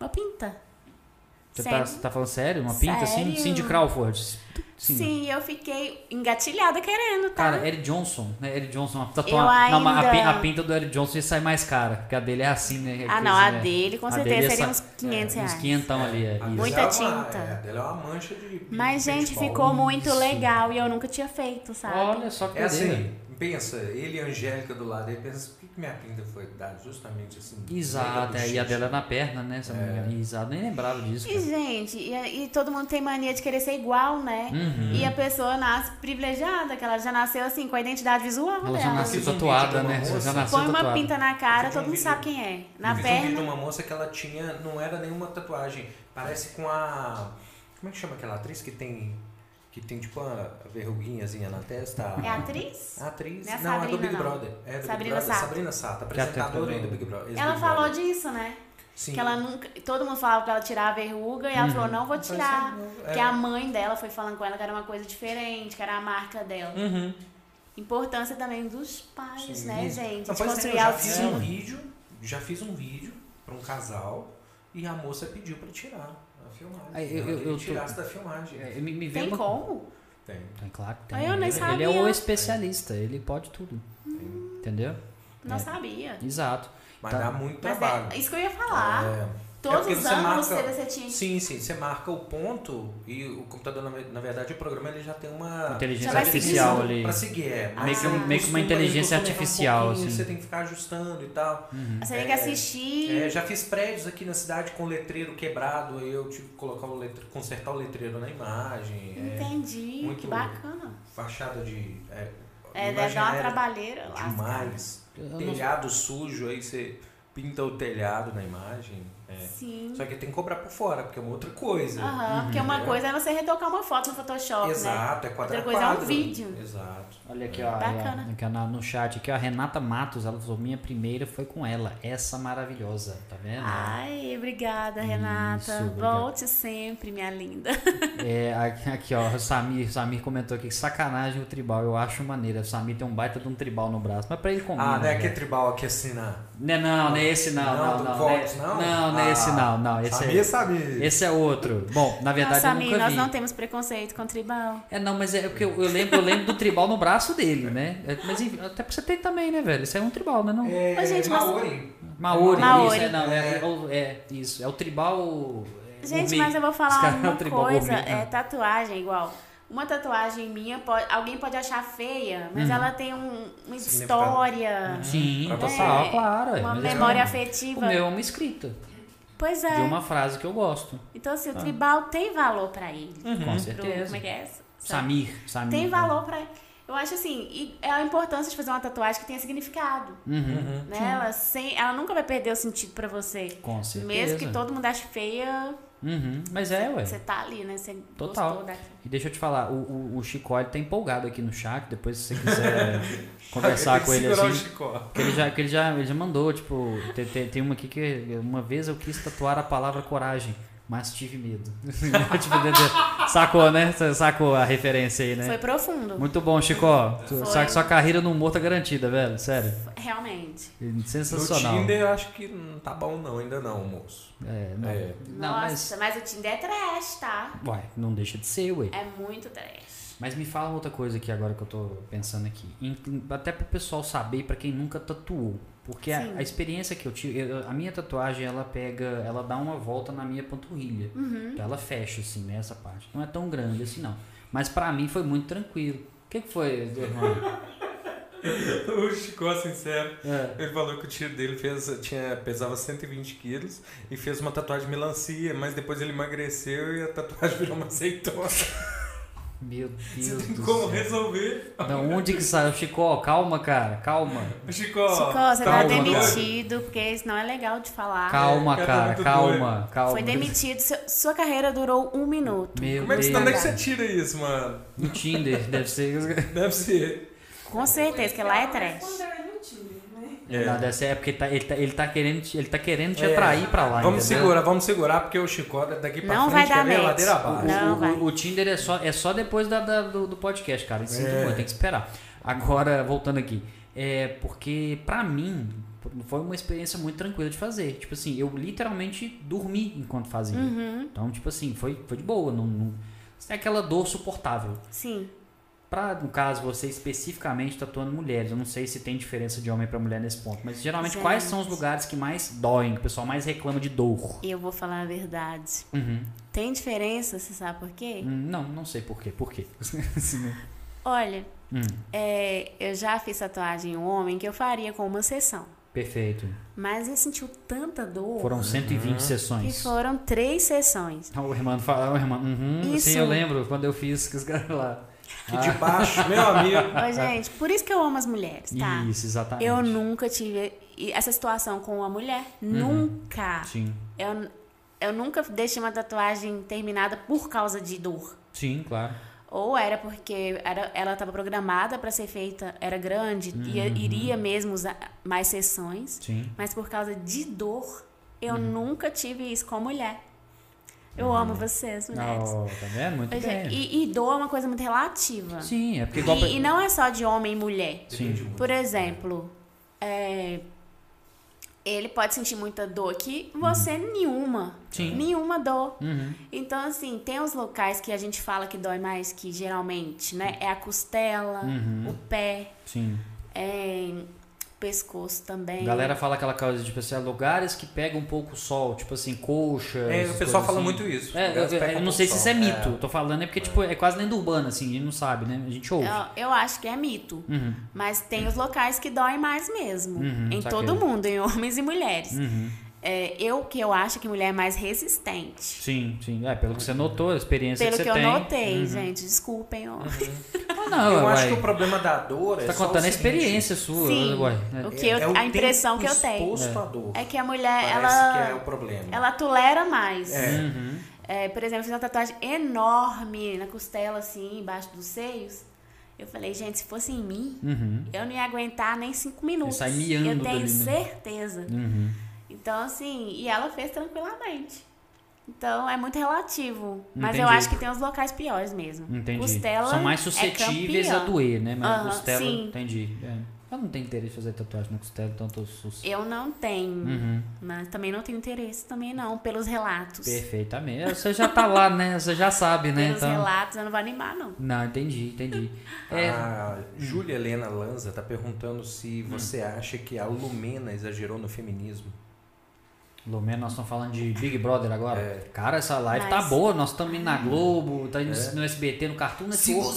Uma pinta. Você Sério? tá, você tá falando sério? Uma pinta assim? Sério? Cindy Crawford. Sim. Sim. eu fiquei engatilhada querendo, tá? Cara, Eric Johnson, né? Eric Johnson, uma tatuagem. Eu Não, uma- a, ainda- pin- a pinta do Eric Johnson ia sair mais cara, porque a dele é assim, né? ah, não, Coisa, a né? dele com A certeza dele ia seria sa- uns 500 reais. Uns quinhentão ali, é. isso. A Muita dela é uma- tinta. É, a dela é uma mancha de. Mas, de gente, paintball. ficou muito Isso. legal e eu nunca tinha feito, sabe? Olha só que É beleza. assim, pensa, ele e a Angélica do lado, ele pensa, por que, que minha pinta foi dada justamente assim? Exato, é, e a dela é na perna, né? Se eu não me É. engano. Exato, nem lembrava disso. E, cara. gente, e, e todo mundo tem mania de querer ser igual, né? Uhum. E a pessoa nasce privilegiada, que ela já nasceu assim, com a identidade visual Ela já dela. nasceu Fiz um tatuada, vídeo de uma né? Você já moça. nasceu é. Põe uma tatuada. pinta na cara, Eu fiz um todo mundo vídeo- sabe quem é. Eu Na fiz um vídeo de perna. uma moça que ela tinha, não era nenhuma tatuagem, parece com a. Como é que chama aquela atriz que tem. que tem tipo a verruguinhazinha na testa. É atriz? A atriz? Não é a não, é do Sabrina, Big não. Brother. É do Sabrina Big Brother. Sato. Sabrina Sato, Que é a apresentadora aí do apresentadora. Big Brother. Ex-Big Ela falou Brother. disso, né? é. Sim. Que ela nunca. Todo mundo falava pra ela tirar a verruga e ela Uhum. falou, não vou tirar. é Mas, é. Porque a mãe dela foi falando com ela que era uma coisa diferente, que era a marca dela. Uhum. Importância também dos pais, Sim. né, gente? Não, pois De é, eu construir já a fiz um autoestima. vídeo, já fiz um vídeo pra um casal e a moça pediu pra tirar a filmagem. Ah, eu- Ela eu- queria eu tô- tirasse da filmagem. É, me, me vem Tem uma- como? Tem. Tem, claro que tem. Ah, eu nem ele, ele sabia. é o especialista, ele pode tudo. Entendeu? Não É. sabia. Exato. Mas Tá. dá muito Mas trabalho. é isso que eu ia falar. É. Todos porque os você anos marca- você tinha que Sim, sim. Você marca o ponto e o computador, na, na verdade, o programa ele já tem uma. Inteligência Já vai artificial seguindo ali. Tá. Pra seguir, é. Ah. Mas Meio que um- costuma- meio que uma ele inteligência costuma errar um artificial, pouquinho, assim. Você tem que ficar ajustando e tal. Você tem que É. assistir. É, já fiz prédios aqui na cidade com letreiro quebrado, aí eu tive que colocar o letre... consertar o letreiro na imagem. é, Entendi. muito- Que bacana. fachada de. É, É, imagem deve dar uma aérea trabalheira lá. Demais. Eu não- Telhado sujo, aí você pinta o telhado na imagem. é. Sim. Só que tem que cobrar por fora, porque é uma outra coisa. Aham, porque uma coisa é você retocar uma foto no Photoshop, né? Exato, é quadra Outra a coisa é um quadro. vídeo. Exato. Olha aqui, ó. Bacana. aí, ó, aqui, ó, na- no chat aqui, ó, a Renata Matos, ela falou, minha primeira foi com ela, essa maravilhosa, tá vendo? Ai, obrigada, Renata. obrigado. Volte sempre, minha linda. É, aqui, aqui, ó, o Samir, o Samir comentou aqui, que sacanagem o tribal, eu acho maneiro, o Samir tem um baita de um tribal no braço, mas pra ele comer. Ah, não é que é tribal aqui assim na. Não, né, não, não é esse não, Não, não, do não. Vox, não, não? é- não, não é Ah, esse não, não, esse Sabia, é, sabia. esse é outro. Bom, na verdade Nossa, eu nunca amiga, nós vi. não temos preconceito com tribal. É, não, mas é porque eu, eu lembro, eu lembro do tribal no braço dele, né? É, Mas enfim, até porque você tem também, né, velho? Isso é um tribal, né? Não? É, Mas, gente, mas- Maori. Maori, Maori. isso, é, não, é, é o- é isso, é o tribal. é, Gente, gourmet. mas eu vou Os falar caras uma do tribal coisa. gourmet, É né? tatuagem igual. Uma tatuagem minha, pode, alguém pode achar feia, mas Uhum. ela tem um- uma Significado. história, Uhum. Sim, Pra total, você. claro. é, uma mas é memória um- O afetiva. meu é uma escrita Pois de é. uma frase que eu gosto. Então, assim, o tribal tem valor pra ele. Com Pro- Hum, certeza. como é que é essa? Samir, Samir. Tem valor pra. Eu acho assim, e é a importância de fazer uma tatuagem que tenha significado. Uhum, Né? Ela, sem, ela nunca vai perder o sentido pra você. Com certeza. Mesmo que todo mundo ache feia, Uhum, Mas é, ué. você tá ali, né? Você Total. gostou daquilo. E deixa eu te falar, o, o, o Chicó ele tá empolgado aqui no chat, depois se você quiser conversar com ele Segurar o assim. Chicó. Porque ele já, que ele já, ele já mandou, tipo, tem, tem, tem uma aqui que uma vez eu quis tatuar a palavra coragem, mas tive medo. [LAUGHS] Tipo, entendeu? sacou, né? Você Sacou a referência aí, né? Foi profundo. Muito bom, Chicó. Tu- Foi. Sua, sua carreira no humor tá garantida, velho. Sério. Realmente. No Sensacional. Tinder eu acho que não tá bom não, ainda não, moço. É, não. É. [LAUGHS] Não, mas. Nossa, mas... o Tinder é trash, tá? Uai, não deixa de ser, ué. É muito trash. Mas me fala outra coisa aqui agora que eu tô pensando aqui. Em- Até pro pessoal saber, pra quem nunca tatuou. Porque a, Sim. a experiência que eu tive, eu- a minha tatuagem, ela pega, ela dá uma volta na minha panturrilha. Uhum. Então ela fecha, assim, né, essa parte. Não é tão grande assim, não. Mas pra mim foi muito tranquilo. O que, que foi, [LAUGHS] irmão? O Chicó, sincero, É. ele falou que o tio dele fez, tinha, pesava 120 quilos e fez uma tatuagem de melancia, mas depois ele emagreceu e a tatuagem virou uma azeitona. Meu Deus Você tem do como céu. resolver? Não, onde que saiu? Chicó, calma, cara, calma. Chicó, é Chico, você calma, tá cara. demitido, porque isso não é legal de Ah. falar. Calma, cara, cara, muito calma, calma. Foi demitido, seu- sua carreira durou um minuto. Meu Como é que, você- Deus. onde é que você tira isso, mano? No Tinder, deve ser. Deve ser. Com certeza, que lá é trash. Quando era no Tinder, né? É. Não, deve ser, é porque ele tá, ele tá, ele tá querendo te, ele tá querendo te É. atrair pra lá. Vamos entendeu? segurar, vamos segurar, porque o Chicó daqui pra Não frente vai dar quer ver a match. ladeira O- abaixo. Não, o, vai. o Tinder é só, é só depois da, da- do, do podcast, cara. Sinto É. muito, tem que esperar. Agora, voltando aqui. É porque, pra mim, foi uma experiência muito tranquila de fazer. Tipo assim, eu literalmente dormi enquanto fazia. Uhum. Então, tipo assim, foi, foi de boa. Não, não, é aquela dor suportável. Sim. Pra, no caso, você especificamente tatuando mulheres. Eu não sei se tem diferença de homem pra mulher nesse ponto, mas geralmente Gente. quais são os lugares que mais doem, que o pessoal mais reclama de dor? E eu vou falar a verdade. Uhum. Tem diferença, você sabe por quê? Hum, Não, não sei por quê. Por quê? [LAUGHS] Olha, Hum, é, eu já fiz tatuagem em um homem que eu faria com uma sessão. perfeito. Mas ele sentiu tanta dor Foram 120 Uhum. que sessões. foram três sessões. Ah, O Hermano fala, o Hermano, uhum, Isso. sim, eu lembro quando eu fiz que os caras lá. Que de baixo, [LAUGHS] meu amigo. Ô, gente, por isso que eu amo as mulheres, tá? Isso, exatamente. Uhum. Eu nunca tive e- essa situação com uma mulher. Nunca. Sim, Eu, eu nunca deixei uma tatuagem terminada por causa de dor. sim, claro. Ou era porque era, ela estava programada para ser feita, era grande, ia- Uhum. iria mesmo usar mais sessões. Sim. Mas por causa de dor, Uhum. eu nunca tive isso com mulher. Eu amo vocês, mulheres. Oh, tá vendo? Muito bem. E, e dor é uma coisa muito relativa. Sim, é porque igual. pra- E, e não é só de homem e mulher. Depende muito. Por exemplo, é, ele pode sentir muita dor aqui, você nenhuma. Uhum. Sim. Nenhuma dor. Uhum. Então, assim, tem os locais que a gente fala que dói mais, que geralmente, né? É a costela, Hum. o pé, uhum, Sim. é, pescoço também. Galera fala aquela coisa, tipo assim, ah, lugares que pegam um pouco o sol, tipo assim, coxa. É, essas o pessoal coisas fala assim. muito isso. É, eu, Lugares que eu- eu pegam não sei se isso é pulsão. mito, eu tô falando, é porque, tipo, é quase lenda urbana, assim, a gente não sabe, né? A gente ouve. Eu, eu acho que é mito. Uhum. Mas tem os locais que doem mais mesmo. Uhum, em saquei. todo mundo, em homens e mulheres. Uhum. É, eu que eu acho que mulher é mais resistente. Sim, sim. É, pelo que você notou, a experiência Pelo que que você eu tem. Uhum. notei, gente. Desculpem. ó. Ah, não, É. Eu uai. acho que o problema da dor Você é tá só o contando a seguinte, experiência sua, Sim. uai. O É. que eu- é o a impressão que tempo eu tenho exposto à dor. é que a mulher, Parece ela, que é o problema. ela tolera mais. É. Uhum. É, por exemplo, eu fiz uma tatuagem enorme na costela, assim, embaixo dos seios. Eu falei, gente, se fosse em mim, Uhum. eu não ia aguentar nem cinco minutos. sai miando eu tenho dali, né? certeza. Uhum. Então, assim, e ela fez tranquilamente. Então, é muito relativo. Mas eu Entendi. acho que tem os locais piores mesmo. Entendi. Costela São mais é suscetíveis campeã. a doer, né? Mas Aham, costela, sim. entendi. É. Eu não tenho interesse em fazer tatuagem na costela, tanto eu sou- Eu não tenho. Uhum. Mas também não tenho interesse também não, pelos relatos. Perfeitamente. Você já tá lá, né? Você já sabe, né? Pelos Então... relatos, eu não vou animar, não. Não, entendi, entendi. É, Hum. A Júlia Helena Lanza tá perguntando se você acha que a Lumena exagerou no feminismo. Lumena, nós estamos falando de Big Brother agora. Cara, essa live tá Mas- É. boa. Nós estamos indo na Globo, tá indo no SBT, no Cartoon Network.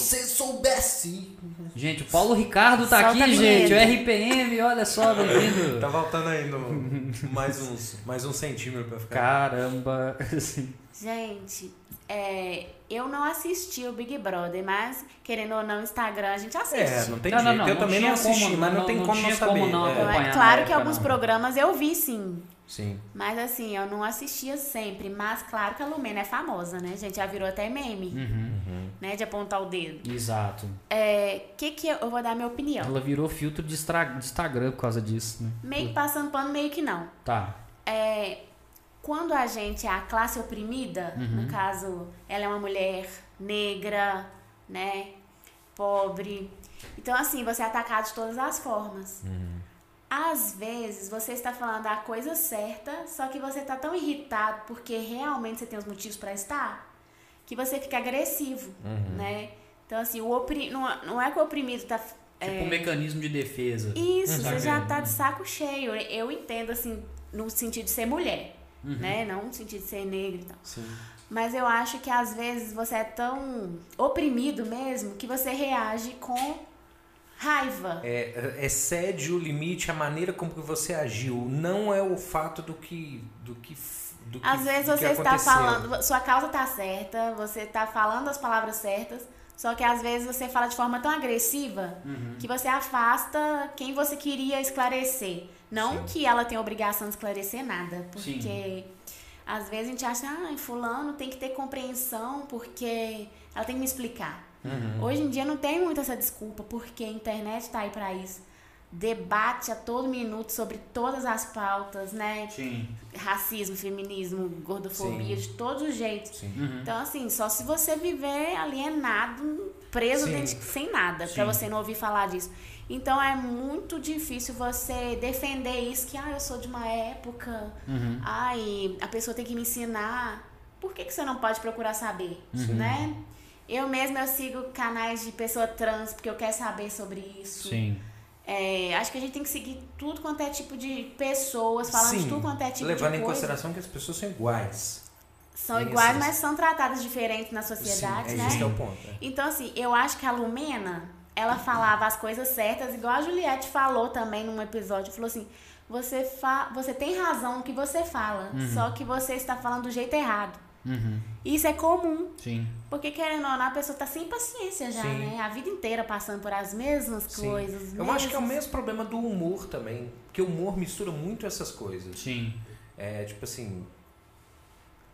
soubesse. Gente, o Paulo Ricardo tá Solta a aqui, gente. O vinheta. RPM, olha só, bem-vindo. Tá faltando aí [LAUGHS] no, mais, uns, mais um centímetro pra ficar. Caramba. assim. Gente, é, eu não assisti o Big Brother, mas, querendo ou não, Instagram a gente É, assiste. não tem jeito. eu também não tinha como, assisti, mas não, tem como tinha não saber. não acompanhar É. Então, na é claro que época, alguns não. programas eu vi, sim. Sim. Mas, assim, eu não assistia sempre. Mas, claro que a Lumena é famosa, né, gente? Já virou até meme, Uhum, né? De apontar o dedo. [LAUGHS] Exato. É, que que eu, eu vou dar minha opinião. Ela virou filtro de, estra- de Instagram por causa disso, né? Meio que passando pano, meio que não. Tá. É, quando a gente é a classe oprimida, no caso, ela é uma mulher negra, né? Pobre. Então, assim, você é atacado de todas as formas. Às vezes, você está falando a coisa certa, só que você está tão irritado porque realmente você tem os motivos para estar, que você fica agressivo, né? Então, assim, o opri... não, não é que o oprimido tá. Tipo um mecanismo de defesa. Isso, você Saquei. já tá de saco cheio. Eu entendo, assim, no sentido de ser mulher, né? Não no sentido de ser negra e tal. Sim. Mas eu acho que às vezes você é tão oprimido mesmo que você reage com raiva. É, excede o limite a maneira como que você agiu. Não é o fato do que. Do que f- do que- Às vezes do que você está aconteceu. falando, sua causa tá certa, você tá falando as palavras certas, só que às vezes você fala de forma tão agressiva Uhum. que você afasta quem você queria esclarecer. Não que ela tenha obrigação de esclarecer nada, porque às vezes a gente acha, ah, fulano tem que ter compreensão porque ela tem que me explicar. Uhum. Hoje em dia não tem muito essa desculpa, porque a internet tá aí para isso. Debate a todo minuto sobre todas as pautas, né? Sim. racismo, feminismo, gordofobia, Sim. de todos os jeitos. Sim. Então, assim, só se você viver alienado, preso Sim. dentro de- sem nada, pra você não ouvir falar disso. Então é muito difícil você defender isso, que ah, eu sou de uma época, Uhum. ai, a pessoa tem que me ensinar. Por que, que você não pode procurar saber, Uhum. né? Eu mesma eu sigo canais de pessoa trans porque eu quero saber sobre isso. Sim. É, acho que a gente tem que seguir tudo quanto é tipo de pessoas, falando Sim, de tudo quanto é tipo Levando de em coisa. consideração que as pessoas são iguais. São Tem iguais, essas- mas são tratadas diferentes na sociedade, Sim, é né? esse que é o ponto. é. Então, assim, eu acho que a Lumena, ela falava as coisas certas, igual a Juliette falou também num episódio, falou assim, você, fa você tem razão no que você fala, Uhum. só que você está falando do jeito errado. Uhum. Isso é comum, Sim. porque querendo ou não, a pessoa tá sem paciência já, Sim. né? A vida inteira passando por as mesmas Sim. coisas. Eu acho que é o mesmos- mesmo problema do humor também. Porque o humor mistura muito essas coisas. Sim. É tipo assim.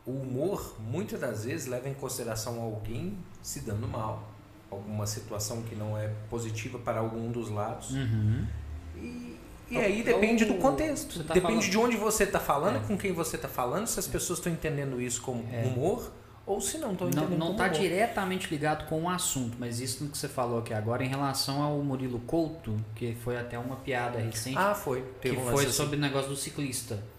O humor, muitas das vezes, leva em consideração alguém se dando mal. alguma situação que não é positiva para algum dos lados. Uhum. E, e Então, aí depende então, do contexto. você tá depende falando- de onde você está falando, É. com quem você está falando, se as pessoas estão entendendo isso como humor ou se não estão Não, entendendo não como tá humor. diretamente ligado com o assunto, mas isso que você falou aqui agora em relação ao Murilo Couto, que foi até uma piada recente. Ah, foi. que Teve um lance foi assim. sobre o negócio do ciclista.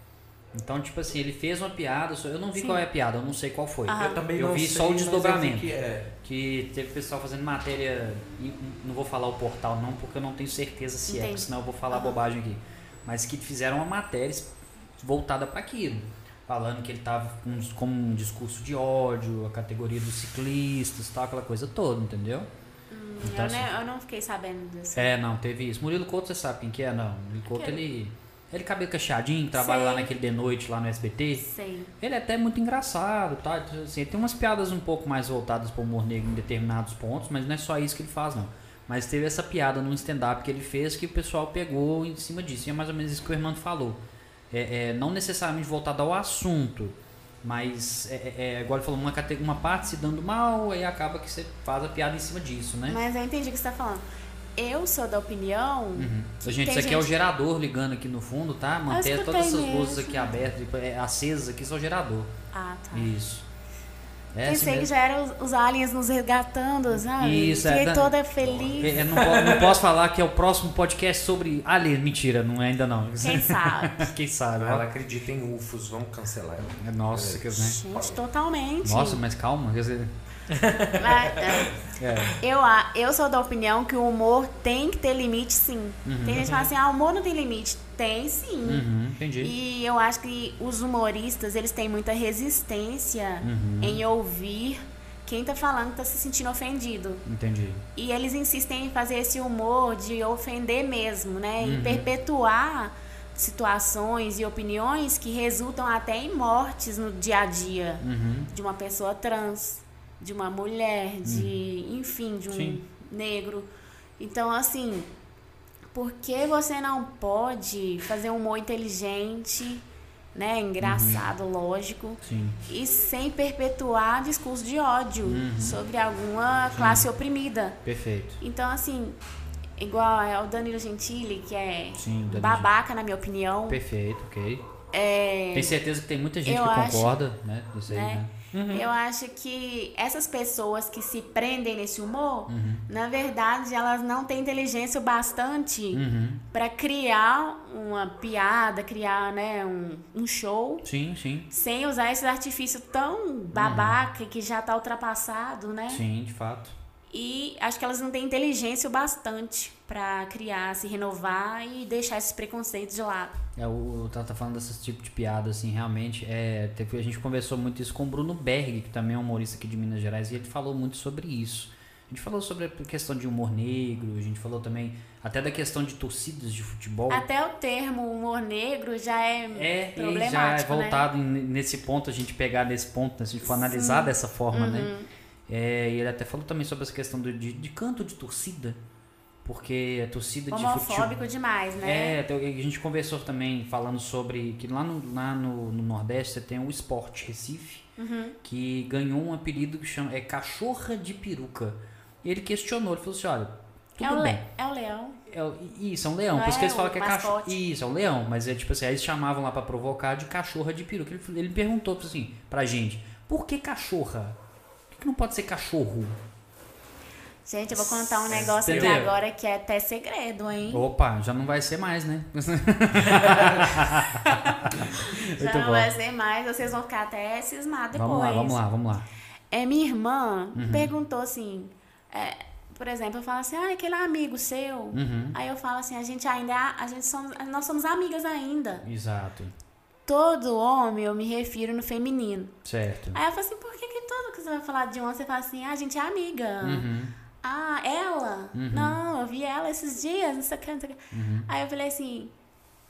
Então, tipo assim, ele fez uma piada, só- eu não vi Sim. qual é a piada, eu não sei qual foi. Ah. assim. Eu também Eu não vi sei, só o mas eu vi desdobramento. que é. Que teve pessoal fazendo matéria, em- não vou falar o portal não, porque eu não tenho certeza se é, Entendi. senão eu vou falar Aham. bobagem aqui. Mas que fizeram uma matéria es- voltada para aquilo. Falando que ele tava com, uns- com um discurso de ódio, a categoria dos ciclistas, tal, aquela coisa toda, entendeu? Então, Tá eu, assim, ne- eu não fiquei sabendo disso. É, não, teve isso. Murilo Couto, você sabe quem que é? Não. Murilo Couto, Que- ele. Ele cabelo cacheadinho, trabalha lá Sei. naquele de noite, lá no SBT. Sei. Né? Ele é até muito engraçado, tá? Então, Assim, ele tem umas piadas um pouco mais voltadas pro humor negro em determinados pontos, mas não é só isso que ele faz, não. Mas teve essa piada num stand-up que ele fez que o pessoal pegou em cima disso. E é mais ou menos isso que o Hermano falou. É, é, não necessariamente voltado ao assunto, mas é, é, é, igual ele falou, uma, cate- uma parte se dando mal, aí acaba que você faz a piada em cima disso, né? Mas eu entendi o que você tá falando. Eu sou da opinião. Uhum. A gente, isso Tem aqui é o gente- gerador ligando aqui no fundo, tá? Manter escutei todas essas luzes mesmo. aqui abertas, tipo, é, acesas aqui, só o gerador. Ah, tá. Isso. É assim Pensei que mesmo. já eram os, os aliens nos resgatando, sabe? Isso, é, Fiquei Dan- toda feliz. É, é, não, po- não posso falar que é o próximo podcast sobre aliens. Mentira, não é ainda não. [LAUGHS] Quem sabe? Quem sabe, ó. Ela acredita em UFOs, vamos cancelar ela. É, Nossa, que, né? Gente, totalmente. Nossa, mas calma. quer dizer, Mas, é, é. Eu, a- eu sou da opinião que o humor tem que ter limite, sim. Tem gente que fala assim, ah, o humor não tem limite. Tem, sim. Uhum, entendi. E eu acho que os humoristas, eles têm muita resistência Uhum. em ouvir quem tá falando tá se sentindo ofendido. Entendi. E eles insistem em fazer esse humor de ofender mesmo, né? E perpetuar situações e opiniões que resultam até em mortes no dia a dia Uhum. de uma pessoa trans, de uma mulher, de, enfim, de um Sim. negro. Então, assim, por que você não pode fazer um humor inteligente, né, engraçado, lógico, Sim. e sem perpetuar discurso de ódio sobre alguma classe oprimida? Perfeito. Então, assim, igual é o Danilo Gentili, que é Sim, o Danilo babaca, na minha opinião. Perfeito, ok. É... Tem certeza que tem muita gente Eu que acho- concorda, né? Isso aí, né? né? Eu acho que essas pessoas que se prendem nesse humor, Uhum. na verdade, elas não têm inteligência o bastante Uhum. para criar uma piada, criar né, um, um show, Sim, sim. sem usar esse artifício tão babaca que já tá ultrapassado, né? Uhum. Sim, de fato. E acho que elas não têm inteligência o bastante para criar, se renovar e deixar esses preconceitos de lado. É, o o Tata tá falando desse tipo de piada, assim, realmente. É, teve- a gente conversou muito isso com o Bruno Berg, que também é um humorista aqui de Minas Gerais, e ele falou muito sobre isso. A gente falou sobre a questão de humor negro, a gente falou também até da questão de torcidas de futebol. Até o termo humor negro já é, É, e problemático, já é né? voltado em- nesse ponto, a gente pegar nesse ponto, né, se a gente for analisar dessa forma, né? Uhum. É, e ele até falou também sobre essa questão do, de, de canto de torcida, porque a torcida de futebol. homofóbico demais, né? É, tem alguém- a gente conversou também falando sobre que lá no, lá no, no Nordeste você tem o Esporte Recife, Uhum. que ganhou um apelido que chama, é Cachorra de Peruca. E ele questionou, ele falou assim, olha, É tudo o, bem. le- é o leão. É o- isso, é um leão. Não por isso é que eles o falam que é cachorro. mascote. Isso, é um leão. Mas é tipo assim, aí eles chamavam lá pra provocar de cachorra de peruca. Ele, ele perguntou assim pra gente, por que cachorra? Por que que não pode ser cachorro? Gente, eu vou contar um negócio aqui Entendeu? agora que é até segredo, hein? É Opa, já não vai ser mais, né? Já muito não bom. vai ser mais, vocês vão ficar até cismados depois. Vamos lá, vamos lá, vamos lá. É, minha irmã Uhum. perguntou assim, é, por exemplo, eu falo assim, ah, aquele amigo seu. Uhum. Aí eu falo assim, a gente ainda, é a- a gente somos, nós somos amigas ainda. Exato. Todo homem eu me refiro no feminino. Certo. Aí eu falo assim, por que que todo que você vai falar de homem, você fala assim, ah, a gente é amiga. Uhum. Ah, ela? Não, eu vi ela esses dias, não sei o que, não sei o que. Uhum. Aí eu falei assim,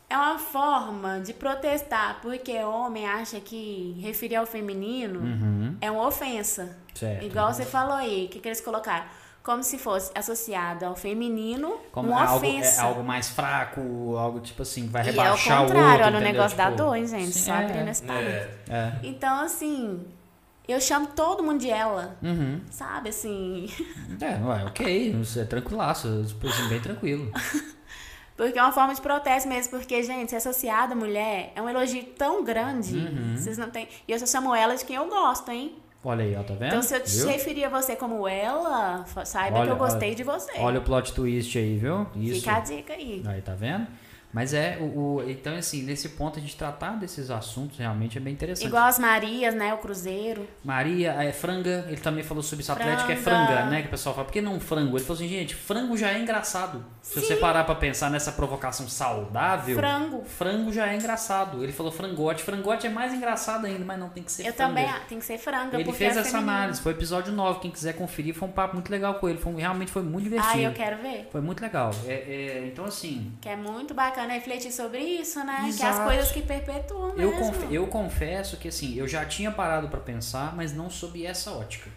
é uma forma de protestar, porque homem acha que referir ao feminino Uhum. é uma ofensa. Certo. Igual você falou aí, o que, que eles colocaram? Como se fosse associado ao feminino, Como uma algo, ofensa. é algo mais fraco, algo tipo assim, vai e é o rebaixar o outro. contrário, olha o entendeu? negócio da Tipo, dor, hein, gente? sim, Só é, abrindo esse parênteses. É, é. Então, assim, Eu chamo todo mundo de ela, Uhum. sabe? Assim, É, [LAUGHS] ué, ok. Isso é tranquilaço. tipo assim, bem tranquilo. Porque é uma forma de protesto mesmo, porque, gente, ser associada à mulher é um elogio tão grande. Uhum. Vocês não têm. E eu só chamo ela de quem eu gosto, hein? Olha aí, ó, tá vendo? Então, se eu te Viu? referir a você como ela, fa- saiba Olha, que eu gostei olha. de você. Olha o plot twist aí, viu? Isso. Fica a dica aí. Aí, tá vendo? Mas é, o, o- então assim, nesse ponto a gente tratar desses assuntos realmente é bem interessante. Igual as Marias, né? O Cruzeiro. Maria, é franga, ele também falou sobre isso, Atlético é Franga. franga, né? Que o pessoal fala, por que não frango? Ele falou assim, gente, frango já é engraçado. Se você parar pra pensar nessa provocação saudável, Frango. frango já é engraçado. Ele falou frangote, frangote é mais engraçado ainda, mas não tem que ser Eu franga. também. ah, Tem que ser franga, Ele porque fez é essa feminino. análise, foi episódio 9, quem quiser conferir, foi um papo muito legal com ele, foi um- realmente foi muito divertido. Ai, eu quero ver. Foi muito legal. É, é, então assim, Que é muito bacana refletir sobre isso, né? Que é as Exato. coisas que perpetuam Eu, mesmo. conf- eu confesso que assim, eu já tinha parado pra pensar, mas não sob essa ótica.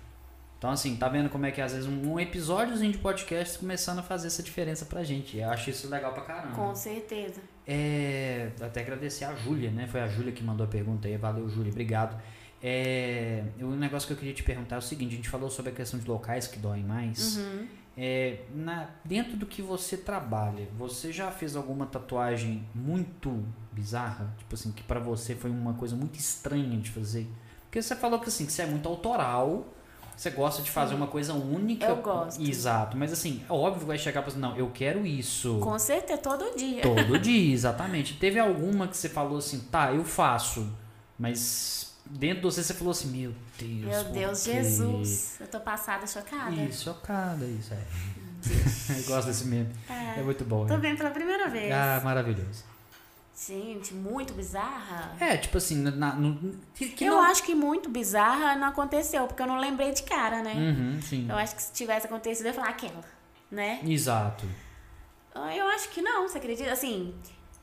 Então, assim, tá vendo como é que às vezes um, um episódiozinho de podcast começando a fazer essa diferença pra gente. Eu acho isso legal pra caramba. Com certeza. É, até agradecer a Júlia, né? Foi a Júlia que mandou a pergunta aí. Valeu, Júlia, obrigado. É, o negócio que eu queria te perguntar é o seguinte: a gente falou sobre a questão de locais que doem mais. Uhum. É, na- dentro do que você trabalha, você já fez alguma tatuagem muito bizarra? Tipo assim, que pra você foi uma coisa muito estranha de fazer? Porque você falou que assim, que você é muito autoral, você gosta de fazer uma coisa única. Eu gosto. Exato, mas assim, é óbvio que vai chegar pra você, não, eu quero isso. Com certeza, todo dia. Todo dia, exatamente. Teve alguma que você falou assim, tá, eu faço, mas dentro de você você falou assim, meu Deus. Meu por Deus, quê? Jesus. Eu tô passada, chocada. Isso, chocada, isso é. [LAUGHS] eu gosto desse meme. É, muito bom. Tô né? vendo pela primeira vez. Ah, maravilhoso. Gente, muito bizarra. É, tipo assim, na, no, que, que eu não... acho que muito bizarra não aconteceu, porque eu não lembrei de cara, né? Uhum, sim. Eu acho que se tivesse acontecido, eu ia falar aquela, né? Ah, Exato. Eu acho que não, você acredita? Assim,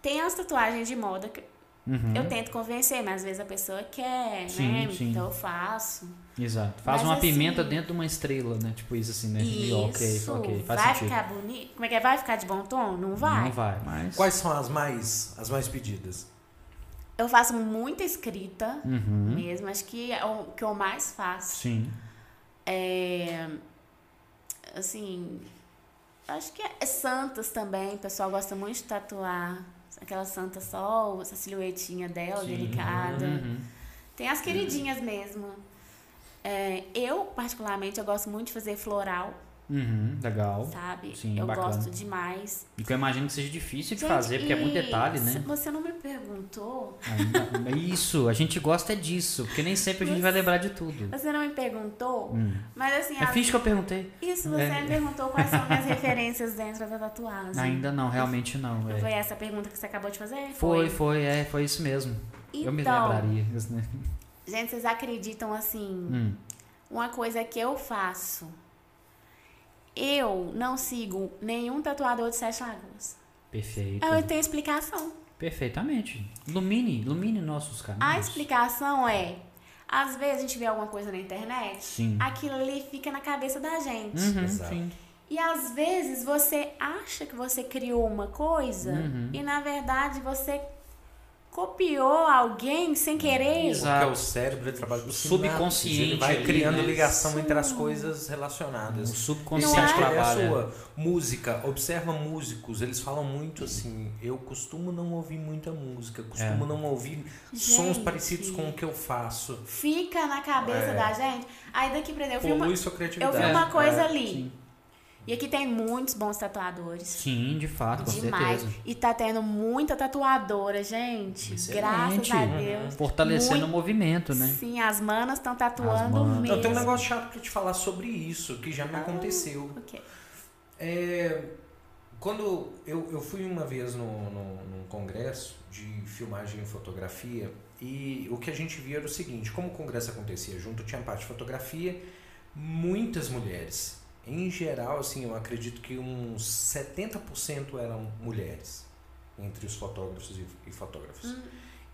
tem as tatuagens de moda que Uhum, eu tento convencer, mas às vezes a pessoa quer, Sim, né? sim. Então eu faço. Exato. Faz Mas uma assim- pimenta dentro de uma estrela, né? Tipo isso assim, né? E Isso. Ok, ok. Faz vai sentido. ficar bonito? Como é que é? Vai ficar de bom tom? Não vai? Não vai, mas. Quais são as mais, as mais pedidas? Eu faço muita escrita Uhum. mesmo. Acho que é o que eu mais faço. Sim. É, assim, acho que é, é santas também. O pessoal gosta muito de tatuar. Aquela santa sol, essa silhuetinha dela, Sim. delicada. Uhum. Tem as queridinhas mesmo. É, eu, particularmente, eu gosto muito de fazer floral, Uhum, legal. sabe? Sim, eu bacana. gosto demais. E que eu imagino que seja difícil de Gente, fazer, porque é muito e detalhe, se- né? Você não me perguntou? Ainda- Isso, a gente gosta é disso, porque nem sempre a gente vai lembrar de tudo. Você não me perguntou? Hum. Mas assim, É a- finge que eu perguntei. isso você É. me perguntou quais são [LAUGHS] minhas referências dentro da tatuagem. Ainda não, realmente não. é. Assim. Foi essa a pergunta que você acabou de fazer? Foi, foi, é, foi isso mesmo. Então, eu me lembraria. isso, né? gente, vocês acreditam assim? Hum. Uma coisa que eu faço. Eu não sigo nenhum tatuador de Sete Lagoas. Perfeito. Eu tenho explicação. Perfeitamente. Ilumine, ilumine nossos caminhos. A explicação é: às vezes a gente vê alguma coisa na internet, Sim. aquilo ali fica na cabeça da gente. Uhum, Exato. sim. E às vezes você acha que você criou uma coisa Uhum. e na verdade você copiou alguém Uhum. sem querer. Exato. Porque o cérebro ele trabalha com O sinapses, subconsciente Ele vai ali, criando né? ligação entre as Sim. coisas O relacionadas. subconsciente Não é? Acho que ele é a trabalha. sua. Música, observa músicos, eles falam muito assim. Eu costumo não ouvir muita música, costumo não ouvir sons Gente. parecidos com o que eu faço. Fica na cabeça É. da gente. Aí daqui, por exemplo, eu vi uma, Polui sua eu criatividade. vi uma É, coisa é, ali. sim. E aqui tem muitos bons tatuadores. Sim, de fato, com Demais. certeza. E tá tendo muita tatuadora, gente. Excelente. Graças a Deus. Fortalecendo o movimento, né? Sim, as manas estão tatuando manas. Tá Então, mesmo. tem um negócio chato pra te falar sobre isso, que Ah. já me aconteceu. Ok. É, quando eu, eu fui uma vez no, no, num congresso de filmagem e fotografia e o que a gente via era o seguinte, como o congresso acontecia junto, tinha parte de fotografia, muitas mulheres. Em geral, assim, eu acredito que uns 70% eram mulheres entre os fotógrafos e, e fotógrafos.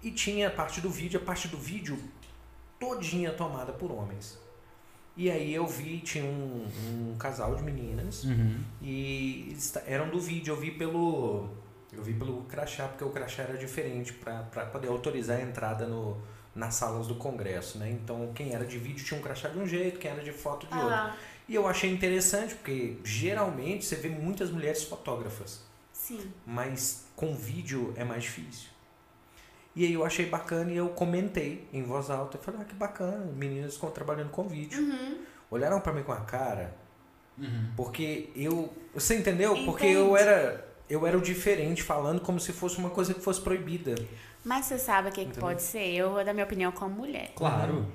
E tinha a parte do vídeo, a parte do vídeo todinha tomada por homens. E aí eu vi, tinha um, um casal de meninas Uhum. e eles ta- eram do vídeo, eu vi pelo. Eu vi pelo crachá, porque o crachá era diferente para poder autorizar a entrada no, nas salas do Congresso, né? Então, quem era de vídeo tinha um crachá de um jeito, quem era de foto de outro. Ah, E eu achei interessante, porque geralmente você vê muitas mulheres fotógrafas, sim. mas com vídeo é mais difícil. E aí eu achei bacana e eu comentei em voz alta. Eu falei, ah, que bacana, meninas estão trabalhando com vídeo. Uhum. Olharam pra mim com a cara, porque eu... Você entendeu? Porque eu Entendi. era... Eu era o diferente falando como se fosse uma coisa que fosse proibida. Mas você sabe o que, que Entendeu? pode ser? Eu vou dar minha opinião como mulher. Claro.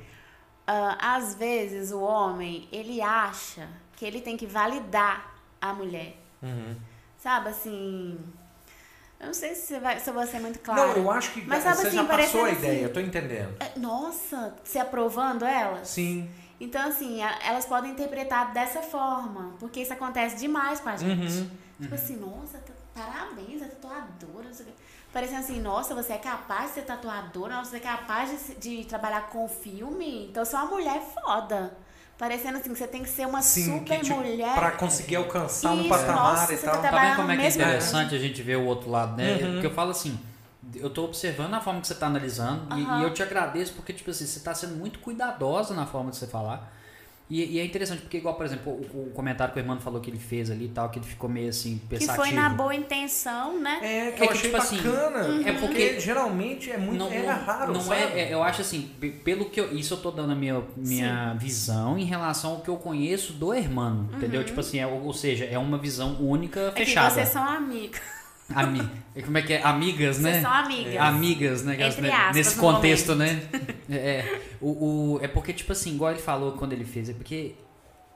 Ah, às vezes o homem, ele acha que ele tem que validar a mulher. Uhum. Sabe assim. Eu não sei se, você vai, se eu vou ser muito clara. Não, eu acho que Mas sabe você assim, já passou parecendo a assim- ideia, eu tô entendendo. É, Nossa, se aprovando elas? Sim. Então, assim, a- elas podem interpretar dessa forma, porque isso acontece demais com a gente. Uhum, Tipo assim, nossa, tá- parabéns, é tatuadora, não sei o quê. Parecendo assim, nossa, você é capaz de ser tatuadora, nossa, você é capaz de, se- de trabalhar com filme. Então, você é uma mulher foda. Parecendo assim, que você tem que ser uma Sim, super que, tipo, mulher. pra conseguir alcançar um Isso, patamar nossa, e você tal. tá Tá vendo como é Trabalhar no que é mesmo interessante a gente ver o outro lado, né? Uhum. Porque eu falo assim, eu tô observando a forma que você tá analisando e- e, Aham. eu te agradeço porque, tipo assim, você tá sendo muito cuidadosa na forma de você falar. E, e é interessante porque, igual, por exemplo, o, o comentário que o irmão falou que ele fez ali e tal, que ele ficou meio assim, que pensativo. foi na boa intenção, né? É, É que que, eu achei tipo assim, bacana. é porque é porque, geralmente é muito. não, era raro, não sabe? é, é- eu acho assim, pe- pelo que eu, isso eu tô dando a minha, minha visão em relação ao que eu conheço do irmão, entendeu? Tipo assim, é- ou seja, é uma visão única, Uhum. É que fechada. vocês [LAUGHS] são amigas. Ami- como é que é? Amigas, né? Vocês são É, amigas. amigas, né? aquelas, Entre né, aspas, nesse no contexto, né? É, o, o- é porque, tipo assim, igual ele falou quando ele fez, é porque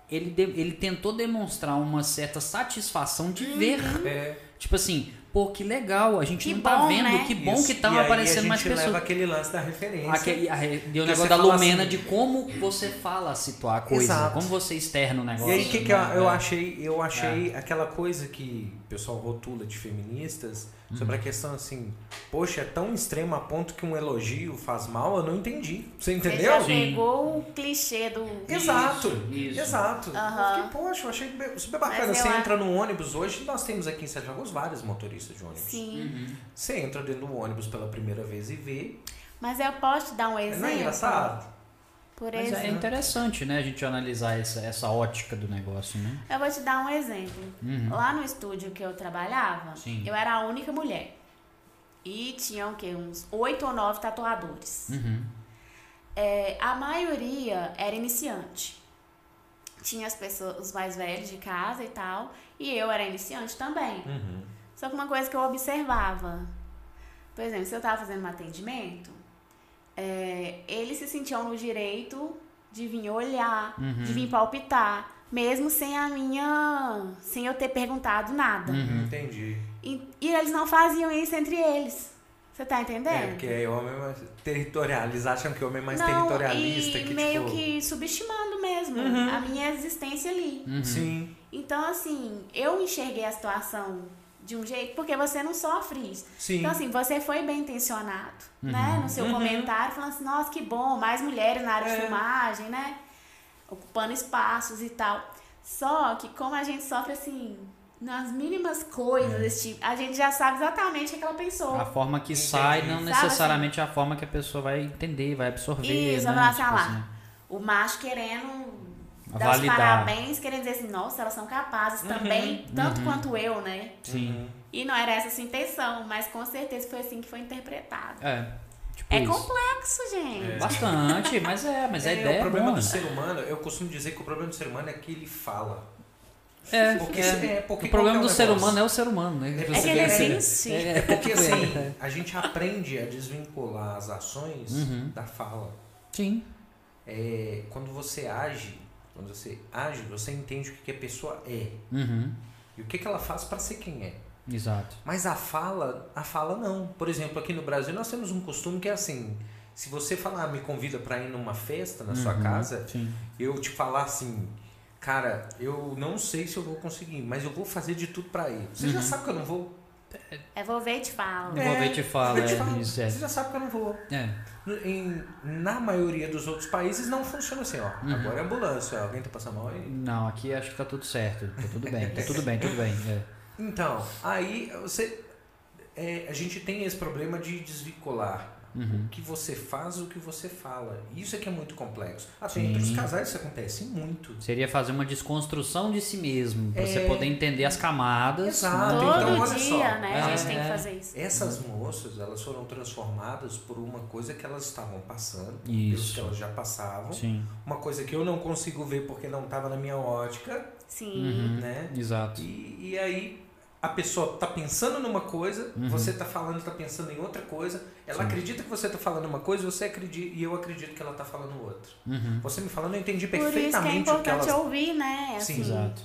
ele, de- ele tentou demonstrar uma certa satisfação de ver. É, Tipo assim, pô, que legal, a gente Uhum. Que não tá bom, vendo, né? que bom isso. que E estão aí aparecendo mais A gente leva pessoas. aquele lance da referência. Aquele, a, deu o Porque negócio você da fala Lumena assim- de como você fala a situar a coisa, Exato. como você externa o negócio. E aí, o que, que eu, né? eu É. achei? Eu achei aquela coisa que o pessoal rotula de feministas sobre a questão assim: poxa, é tão extremo a ponto que um elogio faz mal, eu não entendi. Você Você entendeu? já pegou o clichê do. Exato, isso. exato. Aham. Eu fiquei, poxa, eu achei be- super bacana. Mas eu Você a- entra no ônibus hoje, nós temos aqui em Sete Lagoas vários motoristas de ônibus. Sim. Você entra dentro do ônibus pela primeira vez e vê. Mas eu posso te dar um exemplo? Não é engraçado? Por Mas é exemplo. interessante, né, a gente analisar essa, essa ótica do negócio, né? Eu vou te dar um exemplo. Lá no estúdio que eu trabalhava, Sim. eu era a única mulher. E tinham o quê? Uns oito ou nove tatuadores. É, a maioria era iniciante. Tinha as pessoas, os mais velhos de casa e tal. E eu era iniciante também. Uhum. Só que uma coisa que eu observava. Por exemplo, se eu tava fazendo um atendimento, é, eles se sentiam no direito de vir olhar, Uhum. de vir palpitar, mesmo sem a minha. sem eu ter perguntado nada. Uhum. Entendi. E, e eles não faziam isso entre eles. Você tá entendendo? É, porque aí o homem é mais territorial. Eles acham que o homem é mais não, territorialista. e que, meio tipo, Uhum. que subestimando mesmo a minha existência ali. Uhum. Sim. Então, assim, eu enxerguei a situação de um jeito, porque você não sofre isso. Sim. Então, assim, você foi bem intencionado, né? No seu comentário, falando assim, nossa, que bom, mais mulheres na área de É. filmagem, né? Ocupando espaços e tal. Só que como a gente sofre, assim, nas mínimas coisas desse tipo, a gente já sabe exatamente o que ela pensou. A forma que sai não Sabe, necessariamente é a forma que a pessoa vai entender, vai absorver. Isso, né? vai falar assim, Tipo ah lá, assim, o macho querendo dar os Tipo Validar. parabéns, querendo dizer assim, nossa, elas são capazes também, tanto quanto eu, né? Uhum. Sim. E não era essa a sua intenção, mas com certeza foi assim que foi interpretado. É. Tipo É isso. complexo, gente. Bastante, mas é, mas a É, ideia o é problema boa. do ser humano, eu costumo dizer que o problema do ser humano é que ele fala. É, Porque é. se- é, porque o problema do qual que é o ser negócio? humano é o ser humano, né? É É Você que Você ele quer quer ser- existe. É porque assim, a gente aprende a desvincular as ações Uhum. da fala. Sim. É, quando você age, quando você age, você entende o que que a pessoa é Uhum. e o que que ela faz pra ser quem é. Exato. Mas a fala, a fala não. Por exemplo, aqui no Brasil nós temos um costume que é assim: se você falar, "Ah, me convida pra ir numa festa na Uhum. sua casa, Sim. eu te falar assim, cara, eu não sei se eu vou conseguir, mas eu vou fazer de tudo pra ir. Você Uhum. já sabe que eu não vou. É, vou ver e te falo. É. Vou ver e te falo, vou ver e te é, falo. isso é. Você já sabe que eu não vou. É. No- em- na maioria dos outros países não funciona assim, ó. Uhum. Agora é ambulância, ó, alguém tá passando mal aí. Não, aqui acho que tá tudo certo. Tá tudo bem, tá tudo bem, tudo bem. é. Então, aí você. é, a gente tem esse problema de desvincular Uhum. O que você faz, o que você fala. Isso é que é muito complexo. Até entre os Sim. casais isso acontece muito. Seria fazer uma desconstrução de si mesmo, pra você É. poder entender as camadas. Exato. né? Ah, Todo então, olha dia, só. né? a gente É, tem que é. fazer isso. Essas moças, elas foram transformadas por uma coisa que elas estavam passando, pelo Isso. que elas já passavam, Sim, uma coisa que eu não consigo ver porque não estava na minha ótica, Sim. Uhum. né? exato. E, e aí a pessoa tá pensando numa coisa, Uhum. você tá falando, tá pensando em outra coisa, ela acredita que você tá falando uma coisa, você acredita e eu acredito que ela tá falando outra. Uhum. Você me falando, eu entendi Por isso que é perfeitamente o que importante ela ouvir, né? Sim, Assim, Exato.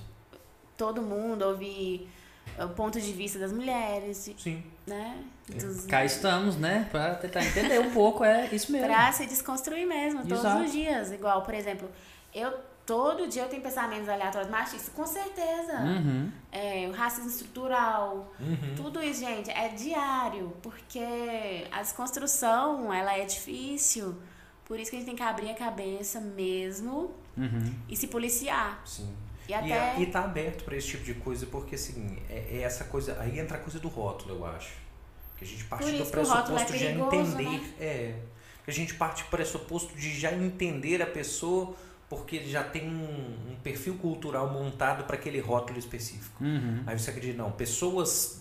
todo mundo ouvir eh, o ponto de vista das mulheres, de- Sim. né? Dos... Cá estamos, né? Pra tentar entender um pouco, é isso mesmo. Pra se desconstruir mesmo, todos Exato. os dias. Igual, por exemplo, eu todo dia eu tenho pensamentos aleatórios machistas, com certeza. Uhum. É, o racismo estrutural, Uhum. tudo isso, gente, é diário, porque a desconstrução, ela é difícil. Por isso que a gente tem que abrir a cabeça mesmo Uhum. e se policiar. Sim. E é, E, até... a- e tá aberto pra esse tipo de coisa, porque assim, é, é essa coisa. Aí entra a coisa do rótulo, eu acho. Que a gente parte Por do isso que o rótulo pressuposto é de já perigoso, entender. É. Que a gente parte do pressuposto de já entender a pessoa porque já tem um, um perfil cultural montado pra aquele rótulo específico. Uhum. Aí você acredita, não, pessoas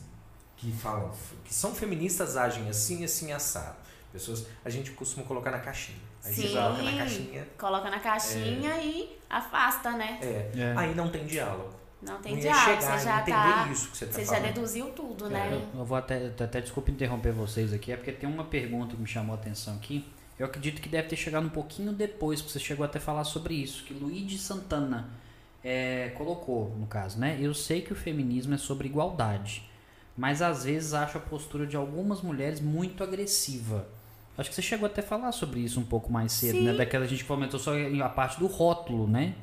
que falam, que são feministas agem assim, assim, assado. Pessoas, a gente costuma colocar na caixinha. A gente Sim. coloca na caixinha. Coloca na caixinha e afasta, né? É. É. Aí não tem diálogo. Não tem não ia diálogo, chegar Ah, você a já entender tá... isso que você tá Você já falando. É. deduziu tudo, né? É, Eu, eu vou até, até, até desculpa interromper vocês aqui, é porque tem uma pergunta que me chamou a atenção aqui. Eu acredito que deve ter chegado um pouquinho depois, porque você chegou até a falar sobre isso, que Luigi Santana é, colocou, no caso, né? Eu sei que o feminismo é sobre igualdade, mas às vezes acho a postura de algumas mulheres muito agressiva. Acho que você chegou até a falar sobre isso um pouco mais cedo, Sim. né? Daquela gente que comentou só a parte do rótulo, né?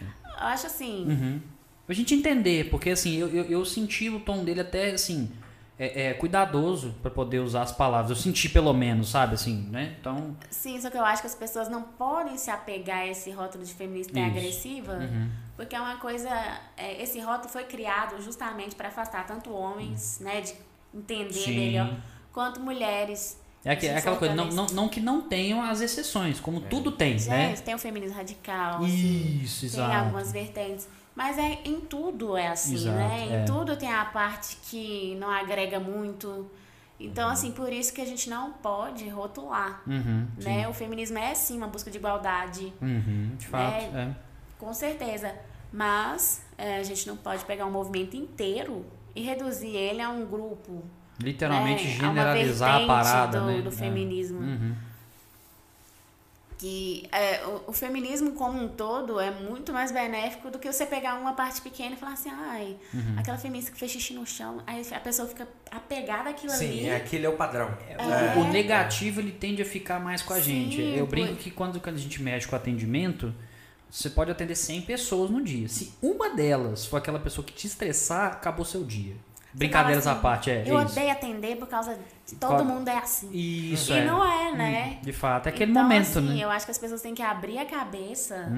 Eu acho assim, Uhum. Pra gente entender, porque assim, eu, eu, eu senti o tom dele até assim, é, é, cuidadoso pra poder usar as palavras. Eu senti pelo menos, sabe, assim, né? Então. sim, só que eu acho que as pessoas não podem se apegar a esse rótulo de Isso. feminista Uhum. agressiva, porque é uma coisa. é, esse rótulo foi criado justamente para afastar tanto homens, né, de entender Uhum. Sim. melhor, quanto mulheres. É, aque- é Isso aquela coisa, não, não, fortalece. não que não tenham as exceções, como tudo tem, né? Gente, é, tem o feminismo radical, assim, Isso, tem algumas exato. vertentes. Mas é, em tudo é assim, Exato, né? Em é. tudo tem a parte que não agrega muito. Então, assim, por isso que a gente não pode rotular. Uhum, né? O feminismo é sim uma busca de igualdade, uhum, de fato. Né? é. com certeza. Mas é, a gente não pode pegar um movimento inteiro e reduzir ele a um grupo. Literalmente né? A uma generalizar a, vertente parada, do, né? do É. feminismo. Uhum. Que é, o, o feminismo como um todo é muito mais benéfico do que você pegar uma parte pequena e falar assim, ai, Uhum. aquela feminista que fez xixi no chão, aí a pessoa fica apegada àquilo ali. Sim, é, aquele é o padrão. É O- O negativo ele tende a ficar mais com a É. Sim, gente. Eu pois. brinco que quando, quando a gente mexe com atendimento, você pode atender 100 pessoas no dia. Se uma delas for aquela pessoa que te estressar, acabou seu dia. Brincadeiras Fala à assim, parte, é, Eu é isso. odeio atender por causa de todo Qual- mundo é assim. Isso e é. não é, né? De fato, é aquele então, momento, assim, né? Uhum. eu acho que as pessoas têm que abrir a cabeça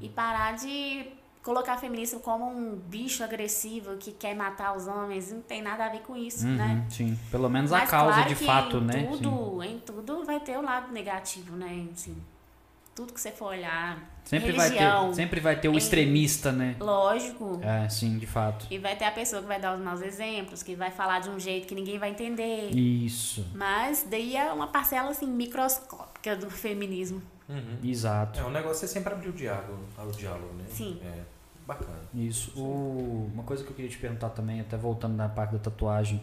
e parar de colocar feminismo como um bicho agressivo que quer matar os homens. Não tem nada a ver com isso, Uhum, né? Sim, pelo menos a Mas causa claro de que fato, em né? Sim. Tudo, em tudo vai ter o lado negativo, né? Assim, tudo que você for olhar. Sempre vai religião, ter, sempre vai ter o em- extremista, né? lógico. É, sim, de fato. E vai ter a pessoa que vai dar os maus exemplos, que vai falar de um jeito que ninguém vai entender. Isso, Mas daí é uma parcela assim microscópica do feminismo. Uhum. exato. É, o negócio é sempre abrir o diálogo, ao diálogo, né? Sim. É, bacana. Isso. O- uma coisa que eu queria te perguntar também, até voltando na parte da tatuagem,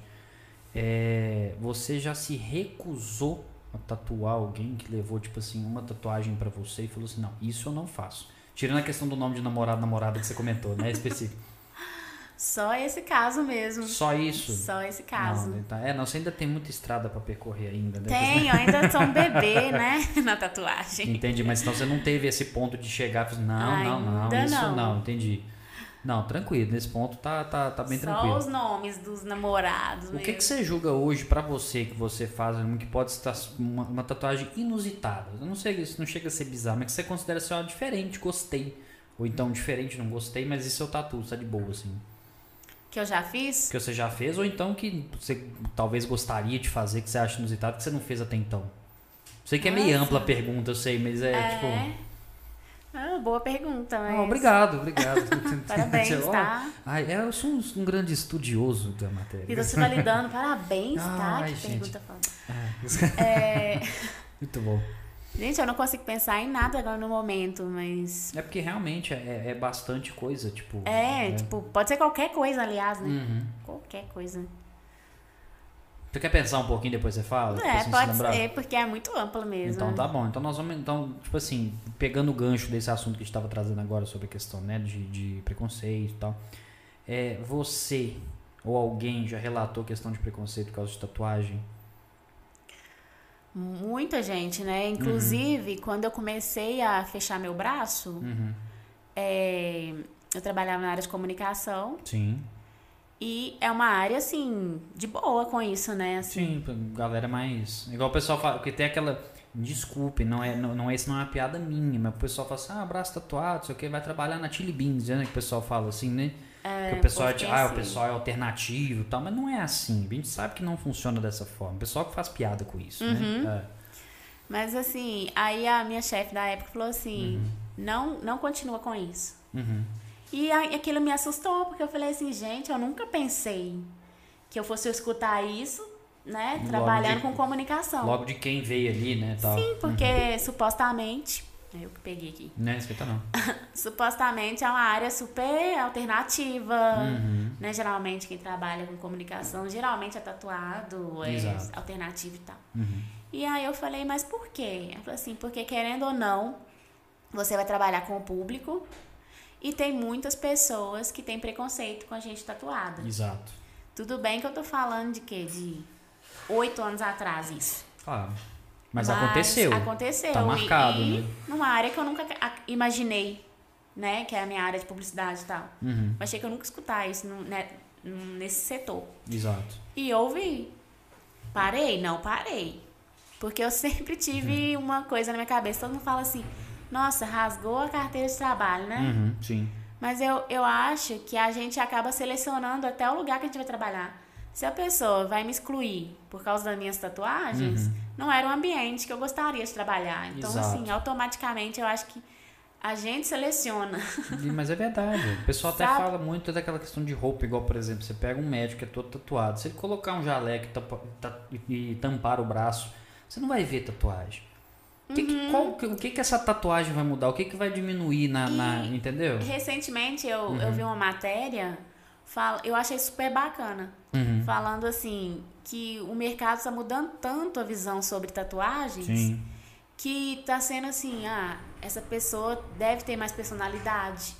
é, você já se recusou a tatuar alguém que levou, tipo assim, uma tatuagem pra você e falou assim, não, isso eu não faço. Tirando a questão do nome de namorado, namorada que você comentou, né? Específico. [LAUGHS] Só esse caso mesmo. Só isso? Só esse caso. Não, então- é, não, você ainda tem muita estrada pra percorrer ainda, né? Tenho, ainda [LAUGHS] sou um bebê, né? [LAUGHS] Na tatuagem. Entendi, mas então você não teve esse ponto de chegar e falar, assim, não, não, não, Ainda isso não. não. entendi. Não, tranquilo, nesse ponto tá, tá, tá bem Só tranquilo. os nomes dos namorados. O que, mesmo. que você julga hoje pra você que você faz um que pode estar uma, uma tatuagem inusitada? Eu não sei, isso não chega a ser bizarro, mas que você considera assim, ó, diferente, gostei. Ou então diferente, não gostei, mas esse é o tatu, tá de boa, assim. Que eu já fiz? Que você já fez, ou então que você talvez gostaria de fazer, que você acha inusitado, que você não fez até então? Sei que é meio Nossa. ampla a pergunta, eu sei, mas é, É. tipo. Ah, boa pergunta, mas... Ah, obrigado, [LAUGHS] obrigado. [LAUGHS] Parabéns, Ó, tá? Ai, é, eu sou um, um grande estudioso da matéria. E você validando, parabéns, tá? Ai, que gente. pergunta foda. Ah, É, [LAUGHS] muito bom. gente, eu não consigo pensar em nada agora no momento, mas. É porque realmente é, é bastante coisa, tipo. É, né? tipo, pode ser qualquer coisa, aliás, né? Uhum. Qualquer coisa. Tu quer pensar um pouquinho depois você fala? Depois você É, se pode lembrar? ser, porque é muito amplo mesmo. Então tá bom. Então nós vamos, então, tipo assim, pegando o gancho desse assunto que a gente tava trazendo agora sobre a questão, né, de, de preconceito e tal. É, você ou alguém já relatou questão de preconceito por causa de tatuagem? Muita gente, né? Inclusive, Uhum. quando eu comecei a fechar meu braço, é, eu trabalhava na área de comunicação Sim. e é uma área, assim, de boa com isso, né? Assim, Sim, pra galera mais. Igual o pessoal fala, porque tem aquela. Desculpe, não é, não, não é, isso não é uma piada minha, mas o pessoal fala assim, ah, braço tatuado, não sei o que, vai trabalhar na Chili Beans, né? Que o pessoal fala assim, né? que o pessoal é, porque de- ah, assim- o pessoal é alternativo e tal, mas não é assim. A gente sabe que não funciona dessa forma. O pessoal que faz piada com isso, né? Mas assim, aí a minha chefe da época falou assim: não, não continua com isso. É. Uhum. E aí aquilo me assustou, porque eu falei assim, gente, eu nunca pensei que eu fosse escutar isso, né? Logo trabalhando de- com comunicação. Logo de quem veio ali, né? Tal. Sim, porque supostamente. Eu que peguei aqui. Né? Esquenta não. Supostamente é uma área super alternativa, Uhum. né? Geralmente quem trabalha com comunicação, geralmente é tatuado, é Exato. alternativo e tal. Uhum. E aí eu falei, mas por quê? Ela falou assim, porque querendo ou não, você vai trabalhar com o público e tem muitas pessoas que têm preconceito com a gente Uhum. tatuada. Exato. Tudo bem que eu tô falando de quê? De oito anos atrás isso. Claro. Mas, aconteceu. Aconteceu. Tá e- marcado, e, né? numa área que eu nunca a- imaginei, né? Que é a minha área de publicidade e tal. Uhum. Eu Achei que eu nunca ia escutar isso no- né, nesse setor. Exato. E ouvi. Parei? Não parei. Porque eu [LAUGHS] sempre tive Hum. uma coisa na minha cabeça. Todo mundo fala assim, nossa, rasgou a carteira de trabalho, né? Uhum. Sim. Mas eu, eu acho que a gente acaba selecionando até o lugar que a gente vai trabalhar. Se a pessoa vai me excluir por causa das minhas tatuagens, não era um ambiente que eu gostaria de trabalhar. Então, Uhum. Exato. assim, automaticamente eu acho que a gente seleciona. E- Mas é verdade. O pessoal até Sabe? fala muito daquela questão de roupa, igual, por exemplo, você pega um médico que é todo tatuado. Se ele colocar um jaleco e tapa- ta- e, e tampar o braço, você não vai ver tatuagem. O que, Uhum. que- qual que- o que, que essa tatuagem vai mudar? O que, que vai diminuir na. na- E- entendeu? Recentemente eu, Uhum. eu vi uma matéria, fala, eu achei super bacana, Uhum. falando assim que o mercado está mudando tanto a visão sobre tatuagens Sim. que tá sendo assim, ah, essa pessoa deve ter mais personalidade,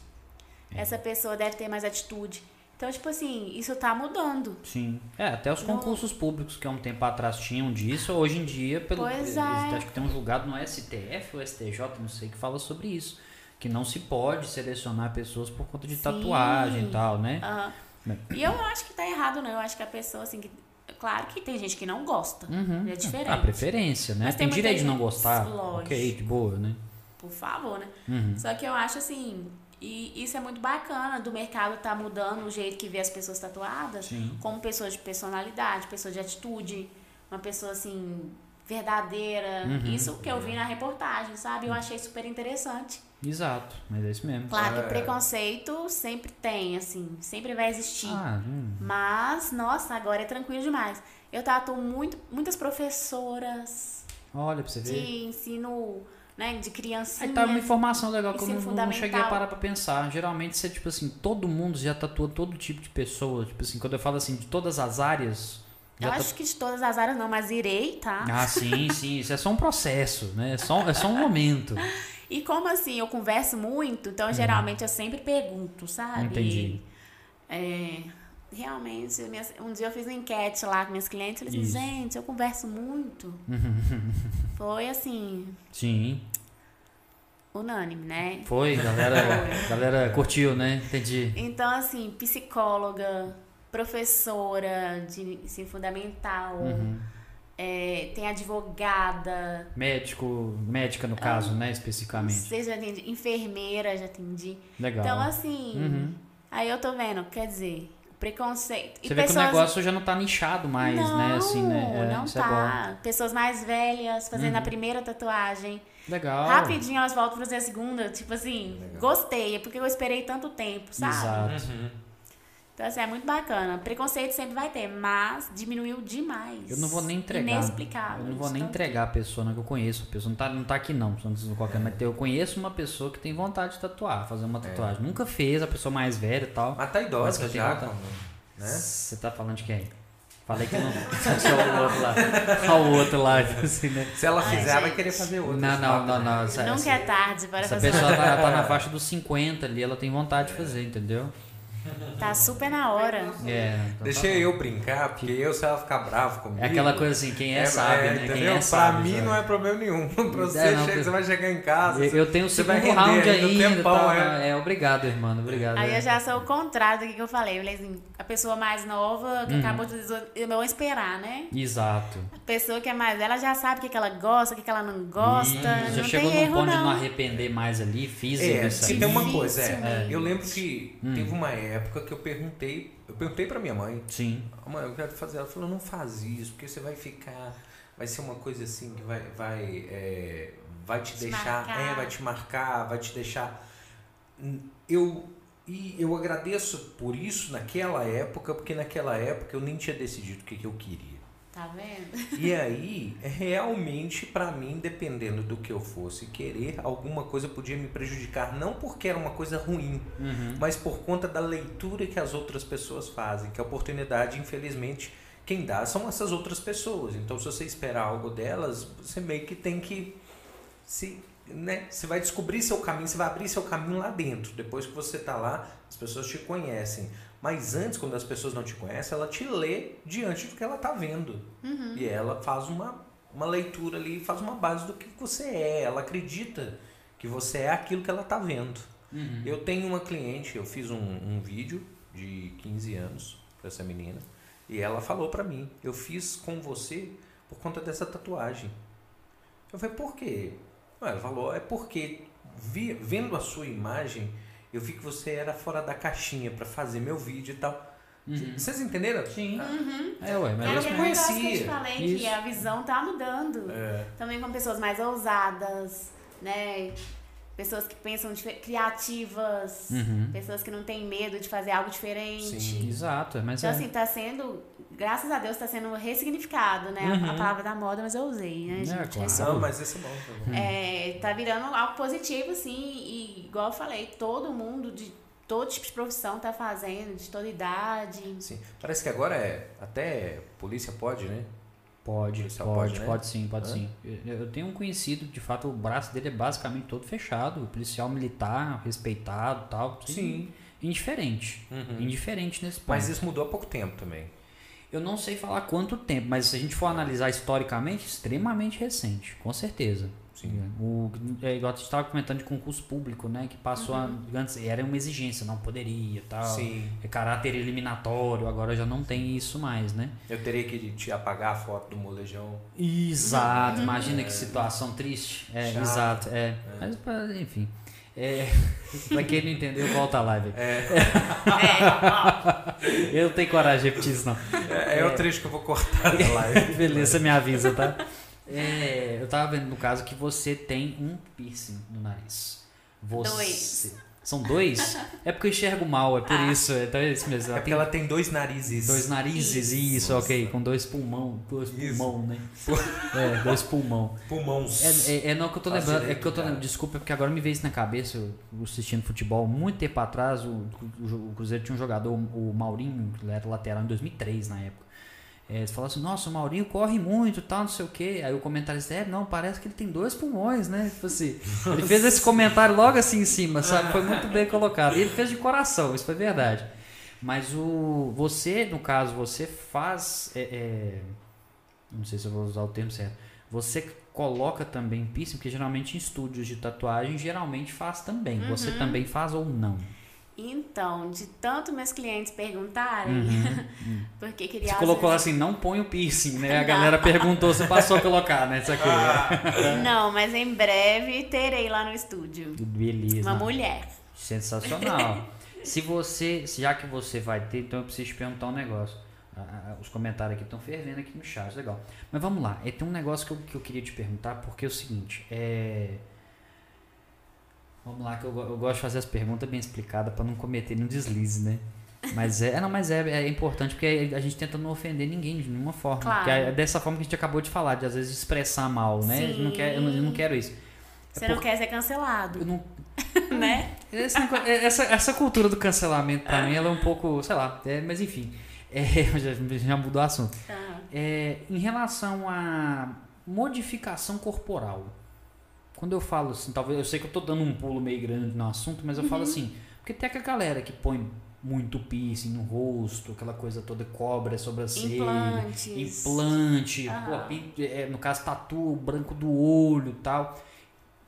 essa pessoa deve ter mais atitude. Então, tipo assim, isso tá mudando. Sim. É, até os concursos públicos que há um tempo atrás tinham disso, hoje em dia, pelo Pois eles- é. acho que tem um julgado no STF ou STJ, não sei, que fala sobre isso. Que não se pode selecionar pessoas por conta de Sim. tatuagem e tal, né? Aham. E eu não acho que tá errado, não. Eu acho que a pessoa, assim, que- claro que tem gente que não gosta, é diferente. Ah, preferência, né? Mas tem tem direito de muita não gente- gostar. Lógico. Ok, de boa, né? por favor, né? Uhum. Só que eu acho assim, e isso é muito bacana do mercado tá mudando o jeito que vê as pessoas tatuadas, Sim. como pessoas de personalidade, pessoas de atitude, uma pessoa assim verdadeira. Isso que eu vi na reportagem, sabe? Eu achei super interessante. Exato, mas é isso mesmo. Claro É. que preconceito sempre tem, assim, sempre vai existir. Ah, hum, Mas, nossa, agora é tranquilo demais. Eu tatuo muito, muitas professoras olha pra você ver. de ensino, né, de criancinha. Aí tá uma informação legal que eu ensino não, não cheguei a é fundamental. parar pra pensar. Geralmente você, tipo assim, todo mundo já tatua todo tipo de pessoa. Tipo assim, quando eu falo assim, de todas as áreas. Já tá Eu tatu- acho que de todas as áreas não, mas irei, tá? Ah, sim, sim. Isso é só um processo, né? É só, é só um momento. E como assim, eu converso muito, então geralmente eu sempre pergunto, sabe? Uhum. Entendi. É, realmente, minhas- um dia eu fiz uma enquete lá com minhas clientes, eles Isso. disseram, gente, eu [LAUGHS] converso muito. Foi assim, Sim. unânime, né? Foi, galera. galera curtiu, né? Entendi. Então, assim, psicóloga, professora de ensino fundamental, Uhum. é, tem advogada, Médico, médica no caso, né? Especificamente. vocês já atendi, enfermeira, já atendi. Legal. Uhum. Então, assim, aí eu tô vendo, quer dizer, o preconceito. Você vê que o negócio já não tá nichado mais, não, né? Assim, né? É, não isso é bom. Uhum. tá. Pessoas mais velhas fazendo a primeira tatuagem. Legal. Rapidinho elas voltam pra fazer a segunda. Tipo assim, Legal. gostei, é porque eu esperei tanto tempo, sabe? Exato. Então, assim, é muito bacana. Preconceito sempre vai ter, mas diminuiu demais. Eu não vou nem entregar. Inexplicável. Eu não vou nem Então, entregar a pessoa né, que eu conheço. A pessoa não tá, não tá aqui, não. senão vocês- Qualquer, mas eu conheço uma pessoa que tem vontade de tatuar, fazer uma tatuagem. Nunca fez, a pessoa mais velha e tal. Mas tá idosa Mas já, tem como, né? Você tá falando de quem? Falei que não. [LAUGHS] Só o outro lá. Só o outro lá, assim, né? Se ela Ai, fizer, vai gente. querer fazer né? Não, outra. não, não, não. Essa, essa- Nunca é tarde para essa fazer. pessoa tá, tá na faixa dos 50 ali, ela tem vontade de fazer, entendeu? Tá super na hora. É. então tá Deixa bom. eu brincar, porque eu, se ela ficar bravo comigo. É aquela coisa assim, quem é, sabe, né? Quem Entendeu? é pra sabe. mim não é problema nenhum. [LAUGHS] pra você, não, chega- eu- você vai chegar em casa. Eu, eu tenho o Você vai segundo render round ainda um ainda, tempão, tá, é. é. obrigado, irmão, obrigado. Aí é. eu já sou o contrário do que eu falei. Eu falei assim, a pessoa mais nova Uhum. que acabou de dizer, eu não vou esperar, né? Exato. A pessoa que é mais velha ela já sabe o que, que ela gosta, o que, que ela não gosta. Hum, já não tem chegou num erro, ponto não. de não arrepender mais ali, fiz É, isso se aí. tem uma coisa, é. Dificilmente. Eu lembro que teve uma época que eu perguntei, eu perguntei pra minha mãe, Sim. mãe, eu quero fazer. Ela falou, não faz isso, porque você vai ficar. Vai ser uma coisa assim que vai. Vai, é, vai te, Te deixar. marcar. É, vai te marcar, vai te deixar. Hum, Eu. E eu agradeço por isso naquela época, porque naquela época eu nem tinha decidido o que, que eu queria. Tá vendo? E aí, realmente, pra mim, dependendo do que eu fosse querer, alguma coisa podia me prejudicar. Não porque era uma coisa ruim, mas por conta da leitura que as outras pessoas fazem. Que a oportunidade, infelizmente, quem dá são essas outras pessoas. Então, se você esperar algo delas, você meio que tem que se. Né? Você vai descobrir seu caminho, você vai abrir seu caminho lá dentro. Depois que você tá lá, as pessoas te conhecem. Mas antes, quando as pessoas não te conhecem, ela te lê diante do que ela tá vendo. E ela faz uma, uma leitura ali, faz uma base do que você é. Ela acredita que você é aquilo que ela tá vendo. Eu tenho uma cliente, eu fiz um, um vídeo de 15 anos pra essa menina. E ela falou pra mim, eu fiz com você por conta dessa tatuagem. Eu falei, por quê? Ué, Ela falou, é porque vi- vendo a sua imagem, eu vi que você era fora da caixinha pra fazer meu vídeo e tal. C- Vocês entenderam? Ah, Sim. É, ué, mas é eu aquele não negócio que eu te conhecia. falei, que Isso. a visão tá mudando. É. Também com pessoas mais ousadas, né? Pessoas que pensam dife- criativas, Uhum. pessoas que não têm medo de fazer algo diferente. Sim. Exato, é, mas Então, é. assim, tá sendo, graças a Deus, tá sendo ressignificado, né? A- Uhum. A palavra da moda, mas eu usei, né, É, gente? claro. Não, mas esse é bom. tá Uhum. bom. É, tá virando algo positivo, assim, e igual eu falei, todo mundo de todo tipo de profissão tá fazendo, de toda idade. Sim. Parece que agora é. Até polícia pode, né? Pode, Policial pode, pode, pode, né? sim, pode Hã? sim. Eu, eu tenho um conhecido, de fato, o braço dele é basicamente todo fechado, policial militar, respeitado, tal. Indiferente. Indiferente nesse ponto. Uhum. Mas isso mudou há pouco tempo também. Eu não sei falar quanto tempo, mas se a gente for analisar historicamente, extremamente recente, com certeza. Sim. O, é, igual a gente estava comentando de concurso público, né? Que passou a, antes, era uma exigência, não poderia tal. Sim. É caráter eliminatório, agora já não tem isso mais, né? Eu teria que te apagar a foto do molejão. Exato, imagina que situação triste. É, É. Chato. exato, é. Mas, pá, enfim. É, [LAUGHS] pra quem não entendeu, volta a live. É. [LAUGHS] Eu não tenho coragem de repetir isso, não. É, é o trecho que eu vou [LAUGHS] cortar da live. [LAUGHS] Beleza, me avisa, tá? [LAUGHS] É, eu tava vendo no caso que você tem um piercing no nariz. Você- Dois. São dois? É porque eu enxergo mal, é por isso. Então é isso mesmo. É Ela porque tem ela tem dois narizes. dois narizes, isso, Nossa. ok. Com dois pulmão. Dois Isso. pulmão, né? É, dois pulmão. pulmões. É, é- é não que eu tô Faz lembrando, é direito, que eu tô cara. lembrando, desculpa, é porque agora me veio isso na cabeça, eu assistindo futebol, muito tempo atrás, o, o- o Cruzeiro tinha um jogador, o Maurinho, que era lateral em 2003 na época. É, eles falaram assim, nossa, o Maurinho corre muito, tal, não sei o quê. Aí o comentarista, é, não, parece que ele tem dois pulmões, né? Tipo assim, ele fez esse comentário logo assim em cima, sabe? Foi muito bem colocado. E ele fez de coração, isso foi verdade. Mas o. Você, no caso, você faz. é, é, não sei se eu vou usar o termo certo. Você coloca também piercing, porque geralmente em estúdios de tatuagem geralmente faz também. Você também faz ou não? Então, de tanto meus clientes perguntarem, [LAUGHS] porque queria. Uhum. Você às colocou vezes- assim, não põe o piercing, né? A galera perguntou, você passou a colocar, né? Isso aqui. Não, mas em breve terei lá no estúdio. Beleza. É Uma mulher. Sensacional. Se você, se já que você vai ter, então eu preciso te perguntar um negócio. Ah, ah, os comentários aqui estão fervendo aqui no chat, legal. Mas vamos lá, é, tem um negócio que eu, que eu queria te perguntar, porque é o seguinte, é... Vamos lá, que eu, go- eu gosto de fazer as perguntas bem explicadas para não cometer nenhum deslize, né? Mas é, é, não, mas é, é importante porque a gente tenta não ofender ninguém de nenhuma forma. Claro. Porque é dessa forma que a gente acabou de falar, de às vezes expressar mal, né? Eu não, quero, eu, não, eu não quero isso. É Você não por- quer ser cancelado, [LAUGHS] eu não- né? esse negó- é- essa, essa cultura do cancelamento pra mim ela é um pouco, sei lá, é, mas enfim. É, [LAUGHS] já, já mudou o assunto. Tá. É, em relação à modificação corporal, quando eu falo assim, talvez eu sei que eu tô dando um pulo meio grande no assunto, mas eu falo assim, porque tem aquela galera que põe muito piercing no rosto, aquela coisa toda cobra, sobrancelha, Implantes. implante, Aham. pô, pin- é, no caso tatu, branco do olho e tal.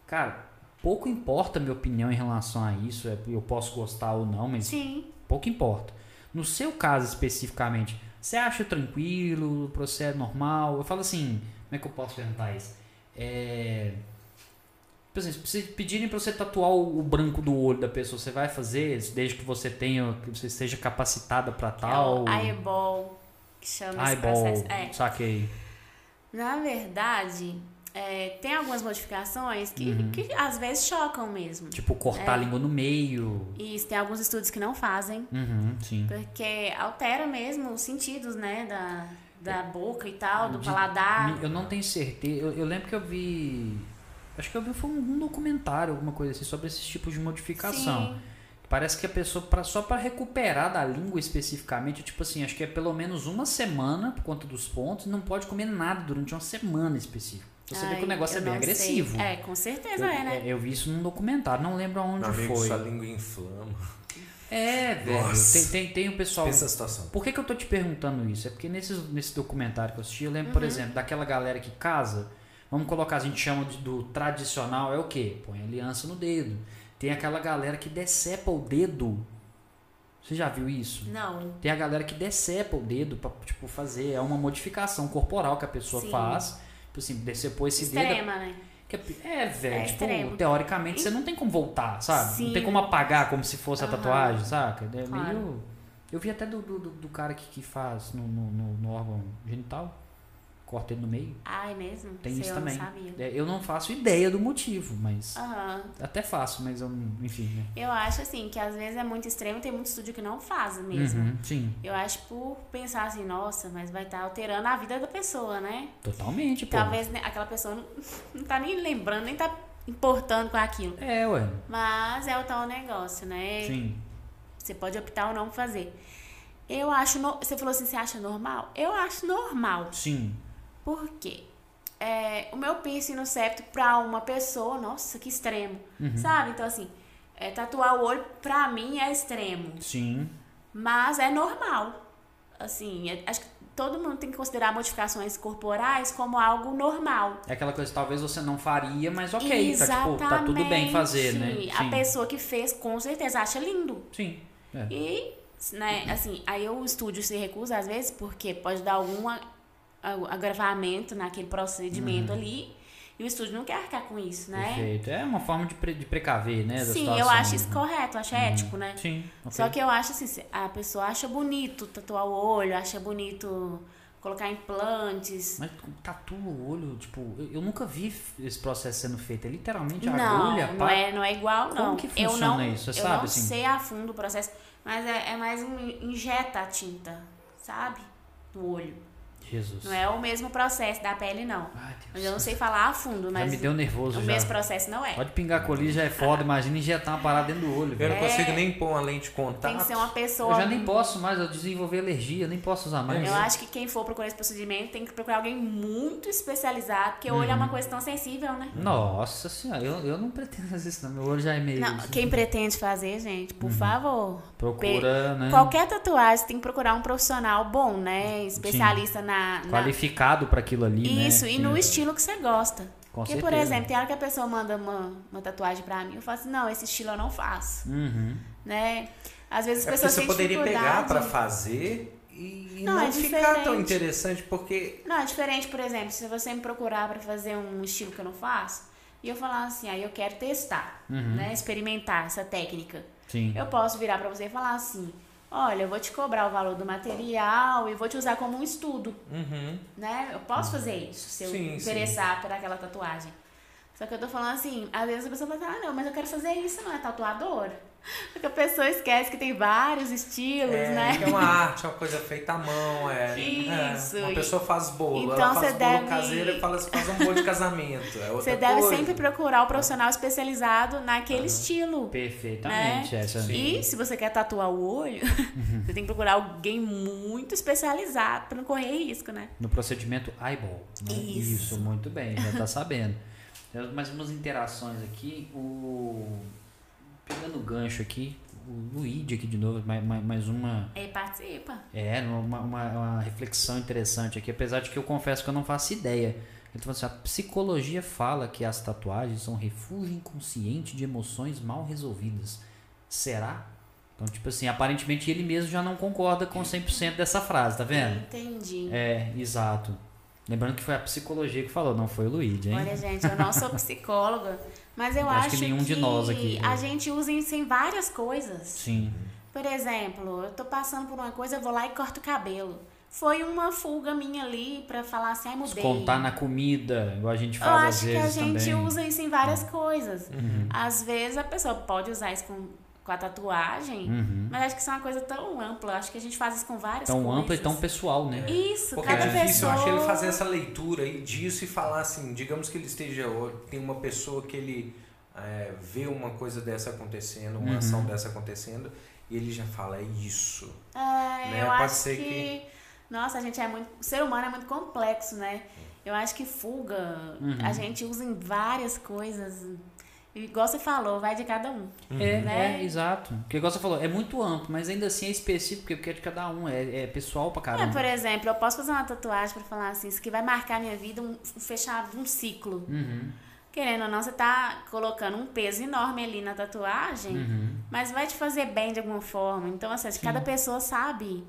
Cara, pouco importa a minha opinião em relação a isso, é, eu posso gostar ou não, mas Sim. pouco importa. No seu caso especificamente, você acha tranquilo, o processo é normal? Eu falo assim, como é que eu posso perguntar isso? É... Por exemplo, se pedirem pra você tatuar o o branco do olho da pessoa, você vai fazer desde que você tenha, que você seja capacitada pra tal? É o eyeball, que chama esse Eyeball, processo. É. saquei. Na verdade, é, tem algumas modificações que, Uhum. que às vezes chocam mesmo. Tipo, É. cortar a língua no meio. E isso tem alguns estudos que não fazem, Uhum, sim. porque altera mesmo os sentidos, né? Da, É. da boca e tal, do paladar. Eu não tenho certeza. Eu, eu lembro que eu vi. Acho que eu vi foi um, um documentário, alguma coisa assim, sobre esses tipos de modificação. Sim. Parece que a pessoa, pra, só para recuperar da língua especificamente, tipo assim, acho que é pelo menos uma semana, por conta dos pontos, não pode comer nada durante uma semana específica. Então Você vê que Ai, o negócio é eu bem não sei. agressivo. É, com certeza Eu, é, né? é, eu vi isso num documentário, não lembro aonde Meu amigo, foi. sua língua inflama. É, velho. Nossa. Tem, tem, tem o pessoal. Pensa a situação. Por que, que eu tô te perguntando isso? É porque nesse, nesse documentário que eu assisti, eu lembro, por exemplo, daquela galera que casa, vamos colocar, a gente chama de- do tradicional, é o quê? Põe aliança no dedo. Tem aquela galera que decepa o dedo. Você já viu isso? Não. Tem a galera que decepa o dedo pra, tipo, fazer. É uma modificação corporal que a pessoa Sim. faz. Tipo assim, decepou esse dedo. Extrema, né? Que é, é, velho. É tipo, extremo. teoricamente você não tem como voltar, sabe? Não Sim. tem como apagar como se fosse a Aham. tatuagem, saca? É Claro. meio. Eu vi até do, do, do- do cara que, que faz no, no, no- no órgão genital, corta ele no meio. Ai, mesmo? Tem Sei, isso eu também. Não sabia. É, eu não faço ideia do motivo, Ah. mas. Aham. Até faço, mas eu não. Enfim, né? Eu acho assim, que às vezes é muito extremo, tem muito estúdio que não faz mesmo. Uhum, sim, Eu acho por pensar assim, nossa, mas vai estar alterando a vida da pessoa, né? totalmente, pô. Talvez né, aquela pessoa não, não tá nem lembrando, nem tá importando com aquilo. É, ué. Mas é o tal negócio, né? Sim. Você pode optar ou não fazer. Eu acho. no- Você falou assim, você acha normal? Eu acho normal. Sim. Por quê? É, o meu piercing no septo pra uma pessoa, nossa, que extremo. Sabe? Então, assim, é, tatuar o olho pra mim é extremo. Sim. Mas é normal. Assim, é- acho que todo mundo tem que considerar modificações corporais como algo normal. É aquela coisa que talvez você não faria, mas ok, tá, tipo, tá tudo bem fazer, né? Exatamente. Sim. A pessoa que fez, com certeza, acha lindo. Sim. É. E, né, assim, aí o estúdio se recusa, às vezes, porque pode dar algum a- a- agravamento naquele procedimento ali. E o estúdio não quer arcar com isso, né? Uhum. Perfeito. É uma forma de, pre- de precaver, né? da Sim, eu situação, acho isso né? correto, eu acho ético, né? Sim. ok. Só que eu acho assim, se a pessoa acha bonito tatuar o olho, acha bonito colocar implantes. Mas tu tatua o olho, tipo, eu, eu nunca vi f- esse processo sendo feito. É literalmente a não, agulha, não pá. é, não é igual, Como não. que eu funciona não, isso? Você eu sabe, não assim? sei a fundo o processo, mas é, é mais um injeta a tinta, sabe? No olho. Jesus. Não é o mesmo processo da pele, não. Ai, Deus. Mas eu não sei falar a fundo, já mas me deu um nervoso o já. mesmo processo não é. Pode pingar colírio já é foda. Imagina injetar uma parada dentro do olho, Eu É, velho. não consigo nem pôr uma lente de Tem que contato. É ser uma pessoa. Eu já nem posso mais, eu desenvolvi alergia, nem posso usar mais. Eu acho que quem for procurar esse procedimento tem que procurar alguém muito especializado, porque o olho é Uhum. uma coisa tão sensível, né? Nossa senhora, eu, eu não pretendo fazer isso, Uhum. não. Meu olho já é meio. Não, quem pretende fazer, gente, por favor. Procura, né? Qualquer tatuagem você tem que procurar um profissional bom, né? Especialista na. na- Qualificado pra aquilo ali, né? Isso, e Sim. no estilo que você gosta. Com Porque, por certeza. exemplo, tem hora que a pessoa manda uma, uma tatuagem pra mim, eu falo assim, não, esse estilo eu não faço. Uhum. Né? Às vezes as É porque pessoas você têm poderia pegar dificuldade. pra fazer e Não, não, é ficar tão diferente. interessante, porque Não, é diferente, por exemplo, se você me procurar pra fazer um estilo que eu não faço, e eu falar assim, aí eu quero testar, Uhum. né? Experimentar essa técnica. Sim. Eu posso virar pra você e falar assim, olha, eu vou te cobrar o valor do material e vou te usar como um estudo, Uhum. né? Eu posso fazer isso se eu Sim, interessar por aquela tatuagem. Só que eu tô falando assim, às vezes a pessoa fala assim, ah, não, mas eu quero fazer isso, não é tatuador? [LAUGHS] Porque a pessoa esquece que tem vários estilos, É, né? que é uma arte, é uma coisa feita à mão, é. Isso, É, Uma e- pessoa faz bolo, Então ela você faz bolo deve- caseiro e fala assim, faz um bolo de casamento. É outra Você deve coisa. sempre procurar o profissional especializado naquele estilo. Perfeitamente, essa. Sim. E se você quer tatuar o olho, [LAUGHS] você tem que procurar alguém muito especializado pra não correr risco, né? No procedimento eyeball. né? Isso. muito bem, já tá sabendo. Temos mais umas interações aqui. O. Pegando o gancho aqui, o Luigi aqui de novo, mais, mais, mais uma. E participa. É, uma, uma, uma reflexão interessante aqui, apesar de que eu confesso que eu não faço ideia. Ele falou assim: a psicologia fala que as tatuagens são refúgio inconsciente de emoções mal resolvidas. Será? Então, tipo assim, aparentemente ele mesmo já não concorda com 100% dessa frase, tá vendo? Entendi. É, exato. Lembrando que foi a psicologia que falou, não foi o Luigi, hein? Olha, gente, eu não sou psicóloga, mas eu Acho acho, que nenhum de nós aqui, a né? gente usa isso em várias coisas. Sim. Por exemplo, eu tô passando por uma coisa, eu vou lá e corto o cabelo. Foi uma fuga minha ali pra falar assim, ai, mudei. Descontar na comida, igual a gente Eu faz às acho que a vezes gente também. Uhum. usa isso em várias coisas. Às vezes a pessoa pode usar isso com, com a tatuagem, Uhum. mas acho que isso é uma coisa tão ampla. Acho que a gente faz isso com várias Tão coisas. ampla e tão pessoal, né? Isso, Porque cada é difícil, pessoa... eu acho, ele fazer essa leitura aí disso e falar assim, digamos que ele esteja, ou tem uma pessoa que ele é, vê uma coisa dessa acontecendo, uma ação dessa acontecendo, e ele já fala, é isso. É, né? eu Pode acho ser que... Nossa, a gente é muito... O ser humano é muito complexo, né? Eu acho que fuga a gente usa em várias coisas. E Igual você falou, vai de cada um. É, Né? é, exato. Porque igual você falou, é muito amplo, mas ainda assim é específico, porque é de cada um, é, é pessoal pra É, caramba. por exemplo, eu posso fazer uma tatuagem pra falar assim, isso aqui vai marcar minha vida, um, um fechar um ciclo. Uhum, Querendo ou não, você tá colocando um peso enorme ali na tatuagem, mas vai te fazer bem de alguma forma. Então, assim, acho que cada pessoa sabe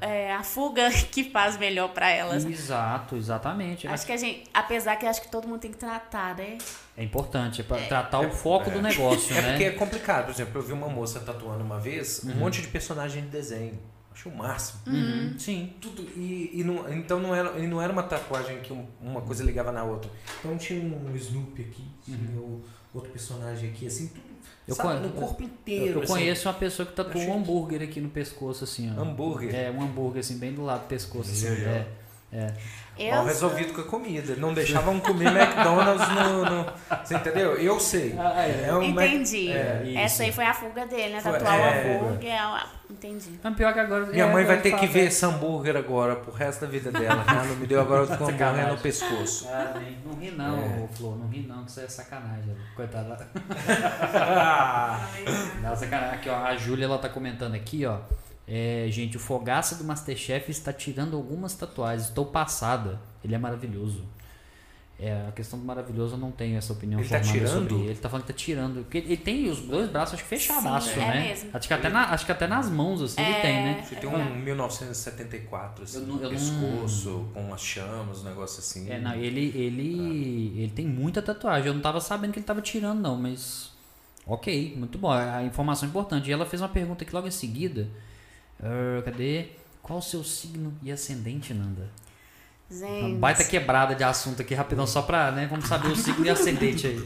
é, a fuga [LAUGHS] que faz melhor pra elas. Exato, exatamente. Acho que a gente, apesar que eu acho que todo mundo tem que tratar, né? É importante, é pra tratar o foco do negócio, [LAUGHS] É né? porque é complicado, por exemplo, eu vi uma moça tatuando uma vez um monte de personagem de desenho. Acho o máximo. Uhum, Sim. Tudo, e, e não, então não era, e não era uma tatuagem que um- uma coisa ligava na outra. Então tinha um Snoopy aqui, tinha o- outro personagem aqui, assim, tudo Uhum. Eu sabe, con- no corpo Eu, inteiro. eu assim. conheço uma pessoa que tatuou Achei um hambúrguer aqui no pescoço, assim, ó. Hambúrguer? É, um hambúrguer, assim, bem do lado do pescoço, assim. Legal. É, é. Eu Mal resolvido com a comida. Não deixavam comer McDonald's no, no- Você entendeu? Eu sei. Ah, é. um Mac- entendi. É, isso. Essa aí foi a fuga dele, né? Foi- Tatuar é. o hambúrguer. ah, Entendi. Mas pior que agora... Minha é, mãe vai eu ter que falo, ver é. esse hambúrguer agora pro resto da vida dela. né? Ela não me deu agora com hambúrguer no Sacanagem. pescoço. Ah, nem- não ri não, É. ô, Flor, não ri não, que isso é sacanagem. Coitada. [LAUGHS] Ah. Nossa, cara, aqui, ó, a Júlia ela tá comentando aqui, ó. É, gente, o Fogaça do Masterchef está tirando algumas tatuagens. Estou passada. Ele é maravilhoso. É, a questão do maravilhoso eu não tenho essa opinião Ele tá formada sobre tirando? ele. Ele tá falando que tá tirando. Porque ele tem os dois braços, acho que fechadaço, Sim, é né? mesmo. Acho, que até na- acho que até nas mãos, assim, É, ele tem, né? Você tem um 1974, assim, Eu não- eu não- pescoço, com umas chamas, um negócio assim. É, não, ele, ele, ele tem muita tatuagem. Eu não tava sabendo que ele tava tirando, não, mas. Ok, muito bom. A informação é importante. E ela fez uma pergunta aqui logo em seguida. Ah, cadê? Qual o seu signo e ascendente, Nanda? Uma Gente. baita quebrada de assunto aqui, rapidão, só pra, né? Vamos saber o signo e ascendente aí.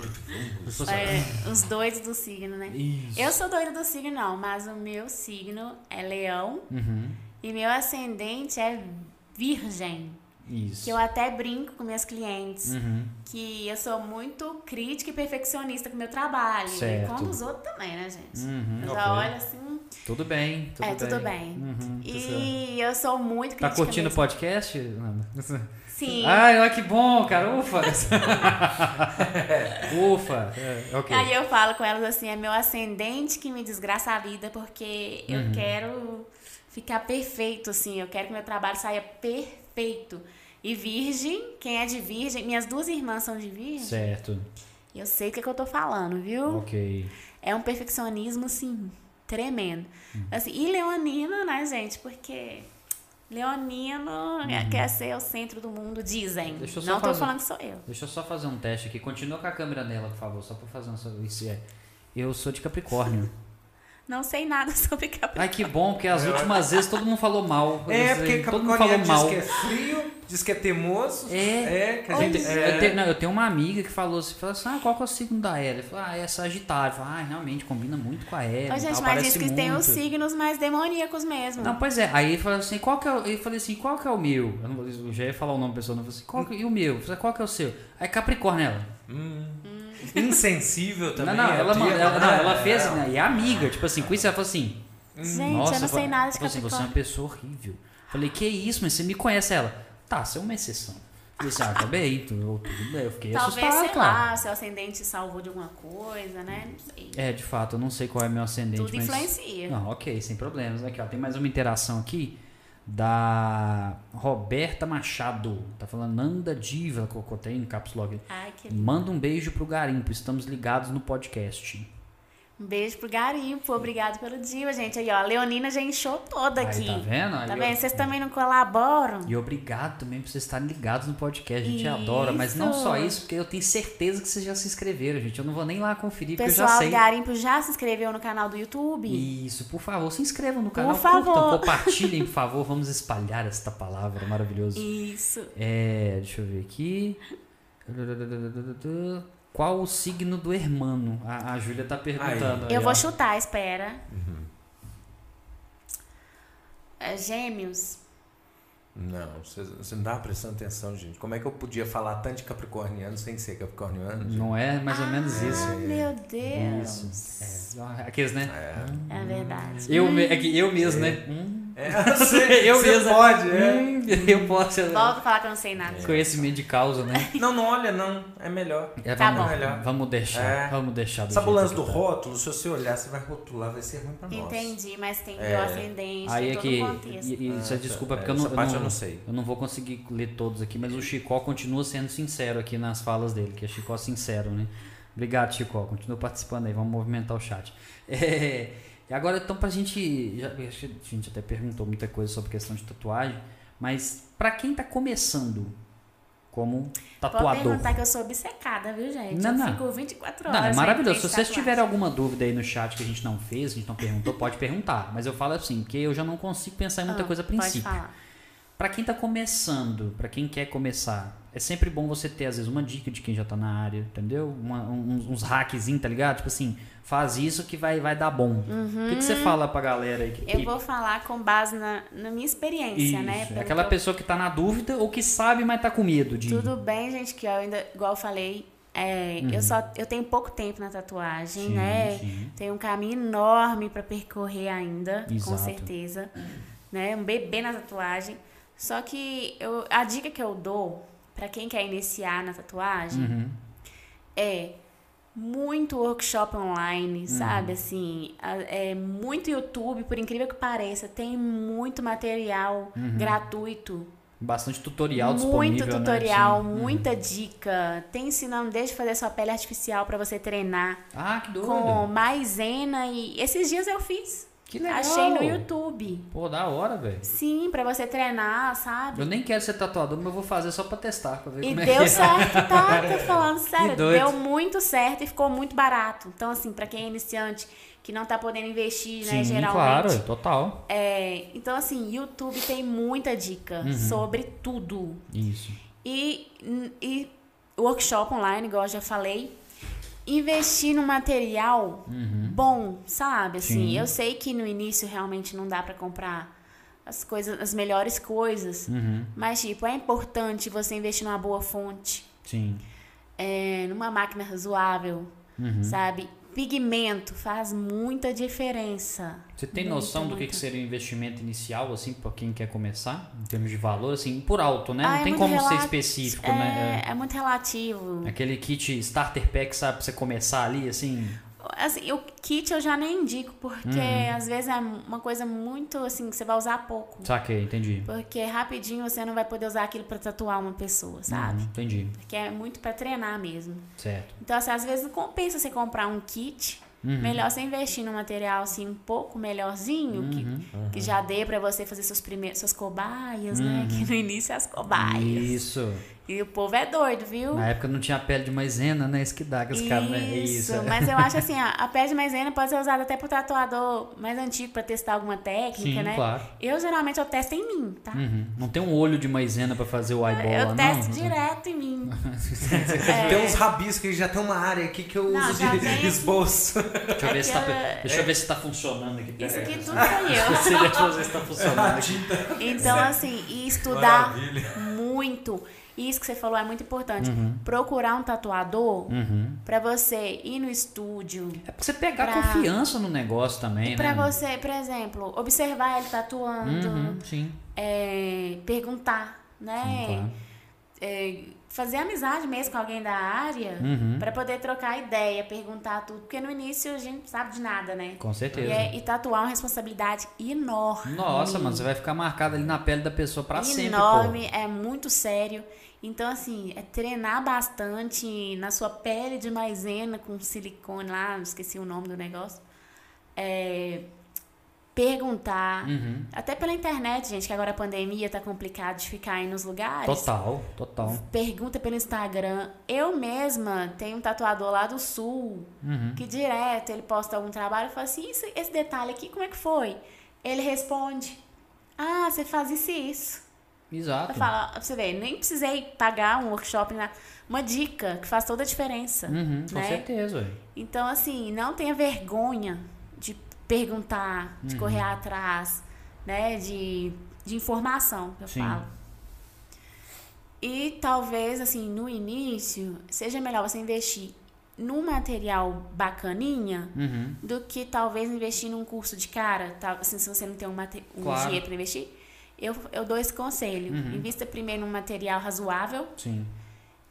é, os doidos do signo, né? Isso. Eu sou doida do signo, não, mas o meu signo é leão Uhum, e meu ascendente é virgem. isso. Que eu até brinco com minhas clientes. Uhum, Que eu sou muito crítica e perfeccionista com o meu trabalho. Certo. E com os outros também, né, gente? uhum. Eu Ok. já olho assim, Tudo bem, tudo é, bem. tudo bem. Uhum, tá certo. E eu sou muito crítica. Tá curtindo Ah, o mesmo. podcast, Nanda? Sim. Ai, olha que bom, cara. Ufa. [LAUGHS] Ufa. É, ok. Aí eu falo com elas assim, é meu ascendente que me desgraça a vida, porque Uhum. eu quero ficar perfeito, assim, eu quero que meu trabalho saia perfeito. E virgem, quem é de virgem, minhas duas irmãs são de virgem, Certo. eu sei o que, é que eu tô falando, Uhum. viu? Ok. É um Uhum. perfeccionismo, assim, tremendo. Assim, e leonina, né, gente, porque Leonino é quer ser o centro do mundo, dizem. Uhum. Deixa eu só Não tô fazer- falando que sou eu. Deixa eu só fazer um teste aqui. Continua com a câmera nela, por favor, só pra fazer um. Isso é. Eu sou de Capricórnio. Não sei nada [LAUGHS] sobre Capricórnio. Ai, que bom, porque as últimas vezes todo mundo falou mal. É, porque todo mundo Capricórnio falou diz mal. que é frio, diz que é teimoso. É. é que a gente. Eu, É, tenho, não, eu tenho uma amiga que falou assim, falou assim, ah, qual que é o signo da Ela? Eu falei, ah, é Sagitário. Eu falei, ah, realmente, combina muito com a Ela. Ô, gente, tal, mas parece diz que tem É, os muito. signos mais demoníacos mesmo. Não, pois é. Aí ele falou assim, qual que é o... Eu falei assim, qual que é o meu? Eu, não, eu já ia falar o nome da pessoa, não. Eu falei assim, qual que... e o meu? Eu falei, qual que é o seu? Aí Capricórnio, ela. hum, insensível também. não, não, é ela, dia- mandou- ela, não, ela é, fez, é, né? E a amiga, tipo assim, com isso ela falou assim, gente, nossa, eu não sei falei- nada de falou assim, você é uma Capricórnio. pessoa horrível. Falei, que isso, mas você me conhece ela. Tá, você é uma exceção. Falei assim, ah, tá bem, tudo, tudo bem. Eu fiquei Talvez, é assustado, sei claro. lá, seu ascendente salvou de alguma coisa, né? Não sei. É, de fato, eu não sei qual é meu ascendente, Tudo mas... influencia. Não, ok, sem problemas. Aqui, ó, tem mais uma interação aqui da Roberta Machado. Tá falando Nanda Diva, ela colocou até em caps lock. Ai, que lindo. Manda um beijo pro Garimpo, estamos ligados no podcast. Um beijo pro Garimpo, obrigado pelo dia, gente. Aí, ó, a Leonina já encheu toda Aí, aqui. tá vendo? Aí, Tá ó. vendo? Vocês também não colaboram? E obrigado também por vocês estarem ligados no podcast, a gente Isso. adora, mas não só isso, porque eu tenho certeza que vocês já se inscreveram, gente. Eu não vou nem lá conferir, porque eu já Pessoal sei. do Garimpo já se inscreveu no canal do YouTube? Isso, por favor, se inscrevam no canal, curtam, favor. [LAUGHS] compartilhem, por favor, vamos espalhar esta palavra maravilhosa. Isso. É, deixa eu ver aqui. Qual o signo do hermano? A, a Júlia tá perguntando. aí, Eu vou ó. Uhum. chutar, espera. É, gêmeos. Não, vocês- você não tava prestando atenção, gente. Como é que eu podia falar tanto de capricorniano sem ser capricorniano? gente? Não é mais ou menos isso. Ah, meu Deus. Isso. É, aqueles, né? É. É, verdade. Eu, me- é que eu mesmo, né? Hum, É, você, [LAUGHS] Eu você mesmo. pode, é. hum, eu posso. Volto a falar que eu não sei nada. Conhecimento de causa, né? Não, não olha, não. É melhor. É, Tá vamos, bom. Melhor. vamos deixar. É. Vamos deixar do Essa jeito balança que do tá. rótulo, se você olhar, você vai rotular, vai ser ruim pra nós. Entendi, mas tem que ver É. o ascendente, Aí tem é todo que. o contexto. e- e- Isso é desculpa, é, porque eu não. essa parte eu não não sei. Eu não vou conseguir ler todos aqui, mas o Chicó continua sendo sincero aqui nas falas dele, que é Chicó sincero, né? Obrigado, Chicó. Continua participando aí, vamos movimentar o chat. [LAUGHS] É, e agora, então, pra gente. Já, acho que a gente até perguntou muita coisa sobre questão de tatuagem, mas pra quem tá começando como Pode tatuador. perguntar que eu sou obcecada, viu, gente? Não, eu não. fico 24 horas. Não, é vendo maravilhoso. Se vocês três tiverem tatuagens. alguma dúvida aí no chat que a gente não fez, que a gente não perguntou, pode perguntar. Mas eu falo assim, porque eu já não consigo pensar em muita Ah, coisa a princípio. Pode falar. Pra quem tá começando, pra quem quer começar, é sempre bom você ter, às vezes, uma dica de quem já tá na área, entendeu? Uma- um, uns, uns hackzinhos, tá ligado? Tipo assim, faz isso que vai, vai dar bom. O que, que você fala pra galera aí? Que, Uhum. Eu vou falar com base na, na minha experiência, isso, né? É Pelo aquela que eu pessoa que tá na dúvida ou que sabe, mas tá com medo de. Tudo bem, gente, que eu ainda, igual eu falei, é, eu só eu tenho pouco tempo na tatuagem, Uhum. Sim, né? sim. Tem um caminho enorme pra percorrer ainda, com Exato. certeza, né? Um bebê na tatuagem. Só que eu, a dica que eu dou pra quem quer iniciar na tatuagem Uhum. é muito workshop online, Uhum. sabe? Assim, a- é muito YouTube, por incrível que pareça, tem muito material gratuito Bastante tutorial muito Uhum. disponível, né? tutorial, Sim. Uhum. muita dica. Tem ensinando desde fazer sua pele artificial pra você treinar Ah, que doido. com maisena e esses dias eu fiz. Que legal. Achei no YouTube. Pô, da hora, velho. Sim, pra você treinar, Eu sabe? nem quero ser tatuador, mas eu vou fazer só pra testar, pra ver E como é deu que é. certo, tá? [LAUGHS] Tô falando sério, doido. deu muito certo e ficou muito barato. Então assim, pra quem é iniciante que não tá podendo investir, né, Sim, geralmente. claro, total. É, então assim, YouTube tem muita dica Uhum. sobre tudo. Isso. E, e workshop online, igual eu já falei. Investir no material bom, sabe? Assim, Uhum. Sim. eu sei que no início realmente não dá pra comprar as coisas, as melhores coisas, Uhum. mas tipo, é importante você investir numa boa fonte, Sim. é, numa máquina razoável, Uhum. sabe? Pigmento faz muita diferença. Você tem Muita, noção do que, muita. que seria o investimento inicial, assim, pra quem quer começar? Em termos de valor, assim, por alto, né? Ah, Não é tem muito como ser rela- específico, é, né? É muito relativo. É. Aquele kit starter pack, sabe? Pra você começar ali, assim. Assim, o kit eu já nem indico, porque Uhum. às vezes é uma coisa muito assim que você vai usar pouco. Saquei, entendi. Porque rapidinho você não vai poder usar aquilo pra tatuar uma pessoa, sabe? Uhum, entendi. Porque é muito pra treinar mesmo. Certo. Então, assim, às vezes não compensa você comprar um kit Uhum. Melhor você investir num material assim um pouco melhorzinho, que, Uhum. que já dê pra você fazer seus primeiros, suas cobaias, né? Que no início é as cobaias. Isso. E o povo é doido, viu? Na época não tinha pele de maisena, né? Isso que dá, que os caras, né? É Isso. Isso, mas eu [LAUGHS] acho assim, ó, a pele de maisena pode ser usada até pro tatuador mais antigo pra testar alguma técnica, Sim, né? claro. Eu geralmente eu testo em mim, tá? Uhum. Não tem um olho de maisena pra fazer o eyeball eu lá, testo não? é- direto em [LAUGHS] mim. Tem uns rabiscos que já tem uma área aqui que eu É. Não, uso já de tem [LAUGHS] aqui. esboço. Deixa eu ver, se tá, Aquela- deixa eu ver se tá funcionando aqui. Isso peraí. aqui [LAUGHS] tudo sou eu. Você deixa eu ver se tá [LAUGHS] é funcionando aqui. Então, assim, e estudar Maravilha. muito. Isso que você falou é muito importante. Uhum. Procurar um tatuador pra você ir no estúdio. É pra você pegar Pra- confiança no negócio também, Pra né? você, por exemplo, observar ele tatuando, Uhum, sim. é, perguntar, né? Sim, claro. É, fazer amizade mesmo com alguém da área Uhum. pra poder trocar ideia, perguntar tudo. Porque no início a gente não sabe de nada, né? Com E, certeza. é- e tatuar é uma responsabilidade enorme. Nossa, mano, você vai ficar marcado ali na pele da pessoa pra sempre, pô. enorme, é muito sério. Então, assim, é treinar bastante na sua pele de maisena com silicone lá, esqueci o nome do negócio. É, perguntar. Uhum. Até pela internet, gente, que agora a pandemia tá complicado de ficar aí nos lugares. Total, total. Pergunta pelo Instagram. Eu mesma tenho um tatuador lá do sul que direto ele posta algum trabalho e fala assim: "Isso- esse detalhe aqui, como é que foi? Ele responde: Ah, você faz isso e isso. Exato. Eu falo, ó, pra você ver, nem precisei pagar um workshop, nada. uma dica que faz toda a diferença. Uhum, com né? certeza, ué. Então, assim, não tenha vergonha de perguntar, Uhum. de correr atrás, né? De, de informação, que eu Sim. falo. E talvez, assim, no início, seja melhor você investir num material bacaninha Uhum. do que talvez investir num curso de cara, tá? Assim, se você não tem um, mate- um Claro. Uhum. dinheiro para investir, eu, eu dou esse conselho. Invista primeiro num material razoável Sim.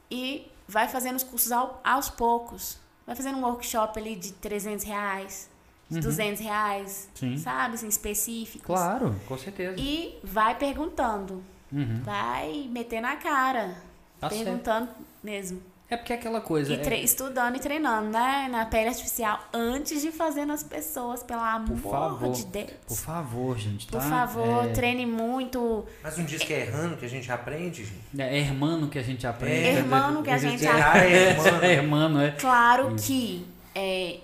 e vai fazendo os cursos ao- aos poucos. Vai fazendo um workshop ali de 300 reais, de 200 reais, Uhum. Sim. sabe? Assim, específicos. Claro, com certeza. E vai perguntando. Uhum. Vai metendo a cara. Tá certo. perguntando mesmo. É porque é aquela coisa. E tre- É, estudando e treinando, né? Na pele artificial, antes de fazer nas pessoas, pelo amor favor. de Deus. por favor, gente, tá? Por favor, é, treine muito. Mas não diz que é errando que a gente aprende, gente. É irmão que a gente aprende. né? É, Irmão que a gente Errar [LAUGHS] [LAUGHS] é É errando. irmão, é. Hum. Claro que, é,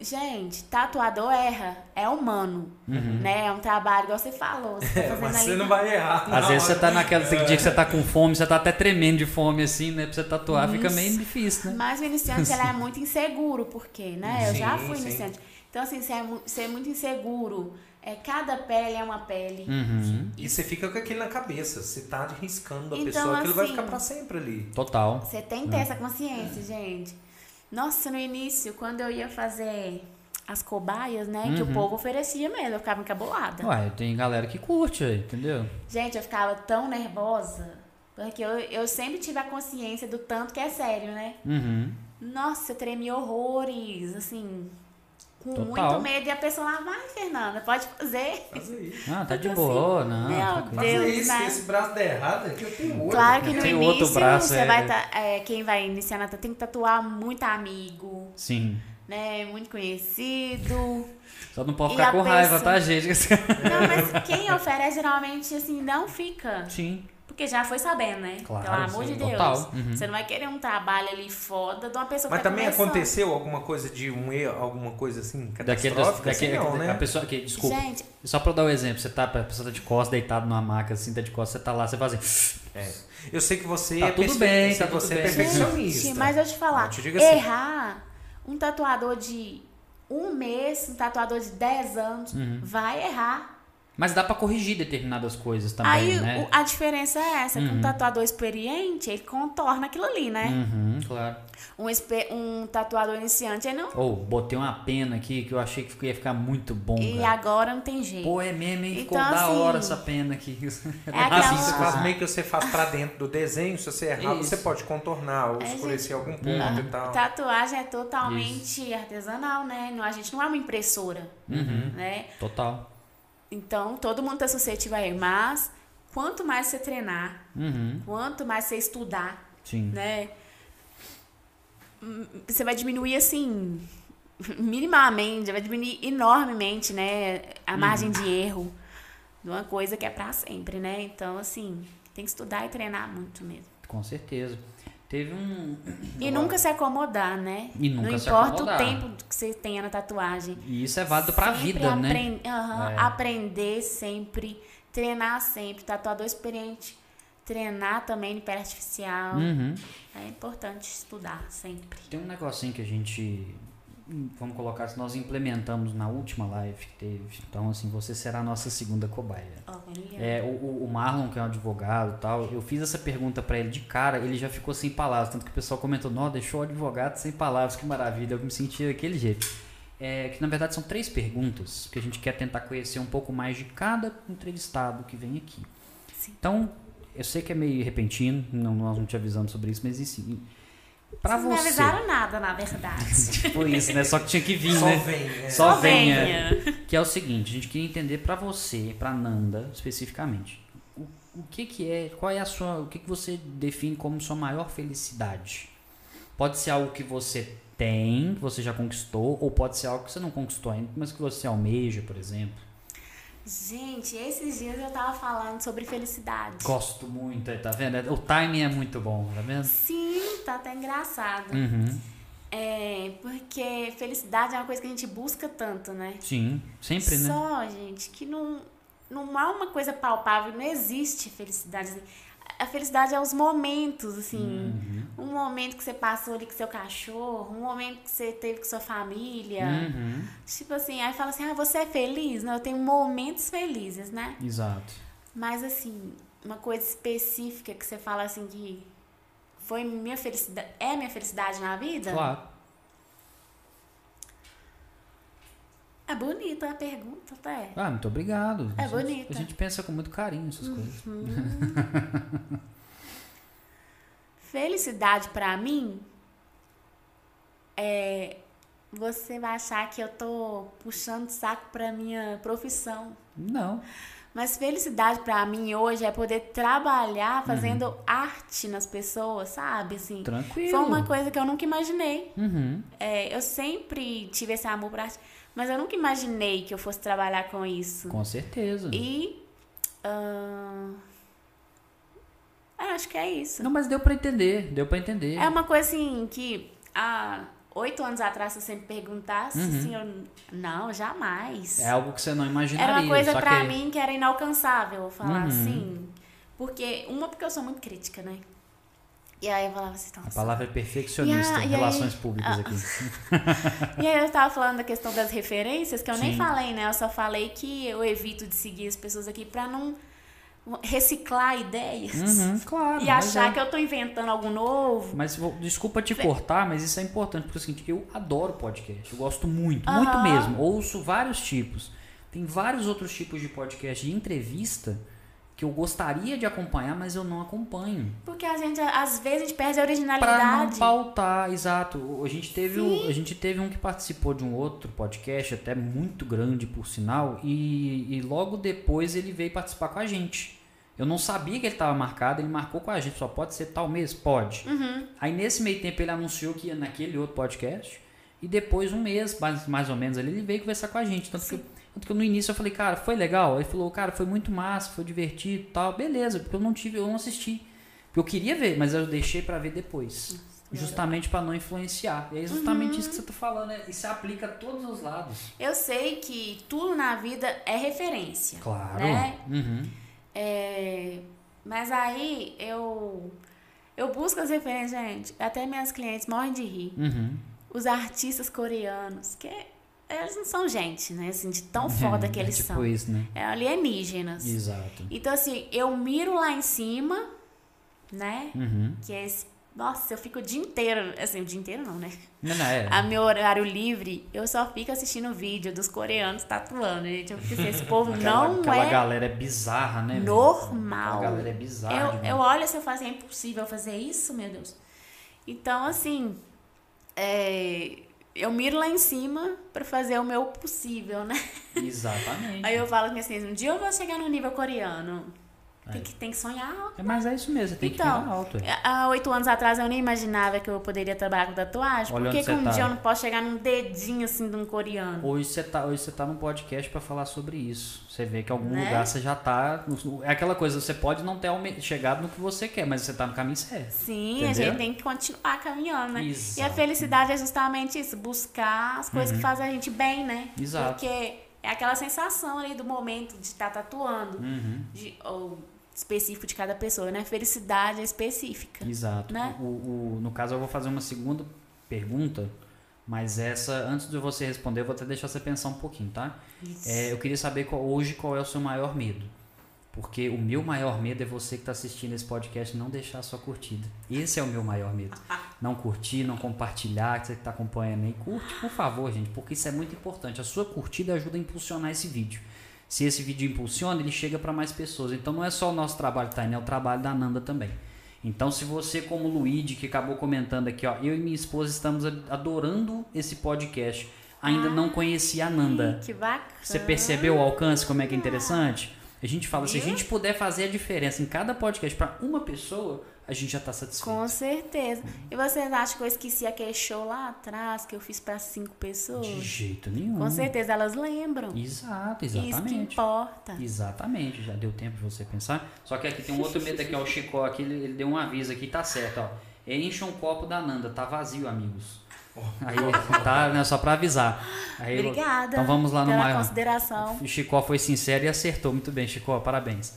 gente, tatuador erra, é humano, né? É um trabalho, igual você falou, você tá Uhum. É, Mas fazendo você ali. não vai errar. É. Às na vezes hora. você tá naquela dia que você tá com fome, você tá até tremendo de fome, assim, né? Pra você tatuar, fica meio difícil, né? Mas o iniciante, [LAUGHS] ela é muito inseguro, porque, né? Eu já Sim, fui sim. iniciante. Então, assim, você é, mu- você é muito inseguro. É, cada pele é uma pele. Hum. Uhum. E você fica com aquilo na cabeça. Você tá riscando a Então, pessoa, aquilo vai assim, ficar pra sempre ali. Total. Você tem Hum. que ter essa consciência, gente. Nossa, no início, quando eu ia fazer as cobaias, né? Uhum. Que o povo oferecia mesmo, eu ficava encabulada. Ué, tem galera que curte aí, entendeu? Gente, eu ficava tão nervosa. Porque eu, eu sempre tive a consciência do tanto que é sério, né? Uhum. Nossa, eu tremi horrores, assim. Com Total. muito medo. E a pessoa lá, vai, Fernanda, pode fazer. Faz aí. Ah, tá de Então, boa, assim, não. tá meu tranquilo. Faz Deus, aí. Se né? mas- é esse braço der errado, aqui eu tenho outro. né? Claro que no Tem outro início braço, você é. vai tá- é, quem vai iniciar na tem que tatuar muito amigo, Sim. né? Muito conhecido. Só não pode E ficar a com raiva, pessoa- tá, gente? [LAUGHS] Não, mas quem oferece geralmente assim não fica. Sim. Porque já foi sabendo, né? Claro, Pelo amor sim, de Deus. total. Uhum. Você não vai querer um trabalho ali foda de uma pessoa Mas que tá também começando. aconteceu alguma coisa de um erro, alguma coisa assim, Daquele, catastrófica? daquele, assim, não, né? a pessoa que, desculpa. Gente, é, Só pra eu dar um exemplo, você tá, a pessoa tá de costas, deitado numa maca, assim, tá de costas, você tá lá, você faz assim. É. Eu sei que você Tá é tudo perfe- bem, eu sei tá que tudo você bem. é perfeccionista. gente, mas eu te falar, Eu te digo assim. errar um tatuador de um mês, um tatuador de 10 anos, Uhum. vai errar. Mas dá pra corrigir determinadas coisas também, Aí né? o- a diferença é essa, que um tatuador experiente, ele contorna aquilo ali, né? Uhum, claro. Um, espe- um tatuador iniciante, ele não... Ou, botei uma pena aqui que eu achei que ia ficar muito bom, E cara. agora não tem jeito. Pô, é mesmo, hein? Ficou Então, da assim, hora essa pena aqui. [LAUGHS] É Assim, aquela- você faz meio que você faz pra dentro do desenho, se você errar, Isso. você pode contornar ou É, escurecer algum ponto e tal. Tá. Tatuagem é totalmente artesanal, né? Não- A gente não é uma impressora, Uhum. né? Total. Então, todo mundo tá suscetível a ir, mas quanto mais você treinar, Uhum, quanto mais você estudar, sim. né? hum, Você vai diminuir, assim, minimamente, vai diminuir enormemente, né? A Uhum. margem de erro de uma coisa que é pra sempre, né? Então, assim, tem que estudar e treinar muito mesmo. Com certeza. Teve um. E nunca se acomodar, né? E nunca Não se importa acomodar. o tempo que você tenha na tatuagem. E isso é válido pra Sempre vida, né? apren- Aham, É. Aprender sempre, treinar sempre, tatuador experiente. Treinar também de pele artificial. Uhum. É importante estudar sempre. Tem um negocinho que a gente. Vamos colocar assim, nós implementamos na última live que teve. Então, assim, você será a nossa segunda cobaia. Olha. É, o- o, o Marlon, que é um advogado e tal, eu fiz essa pergunta pra ele de cara, ele já ficou sem palavras. Tanto que o pessoal comentou: Nó, deixou o advogado sem palavras, que maravilha. Eu me senti daquele jeito. É, que na verdade são três perguntas que a gente quer tentar conhecer um pouco mais de cada entrevistado que vem aqui. Sim. Então, eu sei que é meio repentino, não, nós não te avisamos sobre isso, mas enfim. Pra Vocês você. não me avisaram nada, na verdade. Tipo isso, né? Só que tinha que vir, Só né? vem, [LAUGHS] né? Só venha. Que é o seguinte, a gente queria entender pra você, pra Nanda especificamente, o, o que que é, qual é a sua, o que que você define como sua maior felicidade? Pode ser algo que você tem, que você já conquistou, ou pode ser algo que você não conquistou ainda, mas que você almeja, por exemplo. Gente, esses dias eu tava falando sobre felicidade. Gosto muito, aí, tá vendo? O timing é muito bom, tá vendo? Sim, tá até engraçado. Uhum. É, porque felicidade é uma coisa que a gente busca tanto, né? Sim, sempre, né? Só, gente, que não, não há uma coisa palpável, não existe felicidade. assim. A felicidade é os momentos, assim. Um Uhum. momento que você passou ali com seu cachorro, um momento que você teve com sua família. Uhum. Tipo assim, aí fala assim, ah, você é feliz? Não, eu tenho momentos felizes, né? Exato. Mas assim, uma coisa específica que você fala assim que foi minha felicidade, é minha felicidade na vida? Claro. É bonita a pergunta, tá? É. até. Ah, muito obrigado. É A gente- bonita. Uhum. A gente pensa com muito carinho essas coisas. Felicidade pra mim é você vai achar que eu tô puxando saco pra minha profissão. Não. Mas felicidade pra mim hoje é poder trabalhar fazendo arte nas pessoas, sabe? Assim, Tranquilo. foi uma coisa que eu nunca imaginei. Uhum. É, eu sempre tive esse amor pra arte, mas eu nunca imaginei que eu fosse trabalhar com isso. Com certeza. E. ahn, eu acho que é isso. Não, mas deu pra entender, deu pra entender. É uma coisa assim que há oito anos atrás, se você me perguntasse, assim, eu. Não, jamais. Uhum. É algo que você não imaginaria. Era uma coisa só pra que... mim que era inalcançável, vou falar Uhum. assim. Porque, uma, porque eu sou muito crítica, né? E aí eu falava assim, A nossa. palavra é perfeccionista, E a- e aí- ah, relações públicas aqui. E aí eu tava falando da questão das referências, que eu nem Sim. falei, né? Eu só falei que eu evito de seguir as pessoas aqui pra não reciclar ideias Uhum, claro. e mas achar é. que eu tô inventando algo novo. Mas vou- desculpa te cortar, mas isso é importante, porque é o seguinte, eu adoro podcast. Eu gosto muito, Aham. muito mesmo. Ouço vários tipos. Tem vários outros tipos de podcast de entrevista que eu gostaria de acompanhar, mas eu não acompanho. Porque a gente, às vezes, a gente perde a Pra não originalidade. pautar, exato. A gente, teve o- a gente teve um que participou de um outro podcast, até muito grande, por sinal, e, e logo depois ele veio participar com a gente. Eu não sabia que ele estava marcado, ele marcou com a gente, só pode ser tal mês? Pode. Aí nesse meio tempo ele anunciou que ia naquele outro podcast, e depois, um mês, mais, mais ou menos, ali, ele veio conversar com a gente. Tanto que, eu- tanto que eu, no início eu falei, cara, foi legal? Ele falou, cara, foi muito massa, foi divertido e tal. Beleza, porque eu não tive, eu não assisti. Porque eu queria ver, mas eu deixei pra ver depois. é justamente pra não influenciar. E é justamente Uhum. isso que você tá falando, né? E se aplica a todos os lados. Eu sei que tudo na vida é referência. Claro. Né? Uhum. É, mas aí eu eu busco as referências, gente. Até minhas clientes morrem de rir. Uhum. Os artistas coreanos, que eles não são gente, né? Assim, de tão foda que É eles tipo são. isso, né? É alienígenas. Exato. Então, assim, eu miro lá em cima, né? Uhum. Que é esse. Nossa, eu fico o dia inteiro. Assim, o dia inteiro não, né? Não, não, é. A meu horário livre, eu só fico assistindo vídeo dos coreanos tatuando, gente. Eu fico assim, esse povo Aquela, não aquela é galera é bizarra, né? velho? normal. Aquela galera é bizarra. Eu, demais. eu olho assim, eu falo assim, é impossível fazer isso, meu Deus. Então, assim, é, eu miro lá em cima pra fazer o meu possível, né? Exatamente. assim, Aí eu falo assim, um dia eu vou chegar no nível coreano. Tem que, tem que sonhar alto. É, mas é isso mesmo, você tem que Então, virar alto. é. Há oito anos atrás eu nem imaginava que eu poderia trabalhar com tatuagem. Olha Por que, onde que você um tá. dia eu não posso chegar num dedinho assim de um coreano? Hoje você tá, hoje você tá num podcast pra falar sobre isso. Você vê que em algum Né? lugar você já tá. no- É aquela coisa, você pode não ter aume- chegado no que você quer, mas você tá no caminho certo. Sim, a Entendeu? gente tem que continuar caminhando, né? E a Exato. Uhum. felicidade é justamente isso, buscar as coisas que fazem a gente bem, né? Exato. Porque é aquela sensação ali do momento de estar tatuando, Uhum. de- ou específico de cada pessoa, né? Felicidade é específica. Exato. Né? O, o- no caso, eu vou fazer uma segunda pergunta, mas essa, antes de você responder, eu vou até deixar você pensar um pouquinho, tá? É, eu queria saber qual- hoje qual é o seu maior medo. Porque o meu maior medo é você que está assistindo esse podcast não deixar a sua curtida. Esse é o meu maior medo. Não curtir, não compartilhar, que você que está acompanhando aí. Curte, por favor, gente, porque isso é muito importante. A sua curtida ajuda a impulsionar esse vídeo. Se esse vídeo impulsiona, ele chega para mais pessoas. Então não é só o nosso trabalho, Tainá, é o trabalho da Nanda também. Então, se você, como o Luigi, que acabou comentando aqui, ó, eu e minha esposa estamos a- adorando esse podcast. Ainda não conhecia a Nanda. Que bacana. Você percebeu o alcance, como é que é interessante? A gente fala, se a Viu? gente puder fazer a diferença em cada podcast pra uma pessoa, a gente já tá satisfeito. Com certeza. E vocês acham que eu esqueci aquele show lá atrás que eu fiz para cinco pessoas? De jeito nenhum. Com certeza elas lembram. Exato, Isso que exatamente. importa. Exatamente, já deu tempo de você pensar. Só que aqui tem um outro medo aqui, ó, o Chicó aqui, ele, ele deu um aviso aqui, tá certo, ó. Encha um copo da Nanda, tá vazio, amigos. Aí, ó, tá, né, só pra avisar. Aí, ó, Obrigada. Então vamos lá no pela maior. consideração. O Chicó foi sincero e acertou. Muito bem, Chicó, parabéns.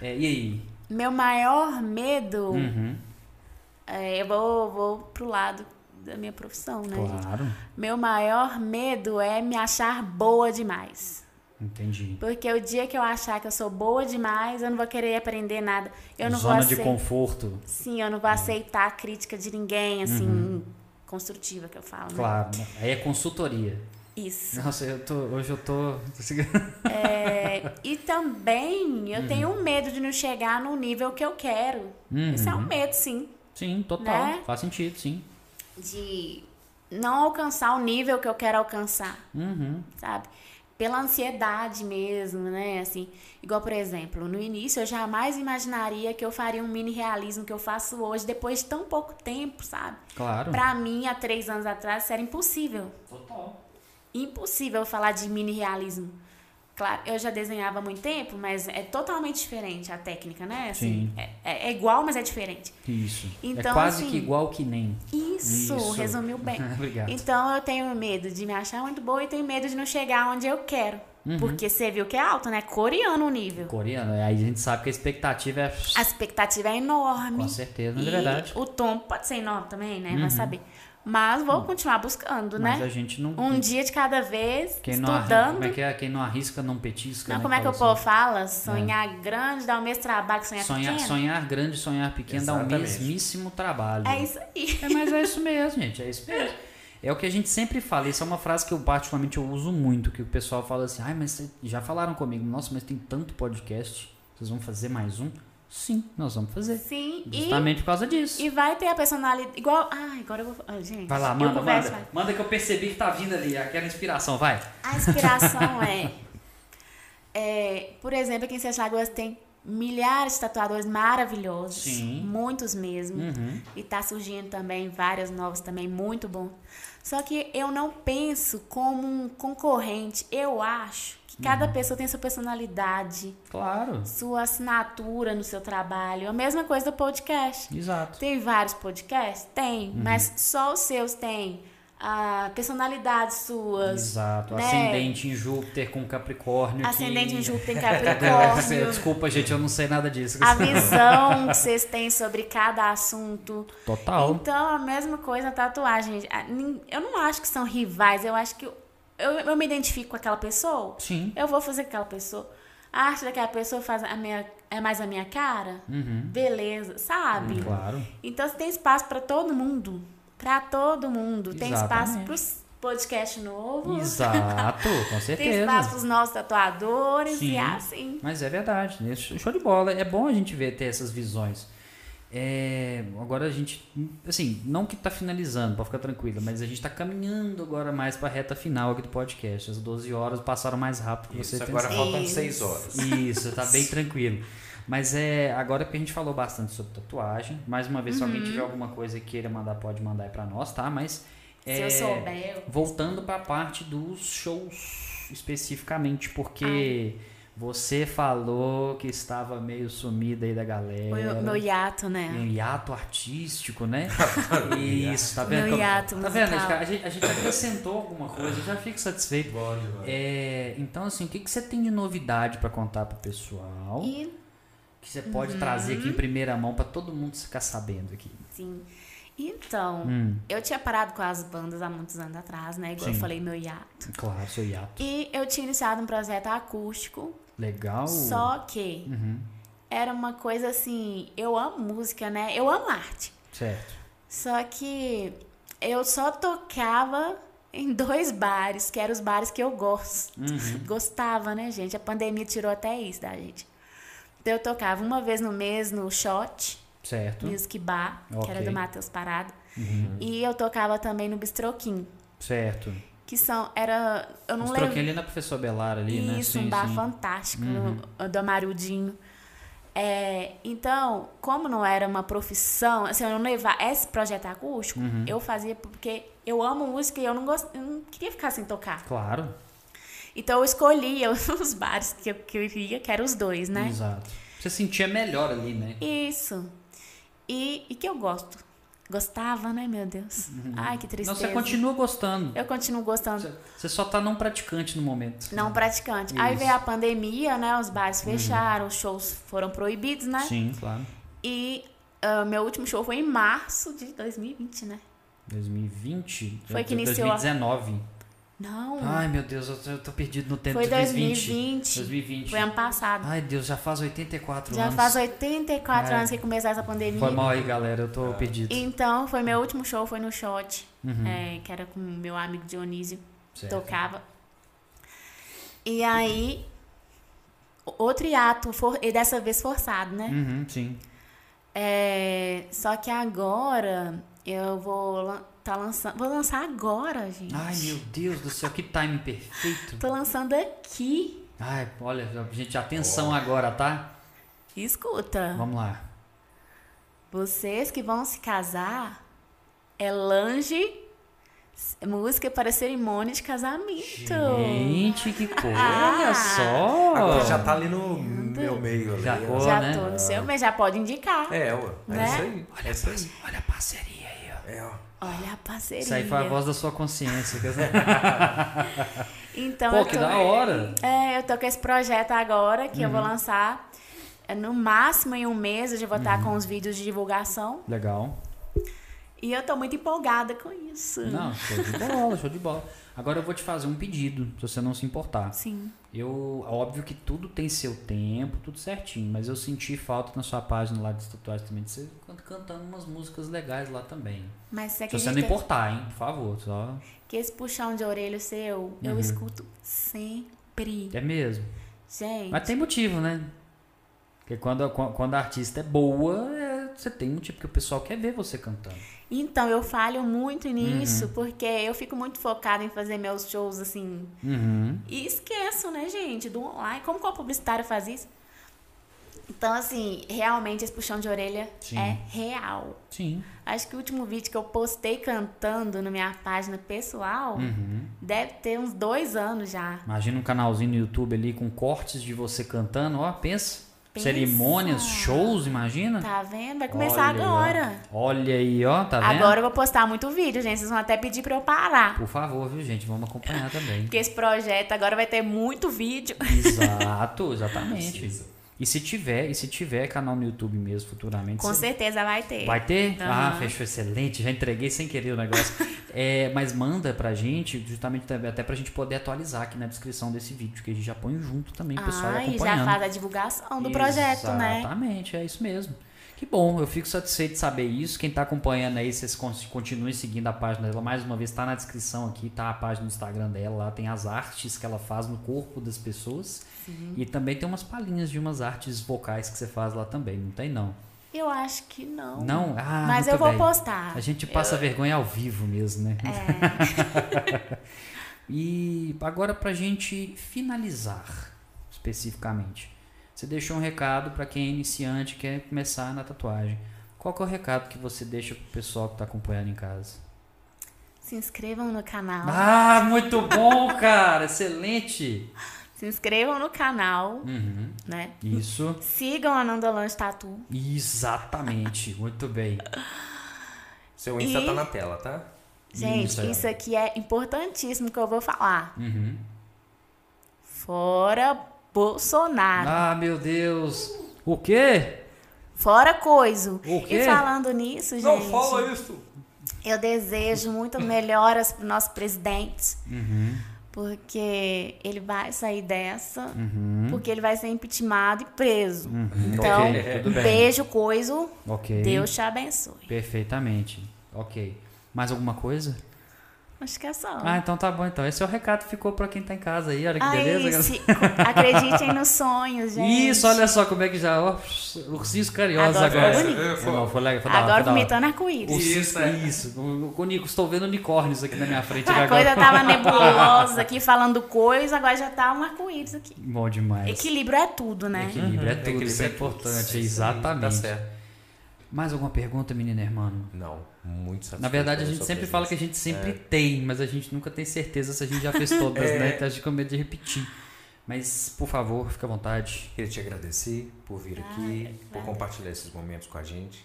É, e aí? Meu maior medo, Uhum, é, eu vou, vou pro lado da minha profissão, né? gente? claro, Meu maior medo é me achar boa demais. entendi. Porque o dia que eu achar que eu sou boa demais, eu não vou querer aprender nada. Eu não Zona vou de aceitar. conforto, Sim, eu não vou aceitar a crítica de ninguém, assim, construtiva que eu falo. né? Uhum. claro. Aí é consultoria. Isso. Nossa, eu tô, hoje eu tô... É, e também eu Uhum. tenho um medo de não chegar no nível que eu quero. Isso Uhum. é um medo, sim. [LAUGHS] Sim, total. Né? Faz sentido, sim. de não alcançar o nível que eu quero alcançar, Uhum, sabe? Pela ansiedade mesmo, né? Assim, igual, por exemplo, no início eu jamais imaginaria que eu faria um mini realismo que eu faço hoje depois de tão pouco tempo, sabe? claro. Pra mim, há três anos atrás, isso era impossível. Total. Impossível falar de mini realismo. Claro, eu já desenhava há muito tempo, mas é totalmente diferente a técnica, né? Assim, Sim. é, é- é igual, mas é diferente. Isso. é Então, quase assim, que igual que nem. [LAUGHS] Isso, Isso. resumiu bem. [LAUGHS] Obrigado. Então eu tenho medo de me achar muito boa e tenho medo de não chegar onde eu quero. Uhum. Porque você viu que é alto, né? Coreano o nível. Coreano, é, aí a gente sabe que a expectativa é... A expectativa é enorme. Com certeza, mas é E verdade. Uhum. O tom pode ser enorme também, né? Vai saber. Mas vou continuar buscando, Mas né? a gente não... Um dia de cada vez, quem não estudando. arrisca, como é que é? Quem não arrisca, não petisca. Não, né, como é que o fala povo assim. É. fala? Sonhar grande dá o mesmo trabalho que sonhar, Sonhar, pequeno. sonhar grande, sonhar pequeno dá o Exatamente. mesmíssimo trabalho. É isso aí. [LAUGHS] É, mas é isso mesmo, gente. É isso mesmo. É o que a gente sempre fala. Isso é uma frase que eu particularmente eu uso muito, que o pessoal fala assim, ai, mas cê- já falaram comigo, nossa, mas tem tanto podcast, vocês vão fazer mais um? Sim, nós vamos fazer. Sim, e, Justamente por causa disso. e vai ter a personalidade. Igual. Ah, agora eu vou. Ah, gente, Vai lá, eu manda, converso manda. mais. Manda que eu percebi que tá vindo ali, aquela inspiração, vai. A inspiração é, é, Por exemplo, aqui em Sete Lagoas tem milhares de tatuadores maravilhosos. Sim. Muitos mesmo. Uhum. E tá surgindo também várias novas também, muito bom. Só que eu não penso como um concorrente. Eu acho que cada Uhum. pessoa tem sua personalidade, Claro. sua assinatura no seu trabalho. É A mesma coisa do podcast. Exato. Tem vários podcasts? Tem, Uhum. mas só os seus têm a personalidade sua, Exato. né? Ascendente em Júpiter com Capricórnio. Ascendente que... [LAUGHS] em Júpiter em É, Capricórnio. Desculpa, gente, eu não sei nada disso. a visão que vocês têm sobre cada assunto. Total. Então, a mesma coisa na tatuagem. gente. A- nin- Eu não acho que são rivais, eu acho que eu, eu, eu me identifico com aquela pessoa. Sim. Eu vou fazer com aquela pessoa. A arte daquela pessoa faz a minha, é mais a minha cara? Beleza, sabe? Uhum. Claro. Então, você tem espaço pra todo mundo. Pra todo mundo. Tem espaço Exatamente. pros podcast novo. Exato, com certeza. [LAUGHS] Tem espaço pros novos tatuadores. Sim. E assim. Mas é verdade, né? Show show de bola. É bom a gente ver ter essas visões. É, agora a gente, assim, não que tá finalizando, pode ficar tranquila, mas a gente tá caminhando agora mais pra reta final aqui do podcast. As 12 horas passaram mais rápido que Isso, você agora pensava. faltam Isso. seis horas. Isso, tá bem tranquilo. Mas é agora que a gente falou bastante sobre tatuagem. Mais uma vez, se Uhum. alguém tiver alguma coisa que queira mandar, pode mandar aí pra nós, tá? Mas. Se é, eu souber, eu... Voltando pra parte dos shows especificamente, porque você falou que estava meio sumida aí da Foi galera. o meu hiato, né? Tem um hiato artístico, né? Isso, tá Meu vendo? como- hiato tá vendo? musical. A gente, a gente acrescentou alguma coisa, eu já fico satisfeito. Bom demais. É, então, assim, o que, que você tem de novidade pra contar pro pessoal? E, Uhum. Que você pode trazer aqui em primeira mão pra todo mundo ficar sabendo aqui. sim. Então, Hum, eu tinha parado com as bandas há muitos anos atrás, né? Igual Sim. eu falei, meu hiato. claro, seu hiato. E eu tinha iniciado um projeto acústico, Legal. só que Oh. Uhum, era uma coisa assim. Eu amo música, né? Eu amo arte. certo. Só que eu só tocava em dois bares, que eram os bares que eu gosto. Gostava, né, gente? A pandemia tirou até isso da gente. Então eu tocava uma vez no mês no Shot Certo. Music Bar, que era Ok. do Matheus Parado. E eu tocava também no Bistroquim, Certo. que são era eu não Os lembro troquei ali na professora Belara ali, né? Uhum. isso, um bar fantástico no- do Amarudinho. É, então, como não era uma profissão, assim, eu não levava esse projeto é acústico, Uhum. eu fazia porque eu amo música e eu não, gost, eu não queria ficar sem tocar. Claro. Então eu escolhia [LAUGHS] os bares que eu, que eu ia, que eram os dois, né? Exato. Você sentia melhor ali, né? Isso. E, e que eu gosto. Gostava, né, meu Deus? Ai, que Uhum. Não, tristeza. você continua gostando. Eu continuo gostando. Você só tá não praticante no momento. Não praticante. Aí Isso. Uhum. veio a pandemia, né? Os bares fecharam, os shows foram proibidos, né? Sim, claro. E ah, meu último show foi em março de 2020, né? 2020. Foi que do- iniciou a- 2019. Não. Ai, meu Deus, eu tô, eu tô perdido no Ah, tempo. foi 2020. 2020. 2020. Foi ano passado. Ai, Deus, já faz 84 Já anos. faz 84 É. anos que começou essa pandemia. Foi mal aí, galera. Eu tô perdido. Então, foi meu último show, foi no Shot, é, que era com meu amigo Dionísio, Uhum. Certo. tocava. E aí, o- outro hiato, for, e dessa vez forçado, né? Uhum, sim. É, só que agora, eu vou, lan- tá lançando, vou lançar agora, gente. Ai, meu Deus do céu, que time perfeito. Tô lançando aqui. Ai, olha, gente, atenção agora, tá? Escuta, Vamos lá. vocês que vão se casar é lange música para cerimônia de casamento. Gente, [LAUGHS] que coisa. Ah. Olha só. Agora já tá ali no meu meio. ali, Já né? tô. já né? tô no seu, mas já pode indicar. É, ué. É Né? isso aí. É isso aí. Olha a parceria aí, ó. É, ó. Olha a parceria. Isso aí foi a voz da sua consciência. quer dizer. [LAUGHS] Então, Pô, eu que tô- da hora. Uhum. É, eu tô com esse projeto agora que eu vou lançar. é, No máximo em um mês eu já vou Uhum. estar com os vídeos de divulgação. Legal. E eu tô muito empolgada com isso. Não, show de bola, show de bola. Agora eu vou te fazer um pedido, se você não se importar. Sim. Eu, óbvio que tudo tem seu tempo, tudo certinho, mas eu senti falta na sua página lá de tatuagens também, de você can- cantando umas músicas legais lá também. Mas você Se você não acredita importar, hein, por favor, só... que esse puxão de orelho seu, eu escuto sempre. Uhum. É mesmo. Gente. Mas tem motivo, né? Porque quando, a- quando a artista é boa, é- você tem motivo, porque o pessoal quer ver você cantando. Então, eu falho muito nisso, porque eu fico muito focada em fazer meus shows assim. Uhum. E esqueço, né, gente, do online. Como qual publicitário faz isso? Então, assim, realmente esse puxão de orelha Sim. é real. Sim. Acho que o último vídeo que eu postei cantando na minha página pessoal Uhum. deve ter uns dois anos já. Imagina um canalzinho no YouTube ali com cortes de você cantando, ó, pensa. Pensa. Cerimônias, shows, imagina. Tá vendo? Vai Olha começar aí, ó. agora. Olha aí, ó, tá vendo? Agora eu vou postar muito vídeo, gente. Vocês vão até pedir pra eu parar. Por favor, viu, gente? Vamos acompanhar também. [LAUGHS] Porque esse projeto agora vai ter muito vídeo. Exato, exatamente. E se tiver, e se tiver canal no YouTube mesmo futuramente, Com você- certeza vai ter. Vai ter? Ah, Aham. fechou, excelente. Já entreguei sem querer o negócio. [LAUGHS] É, mas manda pra gente, justamente também, até pra gente poder atualizar aqui na descrição desse vídeo, que a gente já põe junto também, o pessoal Ah, e já acompanhando. faz a divulgação do projeto, né? Exatamente, é isso mesmo. Que bom, eu fico satisfeito de saber isso. Quem tá acompanhando aí, vocês con- continuem seguindo a página dela. Mais uma vez, tá na descrição aqui, tá a página do Instagram dela. Lá tem as artes que ela faz no corpo das pessoas. E também tem umas palhinhas de umas artes vocais que você faz lá também. Não tem, não. Eu acho que não. Não? Ah, Mas muito eu vou bem. postar. A gente passa vergonha ao vivo mesmo, né? [LAUGHS] É, E agora pra gente finalizar especificamente. Você deixou um recado para quem é iniciante quer começar na tatuagem. Qual que é o recado que você deixa pro pessoal que tá acompanhando em casa? Se inscrevam no canal. Ah, muito bom, cara! Excelente! Se inscrevam no canal, Uhum. né? Isso. Sigam a Nandolange Tatu. Exatamente. Muito bem. Seu Insta E- tá na tela, tá? Gente, Isso isso, aí. aqui é importantíssimo que eu vou falar. Uhum. Fora Bolsonaro. Ah, meu Deus! O quê? Fora coiso. O quê? E falando nisso, gente, isso! eu desejo muito melhoras pro nosso presidente. Uhum. Porque ele vai sair dessa, Uhum. porque ele vai ser impeachmentado e preso. Então, ok, tudo bem. beijo, coiso. Ok. Deus te abençoe. Perfeitamente. Ok. Mais alguma coisa? Acho que é só. Ah, então tá bom então. Esse é o recado que ficou pra quem tá em casa aí. Olha que Aí, beleza. galera. se- Ah, [LAUGHS] acreditem nos sonhos, gente. Isso, olha só como é que já. Ó, ursinhos carinhosos Agora ficou agora. bonito. É, Foi, foi- não, foi legal, foi da hora, foi Agora da hora. vomitando [LAUGHS] arco-íris. Ursinhos- Isso, é. Isso. O, o Nico, estou vendo unicórnios aqui na [LAUGHS] minha frente A agora. coisa tava nebulosa aqui, falando coisa, agora já tá um arco-íris aqui. Bom demais. Equilíbrio é tudo, né? Equilíbrio é tudo, Equilíbrio isso é é tudo. importante, Isso aí, exatamente. Tá certo. Mais alguma pergunta, menina irmã? Não, muito satisfeito. Na verdade, a pela gente sua sempre presença. fala que a gente sempre É. tem, mas a gente nunca tem certeza se a gente já fez [LAUGHS] todas, né? Então a gente fica com medo de repetir. Mas, por favor, fica à vontade. Queria te agradecer por vir aqui, por compartilhar esses momentos com a gente.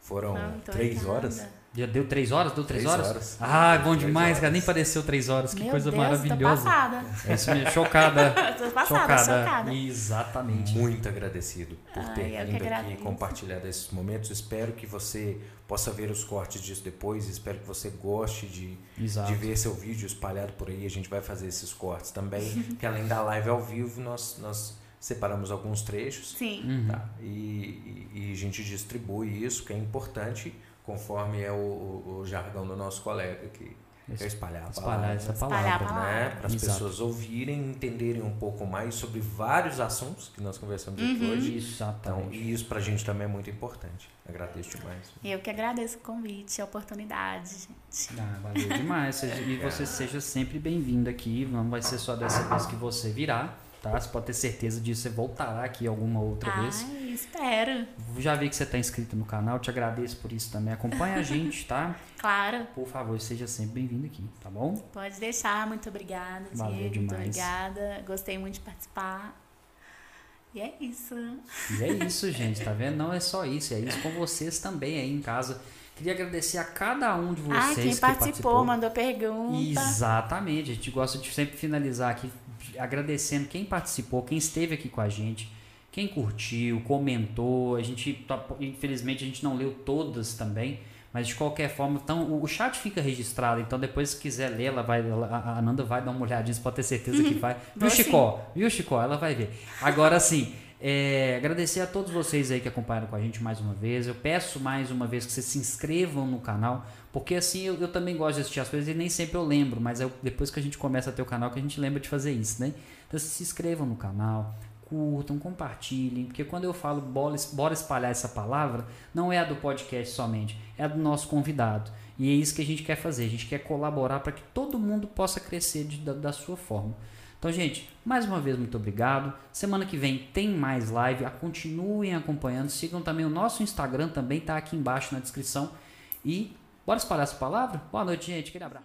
Foram Não, então, então tá tô três encantada. horas. Já deu três horas? Deu três, Três horas? horas. Ah, bom Três demais, cara. horas. Nem pareceu três horas. Que Meu coisa Deus, Tô maravilhosa. passada. [LAUGHS] É isso mesmo, chocada. Tô [LAUGHS] passada, chocada. chocada. Exatamente. Muito agradecido por ter Ai, eu que vindo aqui e agradeço. compartilhado esses momentos. Espero que você possa ver os cortes disso depois. Espero que você goste de, Exato. de ver seu vídeo espalhado por aí. A gente vai fazer esses cortes também. [LAUGHS] Porque além da live ao vivo, nós, nós separamos alguns trechos. Sim. Uhum. Tá? E, e- e a gente distribui isso, que é importante, conforme é o, o- o jargão do nosso colega, que é espalhar a Espalhar palavra. essa Espalhar a palavra. Né? palavra. Para as Ah, Exato. pessoas ouvirem, entenderem um pouco mais sobre vários assuntos que nós conversamos Uhum. aqui hoje. Então, Exatamente. e isso pra gente também é muito importante. Agradeço demais. Eu que agradeço o convite, a oportunidade, gente. Ah, valeu demais. Seja- E você seja sempre bem-vindo aqui. Não vai ser só dessa vez que você virá, tá? Você pode ter certeza disso. Você voltará aqui alguma outra vez. Ai, espero. Já vi que você está inscrito no canal. Te agradeço por isso também. Acompanha a gente, tá? Claro, Por favor, seja sempre bem-vindo aqui, tá bom? pode deixar. Muito obrigada, Valeu Diego. Muito demais. obrigada. Gostei muito de participar. E é isso. E é isso, gente, tá vendo? Não é só isso, é isso com vocês também aí em casa. Queria agradecer a cada um de vocês ah, quem que participou, mandou pergunta. Exatamente, a gente gosta de sempre finalizar aqui agradecendo quem participou, quem esteve aqui com a gente, quem curtiu, comentou. A gente, tá- infelizmente, a gente não leu todas também, mas de qualquer forma, então, o- o chat fica registrado. Então, depois, se quiser ler, ela vai, ela- a a Ananda vai dar uma olhadinha, você pode ter certeza que vai. Viu, Uhum. Vou sim. Chicó? Viu, Chicó? Ela vai ver. Agora sim. é, agradecer a todos vocês aí que acompanharam com a gente mais uma vez. Eu peço mais uma vez que vocês se inscrevam no canal, porque assim eu, eu também gosto de assistir as coisas e nem sempre eu lembro, mas é o- depois que a gente começa a ter o canal que a gente lembra de fazer isso, né? Então se inscrevam no canal, curtam, compartilhem, porque quando eu falo bora, es- bora espalhar essa palavra, não é a do podcast somente, é a do nosso convidado. E é isso que a gente quer fazer, a gente quer colaborar para que todo mundo possa crescer de- da, da sua forma. Então, gente, mais uma vez, muito obrigado. Semana que vem tem mais live. Ah, Continuem acompanhando. Sigam também o nosso Instagram, também tá aqui embaixo na descrição. E bora espalhar essa palavra? Boa noite, gente. Aquele abraço.